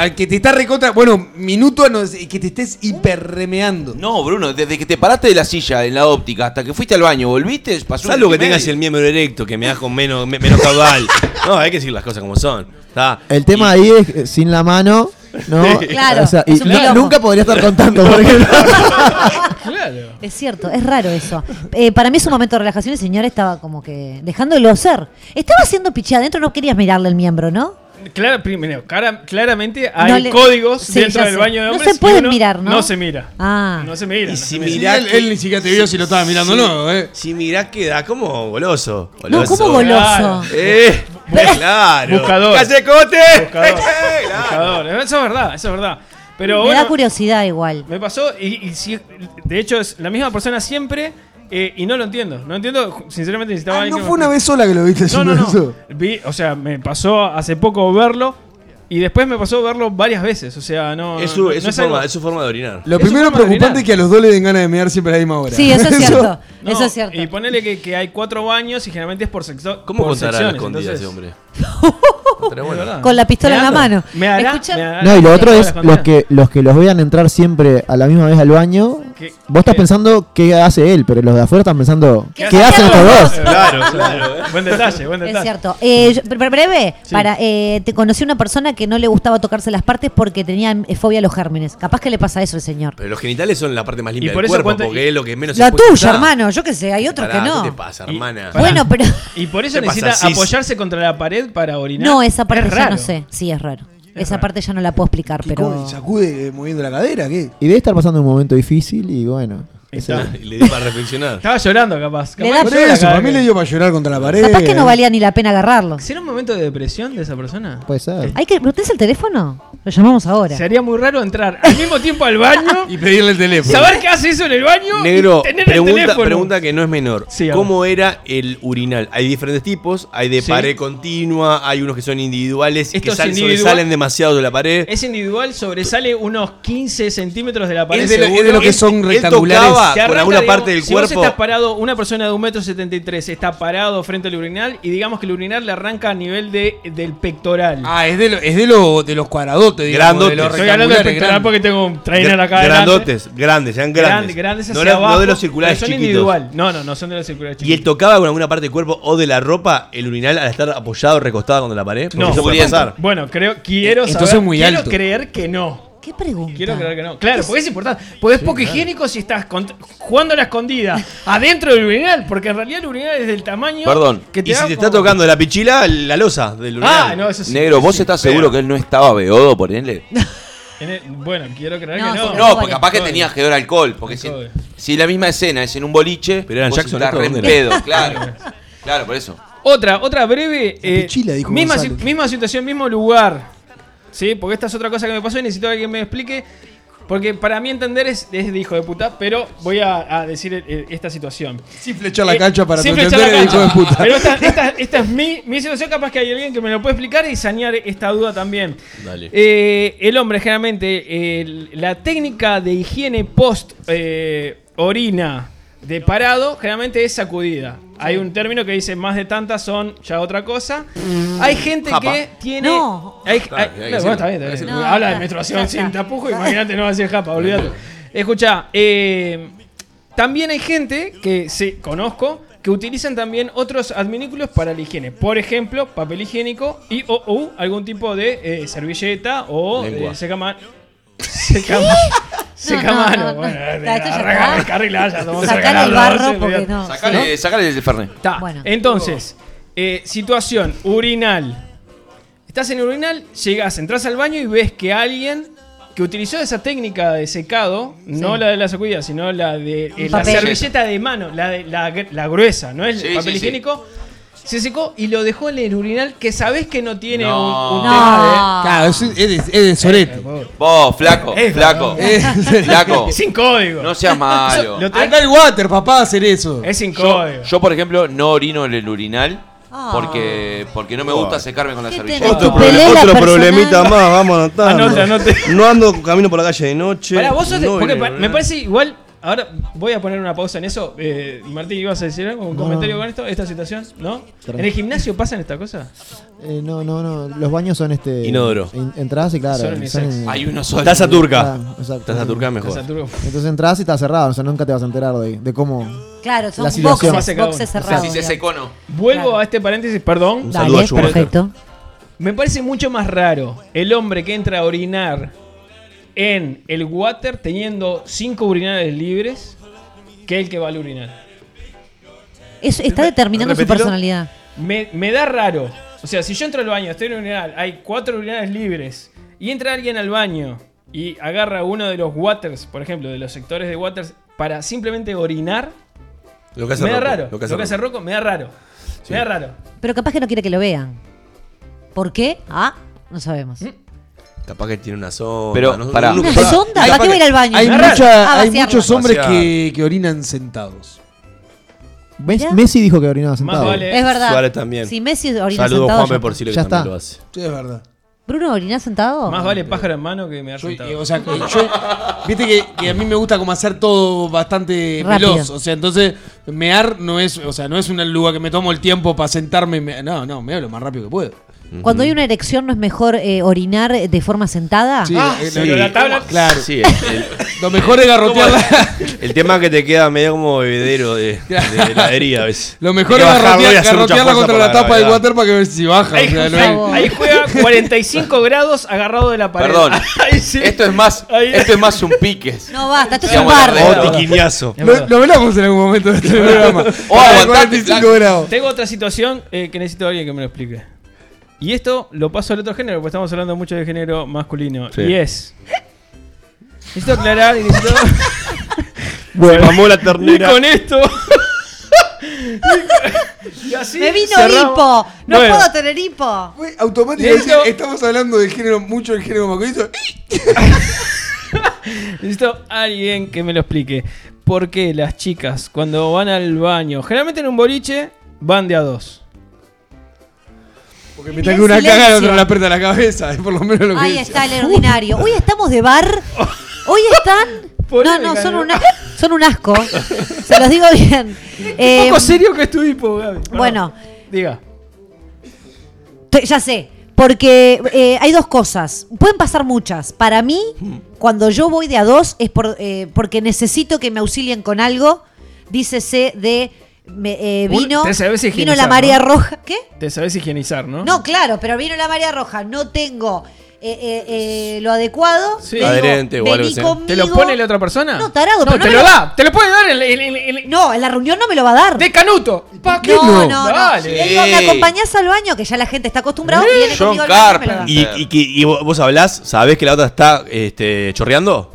Speaker 7: al que te está recontra. Bueno, minuto no, sé, que te estés hiperremeando.
Speaker 3: No, Bruno, desde que te paraste de la silla en la óptica hasta que fuiste al baño, volviste, pasó
Speaker 5: Salvo que tengas el miembro erecto, que me das con menos, me- menos caudal. No, hay que decir las cosas como son. Está.
Speaker 8: El tema ahí es eh, sin la mano, ¿no?
Speaker 5: Sí. Claro,
Speaker 8: O sea,
Speaker 5: es
Speaker 8: y
Speaker 5: un
Speaker 8: nu-
Speaker 5: quilombo.
Speaker 8: nunca podría estar contando, por ejemplo.
Speaker 4: Es cierto, es raro eso. Eh, para mí es un momento de relajación y el señor estaba como que dejándolo ser. Estaba haciendo piché adentro, no querías mirarle el miembro, ¿no?
Speaker 6: Clara- primero, cara- claramente hay
Speaker 4: No le-
Speaker 6: códigos
Speaker 4: Sí,
Speaker 6: dentro
Speaker 4: ya
Speaker 6: del
Speaker 4: sé.
Speaker 6: baño de
Speaker 4: No
Speaker 6: hombres.
Speaker 4: se
Speaker 6: y
Speaker 4: pueden
Speaker 6: uno
Speaker 4: mirar, ¿no?
Speaker 6: No se mira.
Speaker 4: Ah.
Speaker 6: No se mira.
Speaker 5: Y si
Speaker 6: no se
Speaker 5: mirá
Speaker 6: mira.
Speaker 5: que-
Speaker 6: si-
Speaker 5: si-
Speaker 6: o no,
Speaker 5: si- Si mirá queda como goloso.
Speaker 6: No, ¿cómo goloso? Claro.
Speaker 5: Eh, claro.
Speaker 6: Buscador.
Speaker 5: ¡Casecote!
Speaker 6: Buscador. Buscador. Eso es verdad, eso es verdad. Pero
Speaker 4: Me da
Speaker 6: bueno,
Speaker 4: curiosidad igual.
Speaker 6: me pasó y, y si- de hecho es la misma persona siempre eh, y no lo entiendo. No entiendo, sinceramente necesitaba
Speaker 7: Ah,
Speaker 6: alguien
Speaker 7: no
Speaker 6: que me
Speaker 7: fue una vez sola que lo viste
Speaker 6: No, no,
Speaker 7: haciendo eso.
Speaker 6: no. Vi, o sea, me pasó hace poco verlo y después me pasó verlo varias veces. O sea, no.
Speaker 5: Es
Speaker 6: no,
Speaker 5: su, es
Speaker 6: no
Speaker 5: su forma,
Speaker 6: algo-
Speaker 5: es su forma de orinar.
Speaker 7: Lo
Speaker 6: Es
Speaker 7: primero
Speaker 6: un forma de orinar.
Speaker 7: preocupante es que a los dos le den ganas de mear siempre a la misma hora.
Speaker 4: Sí, eso es cierto.
Speaker 6: No,
Speaker 4: Eso es cierto.
Speaker 6: Y ponele que, que hay cuatro baños y generalmente es por sexo.
Speaker 5: ¿Cómo
Speaker 6: por
Speaker 5: contará la
Speaker 6: secciones,
Speaker 5: escondida
Speaker 6: entonces-
Speaker 5: ese hombre?
Speaker 4: Con la pistola en la mano.
Speaker 6: Me hará-
Speaker 4: Escucha-
Speaker 6: me hará-
Speaker 8: No, y lo otro
Speaker 6: me
Speaker 8: es
Speaker 6: hará
Speaker 8: los
Speaker 6: escondida.
Speaker 8: que, los que los vean entrar siempre a la misma vez al baño.
Speaker 6: ¿Qué-
Speaker 8: Vos estás pensando qué hace él, pero los de afuera están pensando qué, hacen estos
Speaker 4: los
Speaker 8: dos.
Speaker 4: dos?
Speaker 6: Claro, claro. buen detalle, buen detalle.
Speaker 4: Es cierto. Eh, yo- bre- breve,
Speaker 6: Sí.
Speaker 4: para, eh, te conocí una persona que no le gustaba tocarse las partes porque tenía eh, fobia a los gérmenes. Capaz que le pasa eso al señor.
Speaker 5: Pero los genitales son la parte más limpia
Speaker 6: por
Speaker 5: del
Speaker 6: eso
Speaker 5: cuerpo,
Speaker 6: cuánto-
Speaker 5: porque es lo que menos
Speaker 4: La
Speaker 5: expuesto
Speaker 4: tuya,
Speaker 5: está.
Speaker 4: hermano. Yo qué sé, hay otros
Speaker 5: Pará,
Speaker 4: que no.
Speaker 5: ¿Qué te pasa, hermana?
Speaker 4: Bueno, pero
Speaker 6: Y por eso
Speaker 5: ¿Qué pasa,
Speaker 6: necesita
Speaker 5: cis?
Speaker 6: apoyarse contra la pared para orinar.
Speaker 4: no, esa parte
Speaker 6: Es
Speaker 4: ya
Speaker 6: raro.
Speaker 4: no sé. Sí, es raro. esa parte ya no la puedo explicar, pero
Speaker 7: Uy, sacude eh, moviendo la cadera, ¿qué?
Speaker 8: Y debe estar pasando un momento difícil y bueno.
Speaker 6: Está-
Speaker 5: Y le di para reflexionar.
Speaker 6: Estaba llorando, capaz.
Speaker 4: Le
Speaker 6: Capaz
Speaker 4: da-
Speaker 7: Por
Speaker 6: llora cada
Speaker 7: eso, para
Speaker 6: vez
Speaker 7: mí
Speaker 6: que-
Speaker 7: le dio para llorar contra la pared.
Speaker 4: capaz que no valía ni la pena agarrarlo.
Speaker 6: ¿Será un momento de depresión de esa persona?
Speaker 8: Puede ser.
Speaker 4: Hay que, ¿no tenés el teléfono? Lo llamamos ahora.
Speaker 6: Sería muy raro entrar al mismo tiempo al baño,
Speaker 7: Y pedirle el teléfono.
Speaker 6: saber qué hace eso en el baño,
Speaker 5: Negro,
Speaker 6: y tener el
Speaker 5: pregunta,
Speaker 6: teléfono.
Speaker 5: pregunta que no es menor.
Speaker 6: Sí, a ver.
Speaker 5: ¿Cómo era el urinal? Hay diferentes tipos, hay de
Speaker 6: Sí.
Speaker 5: pared continua, hay unos que son individuales y que
Speaker 6: Estos
Speaker 5: salen,
Speaker 6: individua-
Speaker 5: sobresalen demasiado de la pared.
Speaker 6: Es individual, sobresale unos 15 centímetros de la pared.
Speaker 5: Es de lo- es de
Speaker 6: seguro.
Speaker 5: lo que
Speaker 6: Él-
Speaker 5: son
Speaker 6: él
Speaker 5: rectangulares.
Speaker 6: tocaba
Speaker 5: Con
Speaker 6: arranca,
Speaker 5: alguna parte del
Speaker 6: si
Speaker 5: cuerpo.
Speaker 6: Vos estás parado, una persona de 1,73m está parado frente al urinal y digamos que el urinal le arranca a nivel de, del pectoral.
Speaker 12: Ah, es de, lo- es de, lo- de los cuadradotes, digamos.
Speaker 5: Grandotes.
Speaker 12: De los
Speaker 5: Estoy
Speaker 6: Estoy hablando del
Speaker 12: rectangulares
Speaker 6: pectoral
Speaker 12: grandes.
Speaker 6: porque tengo un trainer acá
Speaker 5: Gr-
Speaker 6: adelante.
Speaker 5: Grandotes, grandes, sean grandes.
Speaker 6: Grandes, grandes hacia
Speaker 5: no, eran- no
Speaker 6: abajo,
Speaker 5: de los circulares
Speaker 6: pero son
Speaker 5: chiquitos.
Speaker 6: individual. No, no, no son de los circulares
Speaker 5: Y
Speaker 6: chiquitos.
Speaker 5: él tocaba con alguna parte del cuerpo o de la ropa el urinal al estar apoyado, recostado contra la pared. porque
Speaker 6: No,
Speaker 5: eso puede
Speaker 3: Julián.
Speaker 5: pasar.
Speaker 6: Bueno, creo, quiero
Speaker 12: Entonces
Speaker 6: saber-
Speaker 12: es muy
Speaker 6: quiero
Speaker 12: alto.
Speaker 6: creer que no.
Speaker 4: ¿Qué pregunta?
Speaker 6: Quiero creer que no. Claro, porque es importante. Porque es poco higiénico si estás con- jugando a la escondida adentro del urinal, porque en realidad el urinal es del tamaño.
Speaker 3: Perdón.
Speaker 6: que
Speaker 5: Y
Speaker 6: da
Speaker 5: si te
Speaker 6: como-
Speaker 5: está tocando la pichila, la losa del urinal.
Speaker 6: Ah, no, eso sí.
Speaker 3: Negro, ¿vos
Speaker 6: Sí,
Speaker 3: estás
Speaker 6: pero-
Speaker 3: seguro que él no estaba beodo, ponele?
Speaker 6: en el- Bueno, quiero creer
Speaker 4: No,
Speaker 6: que
Speaker 4: se
Speaker 6: no.
Speaker 4: lo
Speaker 3: No,
Speaker 4: Alcohol.
Speaker 3: porque capaz que tenía hedor a alcohol. Porque si,
Speaker 6: Alcohol.
Speaker 3: si la misma escena es en un boliche,
Speaker 5: Pero eran
Speaker 3: vos
Speaker 5: Jackson,
Speaker 3: estás
Speaker 5: ¿esto
Speaker 3: re en
Speaker 5: dónde
Speaker 3: pedo, claro. Claro, por eso.
Speaker 6: Otra, otra breve. eh,
Speaker 7: pichila, dijo
Speaker 6: misma,
Speaker 7: Gonzalo.
Speaker 6: si- misma situación, mismo lugar. ¿Sí? Porque esta es otra cosa que me pasó y necesito que alguien me explique. Porque para mí entender es, es de hijo de puta, pero voy a, a decir eh, esta situación.
Speaker 7: Sin flechar la
Speaker 6: Eh,
Speaker 7: cancha para tu
Speaker 6: siempre echar la
Speaker 7: entender, hijo de
Speaker 6: cancha.
Speaker 7: puta.
Speaker 6: Pero esta, esta- esta es mi, mi situación, capaz que hay alguien que me lo puede explicar y sanear esta duda también.
Speaker 5: Dale.
Speaker 6: Eh, el hombre, generalmente, el- la técnica de higiene post eh, orina de parado, generalmente es sacudida. Hay un término que dice más de tantas son ya otra cosa. Hay gente
Speaker 5: Japa.
Speaker 6: que tiene.
Speaker 4: No.
Speaker 6: hay-
Speaker 5: Está,
Speaker 6: hay-
Speaker 5: hay que
Speaker 6: no,
Speaker 5: decirlo,
Speaker 6: bueno, está bien, está
Speaker 5: hay que
Speaker 6: bien.
Speaker 4: decirlo.
Speaker 6: Habla
Speaker 4: No,
Speaker 6: de
Speaker 4: está,
Speaker 6: menstruación
Speaker 4: ya
Speaker 6: sin
Speaker 4: está.
Speaker 6: tapujo, imagínate, no va a ser japa, olvídate. Escucha, eh, también hay gente que se conozco que utilizan también otros adminículos para la higiene. Por ejemplo, papel higiénico y o, o algún tipo de eh, servilleta o
Speaker 5: Lengua.
Speaker 6: eh, secama- secama- secamano.
Speaker 4: no, no.
Speaker 6: Bueno,
Speaker 4: Ya, esto ya
Speaker 6: arranca-
Speaker 4: está.
Speaker 6: descarrilá, ya estamos
Speaker 4: Sacar el
Speaker 6: descarrilados,
Speaker 4: barro
Speaker 6: sí,
Speaker 4: porque
Speaker 6: ¿eh? olvídate.
Speaker 4: no.
Speaker 3: Sacale, sacale el Fernet.
Speaker 6: Está.
Speaker 4: Bueno.
Speaker 6: Entonces, eh, situación, urinal. Estás en el urinal, llegas, entras al baño y ves que alguien que utilizó esa técnica de secado, no la de la sacudida, sino la de eh, la
Speaker 4: papel.
Speaker 6: servilleta de mano, la, de- la, gr- la gruesa, no es
Speaker 3: Sí,
Speaker 6: el papel
Speaker 3: sí, sí.
Speaker 6: higiénico. Se secó y lo dejó en el urinal que sabés que no tiene un, un
Speaker 4: No.
Speaker 6: tema
Speaker 7: Claro, es, es de- es de sorete.
Speaker 3: Vos, flaco, flaco, flaco.
Speaker 6: de. Sin código.
Speaker 3: No seas malo.
Speaker 6: Ah, Lo tenés-
Speaker 7: Anda el water, papá, a hacer eso.
Speaker 6: es sin código.
Speaker 3: Yo, yo, por ejemplo, no orino en el urinal
Speaker 4: Ah.
Speaker 3: porque, porque no me gusta secarme con la
Speaker 4: ¿Qué
Speaker 3: servilleta.
Speaker 4: tenés?
Speaker 5: Otro,
Speaker 4: Tu
Speaker 5: proble-
Speaker 4: pelela
Speaker 5: otro
Speaker 4: personal.
Speaker 5: problemita más, vamos a anotar.
Speaker 6: Anote, anote.
Speaker 5: No ando camino por la calle de noche.
Speaker 6: Pará, vos sos de-
Speaker 5: no eh,
Speaker 6: porque
Speaker 5: iré,
Speaker 6: pa-
Speaker 5: no
Speaker 6: me
Speaker 5: iré.
Speaker 6: parece igual Ahora voy a poner una pausa en eso. Eh, Martín, ¿ibas a decir algo? ¿Un
Speaker 8: No.
Speaker 6: comentario con esto? ¿Esta situación? ¿No?
Speaker 8: Tranqui.
Speaker 6: ¿En el gimnasio pasan esta cosa?
Speaker 8: Eh, no, no, no. Los baños son este.
Speaker 5: Inodoro.
Speaker 8: en- Entrás y claro.
Speaker 6: Son unisex.
Speaker 8: en-
Speaker 6: Hay uno solo.
Speaker 5: Taza turca.
Speaker 8: Ah, exacto.
Speaker 5: Taza turca mejor.
Speaker 6: Taza turca.
Speaker 8: Entonces entras y está cerrado. O sea, nunca te vas a enterar de, de cómo.
Speaker 4: Claro, son
Speaker 8: la
Speaker 4: boxes,
Speaker 8: situación.
Speaker 4: boxes
Speaker 6: boxes cerrados,
Speaker 4: Si se digamos. secó, no.
Speaker 6: Vuelvo a este paréntesis, perdón.
Speaker 8: Un Dale, saludo a Schumacher. perfecto.
Speaker 6: Me parece mucho más raro el hombre que entra a orinar en el water teniendo cinco urinales libres que el que va al orinar.
Speaker 4: Eso está determinando su
Speaker 6: Repetilo.
Speaker 4: personalidad.
Speaker 6: Me, me da raro. O sea, si yo entro al baño, estoy en un urinal, hay cuatro urinales libres y entra alguien al baño y agarra uno de los waters, por ejemplo, de los sectores de waters, para simplemente orinar,
Speaker 5: Lo que hace
Speaker 6: me da
Speaker 5: Rocco,
Speaker 6: raro.
Speaker 5: Lo que hace Rocco.
Speaker 6: Rocco me da raro. Me da raro.
Speaker 4: Pero capaz que no quiere que lo vean. ¿Por qué? Ah, no sabemos.
Speaker 7: Mm.
Speaker 5: Capaz que tiene una sonda.
Speaker 3: Pero,
Speaker 5: no-
Speaker 3: pará.
Speaker 5: nunca
Speaker 4: ¿Una
Speaker 5: sabe.
Speaker 4: sonda? ¿Para qué voy a ir al baño?
Speaker 7: Hay,
Speaker 4: Ah,
Speaker 7: mucha- hay
Speaker 4: vaciarla.
Speaker 7: muchos hombres
Speaker 5: Vaciar.
Speaker 7: que, que orinan sentados.
Speaker 8: Mes- Messi dijo que orinaba sentado.
Speaker 6: vale.
Speaker 4: Es verdad.
Speaker 5: Suárez también.
Speaker 4: Si Messi orina
Speaker 5: Saludos
Speaker 4: sentado.
Speaker 5: a Juanpe
Speaker 4: ya-
Speaker 5: por si
Speaker 8: Ya
Speaker 5: que también
Speaker 8: está.
Speaker 5: lo hace.
Speaker 7: Sí, es verdad.
Speaker 4: Bruno, ¿orinás sentado?
Speaker 6: Más vale pájaro en mano que me da
Speaker 7: Yo,
Speaker 6: sentado.
Speaker 7: eh, o sea, que yo- viste que, que a mí me gusta como hacer todo bastante
Speaker 4: Rápido.
Speaker 7: veloz. O sea, entonces mear no es, o sea, no es un lugar que me tomo el tiempo para sentarme. y me- no, no, meo lo más rápido que puedo.
Speaker 4: Cuando
Speaker 6: Mm.
Speaker 4: hay una erección, ¿no es mejor eh, orinar de forma sentada? Ah,
Speaker 7: Sí, eh,
Speaker 5: sí.
Speaker 7: lo-
Speaker 6: Pero la tabla.
Speaker 7: claro.
Speaker 5: Sí, el, el-
Speaker 7: Lo mejor es garrotearla.
Speaker 5: el tema es que te queda medio como bebedero de, de heladería a veces.
Speaker 7: Lo mejor es
Speaker 5: Hay que bajarlo y
Speaker 7: garrotear-
Speaker 5: hacer mucha
Speaker 7: garrotearla
Speaker 5: fuerza
Speaker 7: contra la
Speaker 5: para
Speaker 7: tapa del
Speaker 5: gravedad.
Speaker 7: water para que ver si baja.
Speaker 6: Ahí,
Speaker 7: o sea, no
Speaker 6: ahí-
Speaker 7: hay-
Speaker 6: ahí juega 45 grados agarrado de la pared.
Speaker 3: Perdón.
Speaker 6: Ahí sí.
Speaker 3: Esto es más,
Speaker 6: Ahí-
Speaker 3: esto Este es más un piques.
Speaker 4: No basta, esto es un
Speaker 3: Digamos,
Speaker 4: bar.
Speaker 3: la
Speaker 5: O tiquiñazo.
Speaker 6: Es
Speaker 7: Lo,
Speaker 6: verdad.
Speaker 7: lo hablamos en algún momento de este programa.
Speaker 3: O aguantate,
Speaker 7: 45 grados.
Speaker 6: Tengo otra situación eh, que necesito a alguien que me lo explique. Y esto lo paso al otro género, porque estamos hablando mucho de género masculino.
Speaker 5: Sí.
Speaker 6: Y es. Necesito aclarar y necesito.
Speaker 5: Bueno, mamó la
Speaker 6: y
Speaker 5: ternera.
Speaker 6: con esto. y así
Speaker 4: Me vino
Speaker 6: cerramos.
Speaker 4: hipo. No
Speaker 6: Bueno,
Speaker 4: puedo tener hipo.
Speaker 7: Fue automático.
Speaker 6: Listo.
Speaker 7: decir, Estamos hablando del género, mucho del género masculino.
Speaker 6: Necesito a alguien que me lo explique. ¿Por qué las chicas cuando van al baño, generalmente en un boliche, van de a dos?
Speaker 7: Porque
Speaker 4: Bien
Speaker 7: mientras que una caga, la
Speaker 4: silencio.
Speaker 7: otra la aprieta la cabeza. Es por lo menos lo que
Speaker 4: Ahí
Speaker 7: dice.
Speaker 4: está el ordinario. Hoy estamos de bar. Hoy están. No,
Speaker 6: Polémica,
Speaker 4: no, son
Speaker 6: ¿no?
Speaker 4: un, son un asco. Se los digo bien.
Speaker 6: Un
Speaker 4: Eh,
Speaker 6: poco serio que estoy hipo, Gaby. Perdón.
Speaker 4: bueno.
Speaker 6: Diga.
Speaker 4: Te- Ya sé, porque eh, hay dos cosas. Pueden pasar muchas. Para mí, cuando yo voy de a dos es por, eh, porque necesito que me auxilien con algo. Dícese de me- eh,
Speaker 6: Un-
Speaker 4: vino,
Speaker 6: te sabes
Speaker 4: vino
Speaker 6: higienizar,
Speaker 4: la marea
Speaker 6: ¿no?
Speaker 4: roja. ¿Qué?
Speaker 6: Te sabes higienizar, ¿no?
Speaker 4: No, claro, pero vino la marea roja. No tengo eh, eh, eh, lo adecuado.
Speaker 6: Sí.
Speaker 4: le digo,
Speaker 5: Adherente o
Speaker 4: vení
Speaker 5: algo así.
Speaker 4: conmigo.
Speaker 6: ¿Te lo pone la otra persona?
Speaker 4: No, tarado, pero no
Speaker 6: te
Speaker 4: me
Speaker 6: lo
Speaker 4: lo-
Speaker 6: da. Te lo puede dar el, el- el- el-
Speaker 4: No, en la reunión no me lo va a dar.
Speaker 6: de canuto. ¿Pa qué
Speaker 4: no, no, no. Le
Speaker 6: Dale.
Speaker 4: digo, me
Speaker 3: Sí.
Speaker 4: acompañás al baño, que ya la gente está acostumbrada. Viene
Speaker 3: John
Speaker 4: conmigo al baño y me lo da.
Speaker 3: Carpenter.
Speaker 5: Y, y que- y vos vos hablás, ¿sabés que la otra está este, chorreando?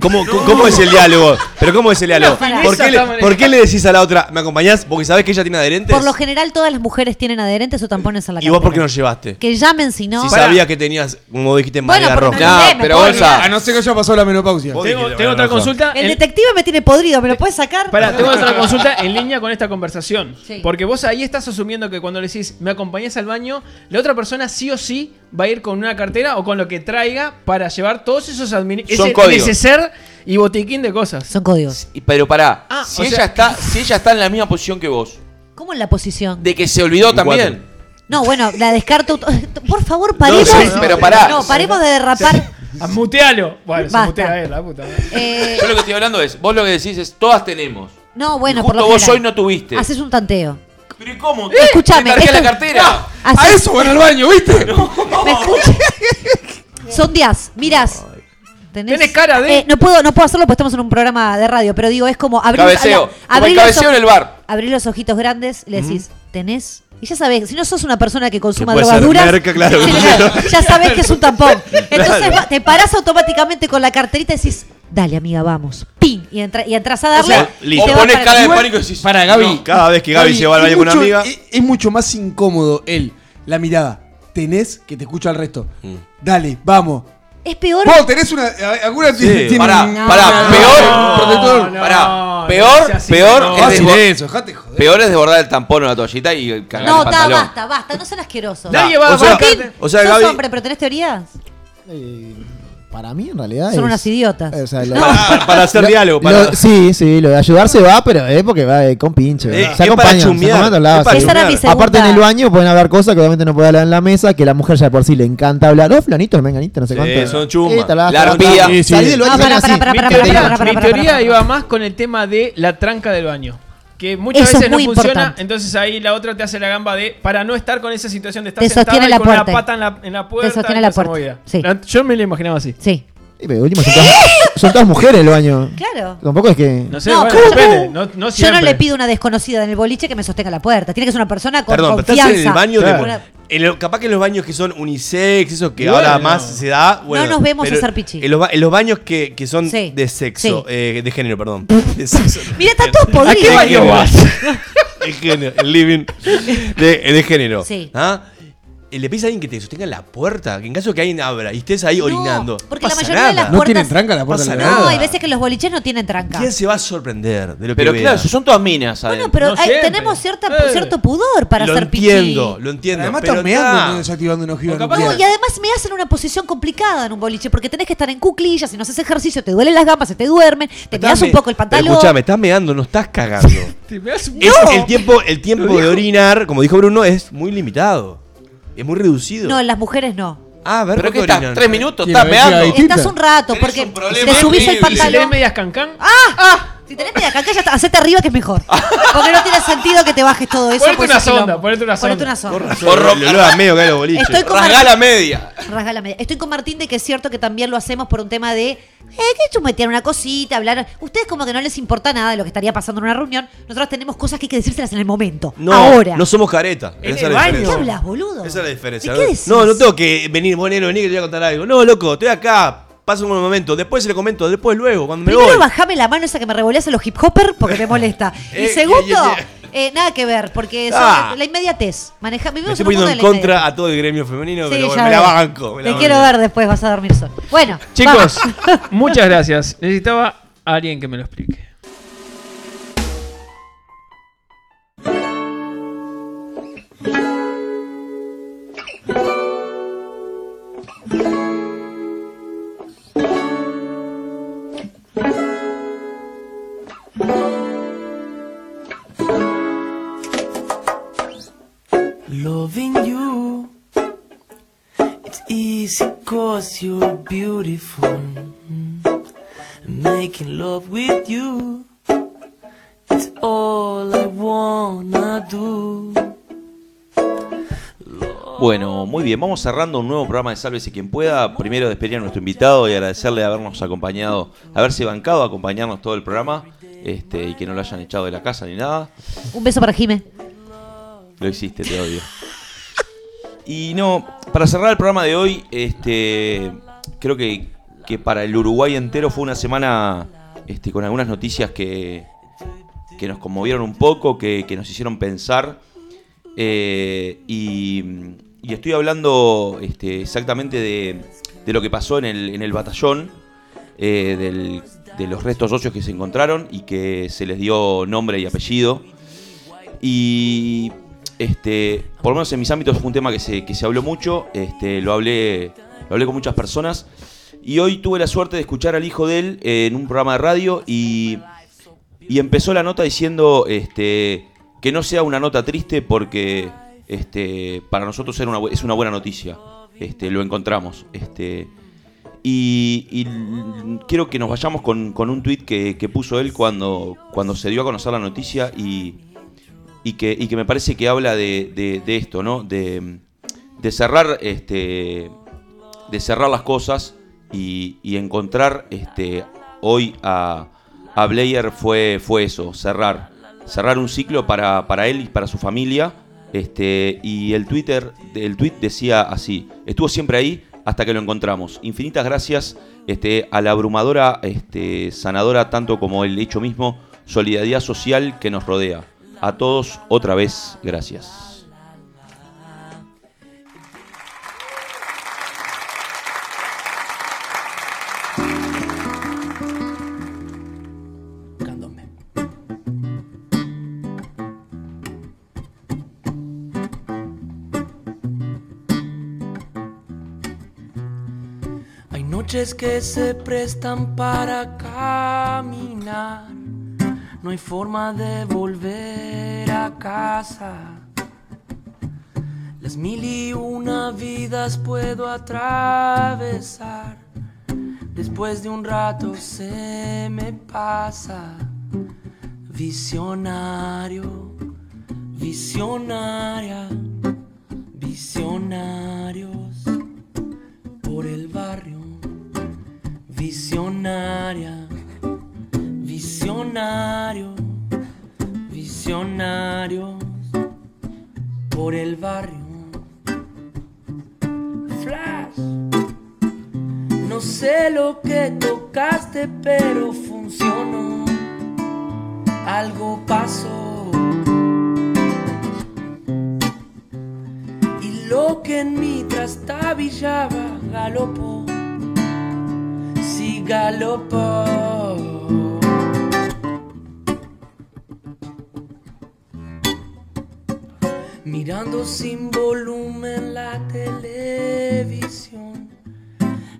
Speaker 5: ¿Cómo, cómo- cómo es el diálogo? ¿Pero cómo es el diálogo?
Speaker 4: fineza
Speaker 5: ¿Por qué, le,
Speaker 6: está manejando.
Speaker 5: por qué le decís a la otra, ¿me acompañás? Porque sabés que ella tiene adherentes.
Speaker 4: Por lo general, todas las mujeres tienen adherentes o tampones en la
Speaker 5: ¿Y vos por qué
Speaker 4: cartera.
Speaker 5: no llevaste?
Speaker 4: Que llamen si no.
Speaker 5: si
Speaker 4: Pará.
Speaker 5: sabías que tenías, como dijiste,
Speaker 4: Bueno,
Speaker 5: marea
Speaker 4: porque
Speaker 5: roja.
Speaker 4: no
Speaker 3: No,
Speaker 4: sé, me
Speaker 3: pero
Speaker 4: puedo
Speaker 3: bolsa.
Speaker 4: olvidar.
Speaker 7: A no ser que haya pasado la menopausia.
Speaker 5: Vos
Speaker 6: Tengo,
Speaker 5: dijiste,
Speaker 6: tengo
Speaker 5: bueno,
Speaker 6: otra
Speaker 5: no,
Speaker 6: consulta.
Speaker 4: El
Speaker 6: en-
Speaker 4: detective me tiene podrido, ¿me lo puedes sacar?
Speaker 6: Pará, tengo otra consulta en línea con esta conversación.
Speaker 4: Sí.
Speaker 6: Porque vos ahí estás asumiendo que cuando le decís, me acompañás al baño, la otra persona sí o sí va a ir con una cartera o con lo que traiga para llevar todos esos
Speaker 3: Son
Speaker 6: administrativos.
Speaker 3: códigos.
Speaker 6: neceser y botiquín de cosas.
Speaker 4: Son códigos.
Speaker 3: Y- Pero pará,
Speaker 6: Ah,
Speaker 3: si,
Speaker 6: o
Speaker 3: ella
Speaker 6: sea-
Speaker 3: está, si ella está en la misma posición que vos,
Speaker 4: ¿Cómo en la posición?
Speaker 3: de que se olvidó
Speaker 5: Un
Speaker 3: también.
Speaker 4: No, bueno, la descarto. Por favor, paremos.
Speaker 3: sí, pero pará.
Speaker 4: No, paremos de derrapar.
Speaker 6: Ah, Mutealo. Bueno, se
Speaker 4: Basta.
Speaker 6: mutea él, la puta. madre.
Speaker 4: Eh,
Speaker 3: Yo lo que estoy hablando es, vos lo que decís es, todas tenemos.
Speaker 4: no, bueno,
Speaker 3: Y
Speaker 4: por
Speaker 3: justo
Speaker 4: lo
Speaker 3: vos
Speaker 4: general,
Speaker 3: hoy no tuviste.
Speaker 4: Haces un tanteo.
Speaker 3: Pero ¿y cómo?
Speaker 4: Escuchame,
Speaker 3: Te largué
Speaker 4: esto-
Speaker 3: la cartera.
Speaker 7: A
Speaker 4: Haces-
Speaker 7: eso van al baño, ¿viste?
Speaker 4: ¿Me escuchas? Son días, mirás.
Speaker 6: Tenés cara de-
Speaker 4: Eh, no, puedo, no puedo hacerlo porque estamos en un programa de radio, pero digo, es como abrir,
Speaker 3: Cabeceo.
Speaker 4: la-
Speaker 3: Como el
Speaker 4: los
Speaker 3: cabeceo en
Speaker 4: oj-
Speaker 3: el bar.
Speaker 4: abrir los ojitos grandes y le decís, ¿tenés? Y ya sabés, si no sos una persona que consuma
Speaker 5: puede
Speaker 4: drogas
Speaker 5: ser
Speaker 4: duras,
Speaker 5: merca, claro.
Speaker 4: sí, ya sabés que es un tampón. Entonces va- te parás automáticamente con la carterita y decís, dale amiga, vamos. ¡Pin! Y, entra, y entras a darle.
Speaker 5: sea,
Speaker 4: y
Speaker 5: listo.
Speaker 4: te
Speaker 3: O
Speaker 4: vas
Speaker 3: pones
Speaker 4: para-
Speaker 3: cara de
Speaker 7: Igual-
Speaker 3: pánico y decís,
Speaker 7: Para Gaby.
Speaker 5: No, cada vez que Gaby se va al
Speaker 7: es
Speaker 5: baño con una
Speaker 7: mucho-
Speaker 5: amiga-
Speaker 7: Es, es mucho más incómodo él, la mirada. Tenés que te escucha al resto.
Speaker 5: Mm.
Speaker 7: Dale, vamos.
Speaker 4: Es peor.
Speaker 7: Vos tenés una. a- ¿Alguna tiene- tiene
Speaker 3: pará,
Speaker 7: un-
Speaker 3: pará,
Speaker 7: un
Speaker 3: peor-
Speaker 7: protector?
Speaker 6: No,
Speaker 3: Pará,
Speaker 6: no,
Speaker 3: peor,
Speaker 6: no sea así,
Speaker 3: peor
Speaker 6: no.
Speaker 3: es
Speaker 7: Fácil
Speaker 3: desbor-
Speaker 7: eso, dejate joder.
Speaker 3: Peor es desbordar el tampón o la toallita y cagar
Speaker 4: no,
Speaker 3: el
Speaker 4: ta,
Speaker 3: pantalón.
Speaker 4: basta, basta, no sean asquerosos.
Speaker 6: Nadie va
Speaker 5: o
Speaker 6: a
Speaker 5: sea-
Speaker 6: bancarte.
Speaker 5: o sea,
Speaker 4: sos
Speaker 5: Gaby-
Speaker 4: hombre, pero tenés teorías.
Speaker 8: Eh, Para mí, en realidad.
Speaker 4: Son
Speaker 8: es-
Speaker 4: unas idiotas.
Speaker 8: o sea, lo-
Speaker 5: Para- para hacer diálogo, para-
Speaker 8: lo- sí, sí, lo de ayudarse va, pero es porque va eh, con pinche.
Speaker 5: Eh, es
Speaker 8: se acompañan,
Speaker 5: para
Speaker 8: se
Speaker 5: chusmear,
Speaker 8: acompañan a todos lados,
Speaker 5: es para
Speaker 8: sí.
Speaker 5: Esa era mi segunda.
Speaker 8: Aparte, en el baño pueden hablar cosas que obviamente no puede hablar en la mesa, que la mujer ya de por sí le encanta hablar. Oh, flanito, menganito, no sé
Speaker 5: Sí,
Speaker 8: cuánto.
Speaker 5: son chumas.
Speaker 8: Eh, talá,
Speaker 5: La
Speaker 8: talá,
Speaker 5: arpía.
Speaker 8: talá.
Speaker 5: Sí, sí.
Speaker 8: Salí del baño
Speaker 6: Ah,
Speaker 8: y ven
Speaker 6: pará,
Speaker 8: así.
Speaker 6: pará, pará, pará, Mi pará, teoría- pará, Mi pará, teoría pará. iba más con el tema de la tranca del baño. Que muchas
Speaker 4: Eso es
Speaker 6: veces no
Speaker 4: muy
Speaker 6: funciona,
Speaker 4: importante.
Speaker 6: entonces ahí la otra te hace la gamba de para no estar con esa situación de estar
Speaker 4: Te
Speaker 6: sentada
Speaker 4: sostiene
Speaker 6: y
Speaker 4: la
Speaker 6: con la
Speaker 4: puerta.
Speaker 6: pata en la, en la puerta.
Speaker 4: sostiene
Speaker 6: y
Speaker 4: la
Speaker 6: esa
Speaker 4: puerta,
Speaker 6: movida.
Speaker 4: sí.
Speaker 6: La- Yo me lo imaginaba así.
Speaker 4: Sí.
Speaker 8: Y de última, son, todas, son todas mujeres en el baño.
Speaker 4: Claro.
Speaker 8: Tampoco es que.
Speaker 6: No sé,
Speaker 4: No,
Speaker 6: bueno,
Speaker 4: ¿cómo?
Speaker 6: depende. No, no
Speaker 4: Yo no
Speaker 6: siempre.
Speaker 4: le pido una desconocida en el boliche que me sostenga la puerta. Tiene que ser una persona con
Speaker 5: Perdón, pero
Speaker 4: confianza.
Speaker 5: estás en el baño de-
Speaker 4: Una-
Speaker 5: en lo- capaz que en los baños que son unisex, esos que
Speaker 6: Bueno.
Speaker 5: ahora más se da. bueno,
Speaker 4: nos vemos
Speaker 5: pero
Speaker 4: hacer pichi.
Speaker 5: En los, ba- en los baños que, que son
Speaker 4: Sí,
Speaker 5: de sexo,
Speaker 4: sí.
Speaker 5: eh, de género, perdón. De sexo.
Speaker 4: Mira, está todo podrido.
Speaker 5: ¿A qué baño vas? De género, el living. De, eh, de género.
Speaker 4: Sí.
Speaker 5: ¿Ah? Y Le pedís a alguien que te sostenga la puerta, que en caso que alguien abra y estés ahí orinando.
Speaker 4: porque
Speaker 5: no
Speaker 4: la
Speaker 5: pasa
Speaker 4: mayoría de las
Speaker 5: nada.
Speaker 4: No puertas- tienen
Speaker 7: tranca la puerta
Speaker 5: No pasa
Speaker 7: en la
Speaker 5: nada.
Speaker 4: No, hay veces que los boliches no tienen tranca.
Speaker 5: ¿Quién se va a sorprender de lo que
Speaker 3: Pero
Speaker 5: vea?
Speaker 3: claro, si son todas minas. adentro.
Speaker 4: No, pero
Speaker 6: No
Speaker 4: hay-
Speaker 6: siempre.
Speaker 4: tenemos cierta,
Speaker 6: Eh.
Speaker 4: cierto pudor para
Speaker 5: lo
Speaker 4: hacer
Speaker 5: entiendo,
Speaker 4: pichí.
Speaker 5: lo entiendo.
Speaker 7: Además
Speaker 5: pero
Speaker 7: estás meando
Speaker 5: está-
Speaker 7: desactivando un ojiva
Speaker 6: O capaz-
Speaker 4: No,
Speaker 7: nuclear.
Speaker 4: y además me hacen una posición complicada en un boliche porque tenés que estar en cuclillas, si no haces ejercicio te duelen las gambas, se te duermen, te
Speaker 5: Estás
Speaker 4: das un
Speaker 5: me-
Speaker 4: poco el
Speaker 5: pero
Speaker 4: pantalón.
Speaker 5: Escuchame, estás meando, no estás cagando.
Speaker 6: Te me das un-
Speaker 5: Es- el tiempo, el tiempo de orinar, como dijo Bruno, es muy limitado. Es muy reducido.
Speaker 4: No, en las mujeres no.
Speaker 5: ah, a ver,
Speaker 3: Pero
Speaker 5: ¿por
Speaker 3: que
Speaker 5: qué
Speaker 3: estás
Speaker 5: orinan?
Speaker 3: tres minutos,
Speaker 7: Quiero
Speaker 3: estás
Speaker 7: ver si
Speaker 3: meando.
Speaker 7: hay- Distinta.
Speaker 4: Estás un rato
Speaker 3: Tenés
Speaker 4: porque
Speaker 3: un
Speaker 4: te
Speaker 3: problema
Speaker 4: subís el
Speaker 6: Si
Speaker 3: horrible.
Speaker 6: tenés
Speaker 4: pantalón.
Speaker 6: medias cancán,
Speaker 4: ¡Ah! ¡Ah! Si tenés media canca, ya está, hacete arriba que es mejor. Porque no tiene sentido que te bajes todo eso.
Speaker 6: Ponete
Speaker 4: pues,
Speaker 6: una
Speaker 4: es quilombo.
Speaker 6: sonda, ponete una
Speaker 4: Ponete
Speaker 6: sonda.
Speaker 4: una sonda.
Speaker 5: Porro, lo olor a medio cae los boliches.
Speaker 4: Estoy con
Speaker 3: Rasgá
Speaker 4: Martín.
Speaker 3: la media.
Speaker 4: Rasga la media. Estoy con Martín de que es cierto que también lo hacemos por un tema de eh, que chumetear una cosita, hablar. Ustedes como que no les importa nada de lo que estaría pasando en una reunión. Nosotros tenemos cosas que hay que decírselas en el momento.
Speaker 5: No,
Speaker 4: ahora.
Speaker 5: no somos careta.
Speaker 6: En
Speaker 5: Esa
Speaker 6: el
Speaker 5: es la
Speaker 6: baño.
Speaker 4: ¿Qué
Speaker 5: diferencia.
Speaker 4: hablas, boludo?
Speaker 5: Esa es la diferencia.
Speaker 4: ¿De qué decís?
Speaker 5: No, no tengo que venir, monero, venir que te voy a contar algo. No, loco, estoy acá. Pasa un buen momento. Después se lo comento, después luego, cuando me
Speaker 4: Primero
Speaker 5: voy.
Speaker 4: bajame la mano esa que me revoleas a los hip hopper porque me molesta. y
Speaker 5: Eh,
Speaker 4: segundo,
Speaker 5: eh,
Speaker 4: eh, nada que ver, porque son-
Speaker 5: Ah.
Speaker 4: la inmediatez. Maneja,
Speaker 5: Me
Speaker 4: vivimos
Speaker 5: estoy
Speaker 4: en un
Speaker 5: poniendo
Speaker 4: mundo
Speaker 5: en
Speaker 4: de la inmediatez.
Speaker 5: contra a todo el gremio femenino,
Speaker 4: Sí,
Speaker 5: pero bueno,
Speaker 4: ya
Speaker 5: me la
Speaker 4: veo.
Speaker 5: banco. me la
Speaker 4: Te
Speaker 5: banco.
Speaker 4: quiero ver después, vas a dormir solo. Bueno,
Speaker 6: Chicos,
Speaker 4: vamos.
Speaker 6: muchas gracias. Necesitaba a alguien que me lo explique.
Speaker 1: Loving you, it's easy cause you're beautiful. Mm. Making love with you, it's all I wanna do.
Speaker 3: Bueno, muy bien, vamos cerrando un nuevo programa de Sálvese quien pueda. Primero despedir a nuestro invitado y agradecerle habernos acompañado, haberse bancado, a acompañarnos todo el programa este, y que no lo hayan echado de la casa ni nada.
Speaker 4: Un beso para Jime.
Speaker 3: Lo hiciste, te odio. Y no, para cerrar el programa de hoy, este, creo que, que para el Uruguay entero fue una semana este, con algunas noticias que, que nos conmovieron un poco, que, que nos hicieron pensar. Eh, y, y estoy hablando este, exactamente de, de lo que pasó en el, en el batallón, eh, del- de los restos socios que se encontraron y que se les dio nombre y apellido. Y este, por lo menos en mis ámbitos fue un tema que se, que se habló mucho, este, lo, hablé, lo hablé con muchas personas. Y hoy tuve la suerte de escuchar al hijo de él eh, en un programa de radio y, y empezó la nota diciendo este, que no sea una nota triste porque este, para nosotros era una bu- es una buena noticia. Este, lo encontramos. Este, y, y l- quiero que nos vayamos con, con un tuit que, que puso él cuando, cuando se dio a conocer la noticia y, y que, y que me parece que habla de, de- de esto, ¿no? De, de cerrar este. De cerrar las cosas y, y encontrar este. Hoy a, a Blair fue, fue eso, cerrar. Cerrar un ciclo para, para él y para su familia. Este, y el Twitter, el tweet decía así: estuvo siempre ahí hasta que lo encontramos. Infinitas gracias este, a la abrumadora este, sanadora, tanto como el hecho mismo, solidaridad social que nos rodea. A todos, otra vez, gracias.
Speaker 1: Candombe. Ay,
Speaker 2: Noches que se prestan para caminar. No hay forma de volver a casa. Las mil y una vidas puedo atravesar. Después de un rato se me pasa. Visionario, visionaria, visionarios por el barrio. Visionaria, visionario, visionarios por el barrio. Flash. No sé lo que tocaste, pero funcionó. Algo pasó. Y lo que en mí trastabillaba galopó. Sí, galopó. Mirando sin volumen la televisión,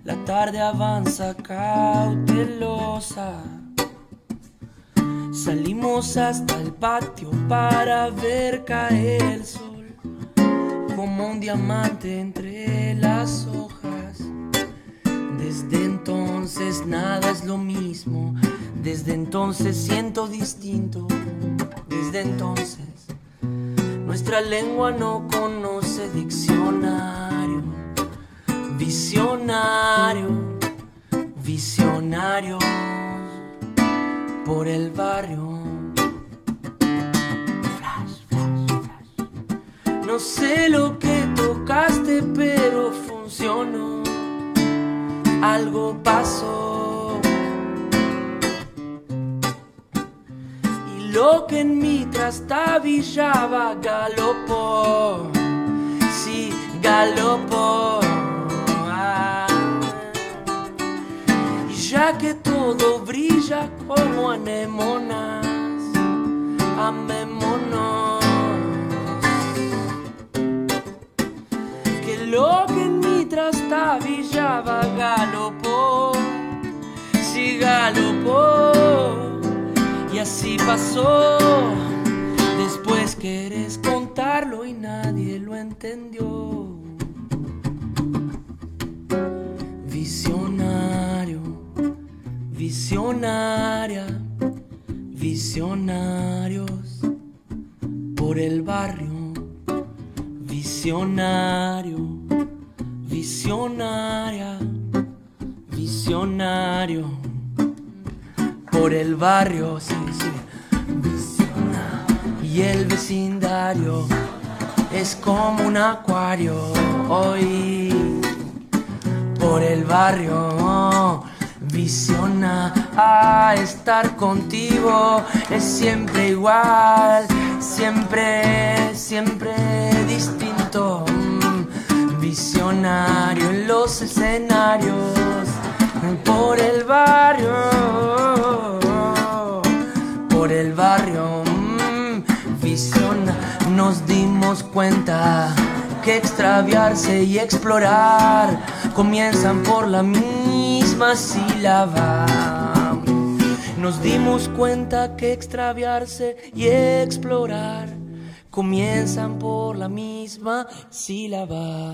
Speaker 2: la tarde avanza cautelosa. Salimos hasta el patio para ver caer el sol como un diamante entre las hojas. Desde entonces nada es lo mismo, desde entonces siento distinto, desde entonces. Nuestra lengua no conoce diccionario. Visionario, visionarios por el barrio. Flash, flash, flash. No sé lo que tocaste, pero funcionó. Algo pasó. Lo que en mí trastabillaba galopó, sí, galopó. Ah. Y ya que todo brilla como anemonas, amémonos. Que lo que en mí trastabillaba galopó, sí, galopó. Y así pasó. Después querés contarlo y nadie lo entendió. Visionario, visionaria, visionarios por el barrio. Visionario, visionaria, visionario por el barrio, sí, sí. Y el vecindario es como un acuario hoy. Por el barrio, oh, visiona a estar contigo es siempre igual, siempre, siempre distinto. Mm, Visionario en los escenarios por el barrio, por el barrio, mm, visión, nos dimos cuenta que extraviarse y explorar comienzan por la misma sílaba. Nos dimos cuenta que extraviarse y explorar comienzan por la misma sílaba.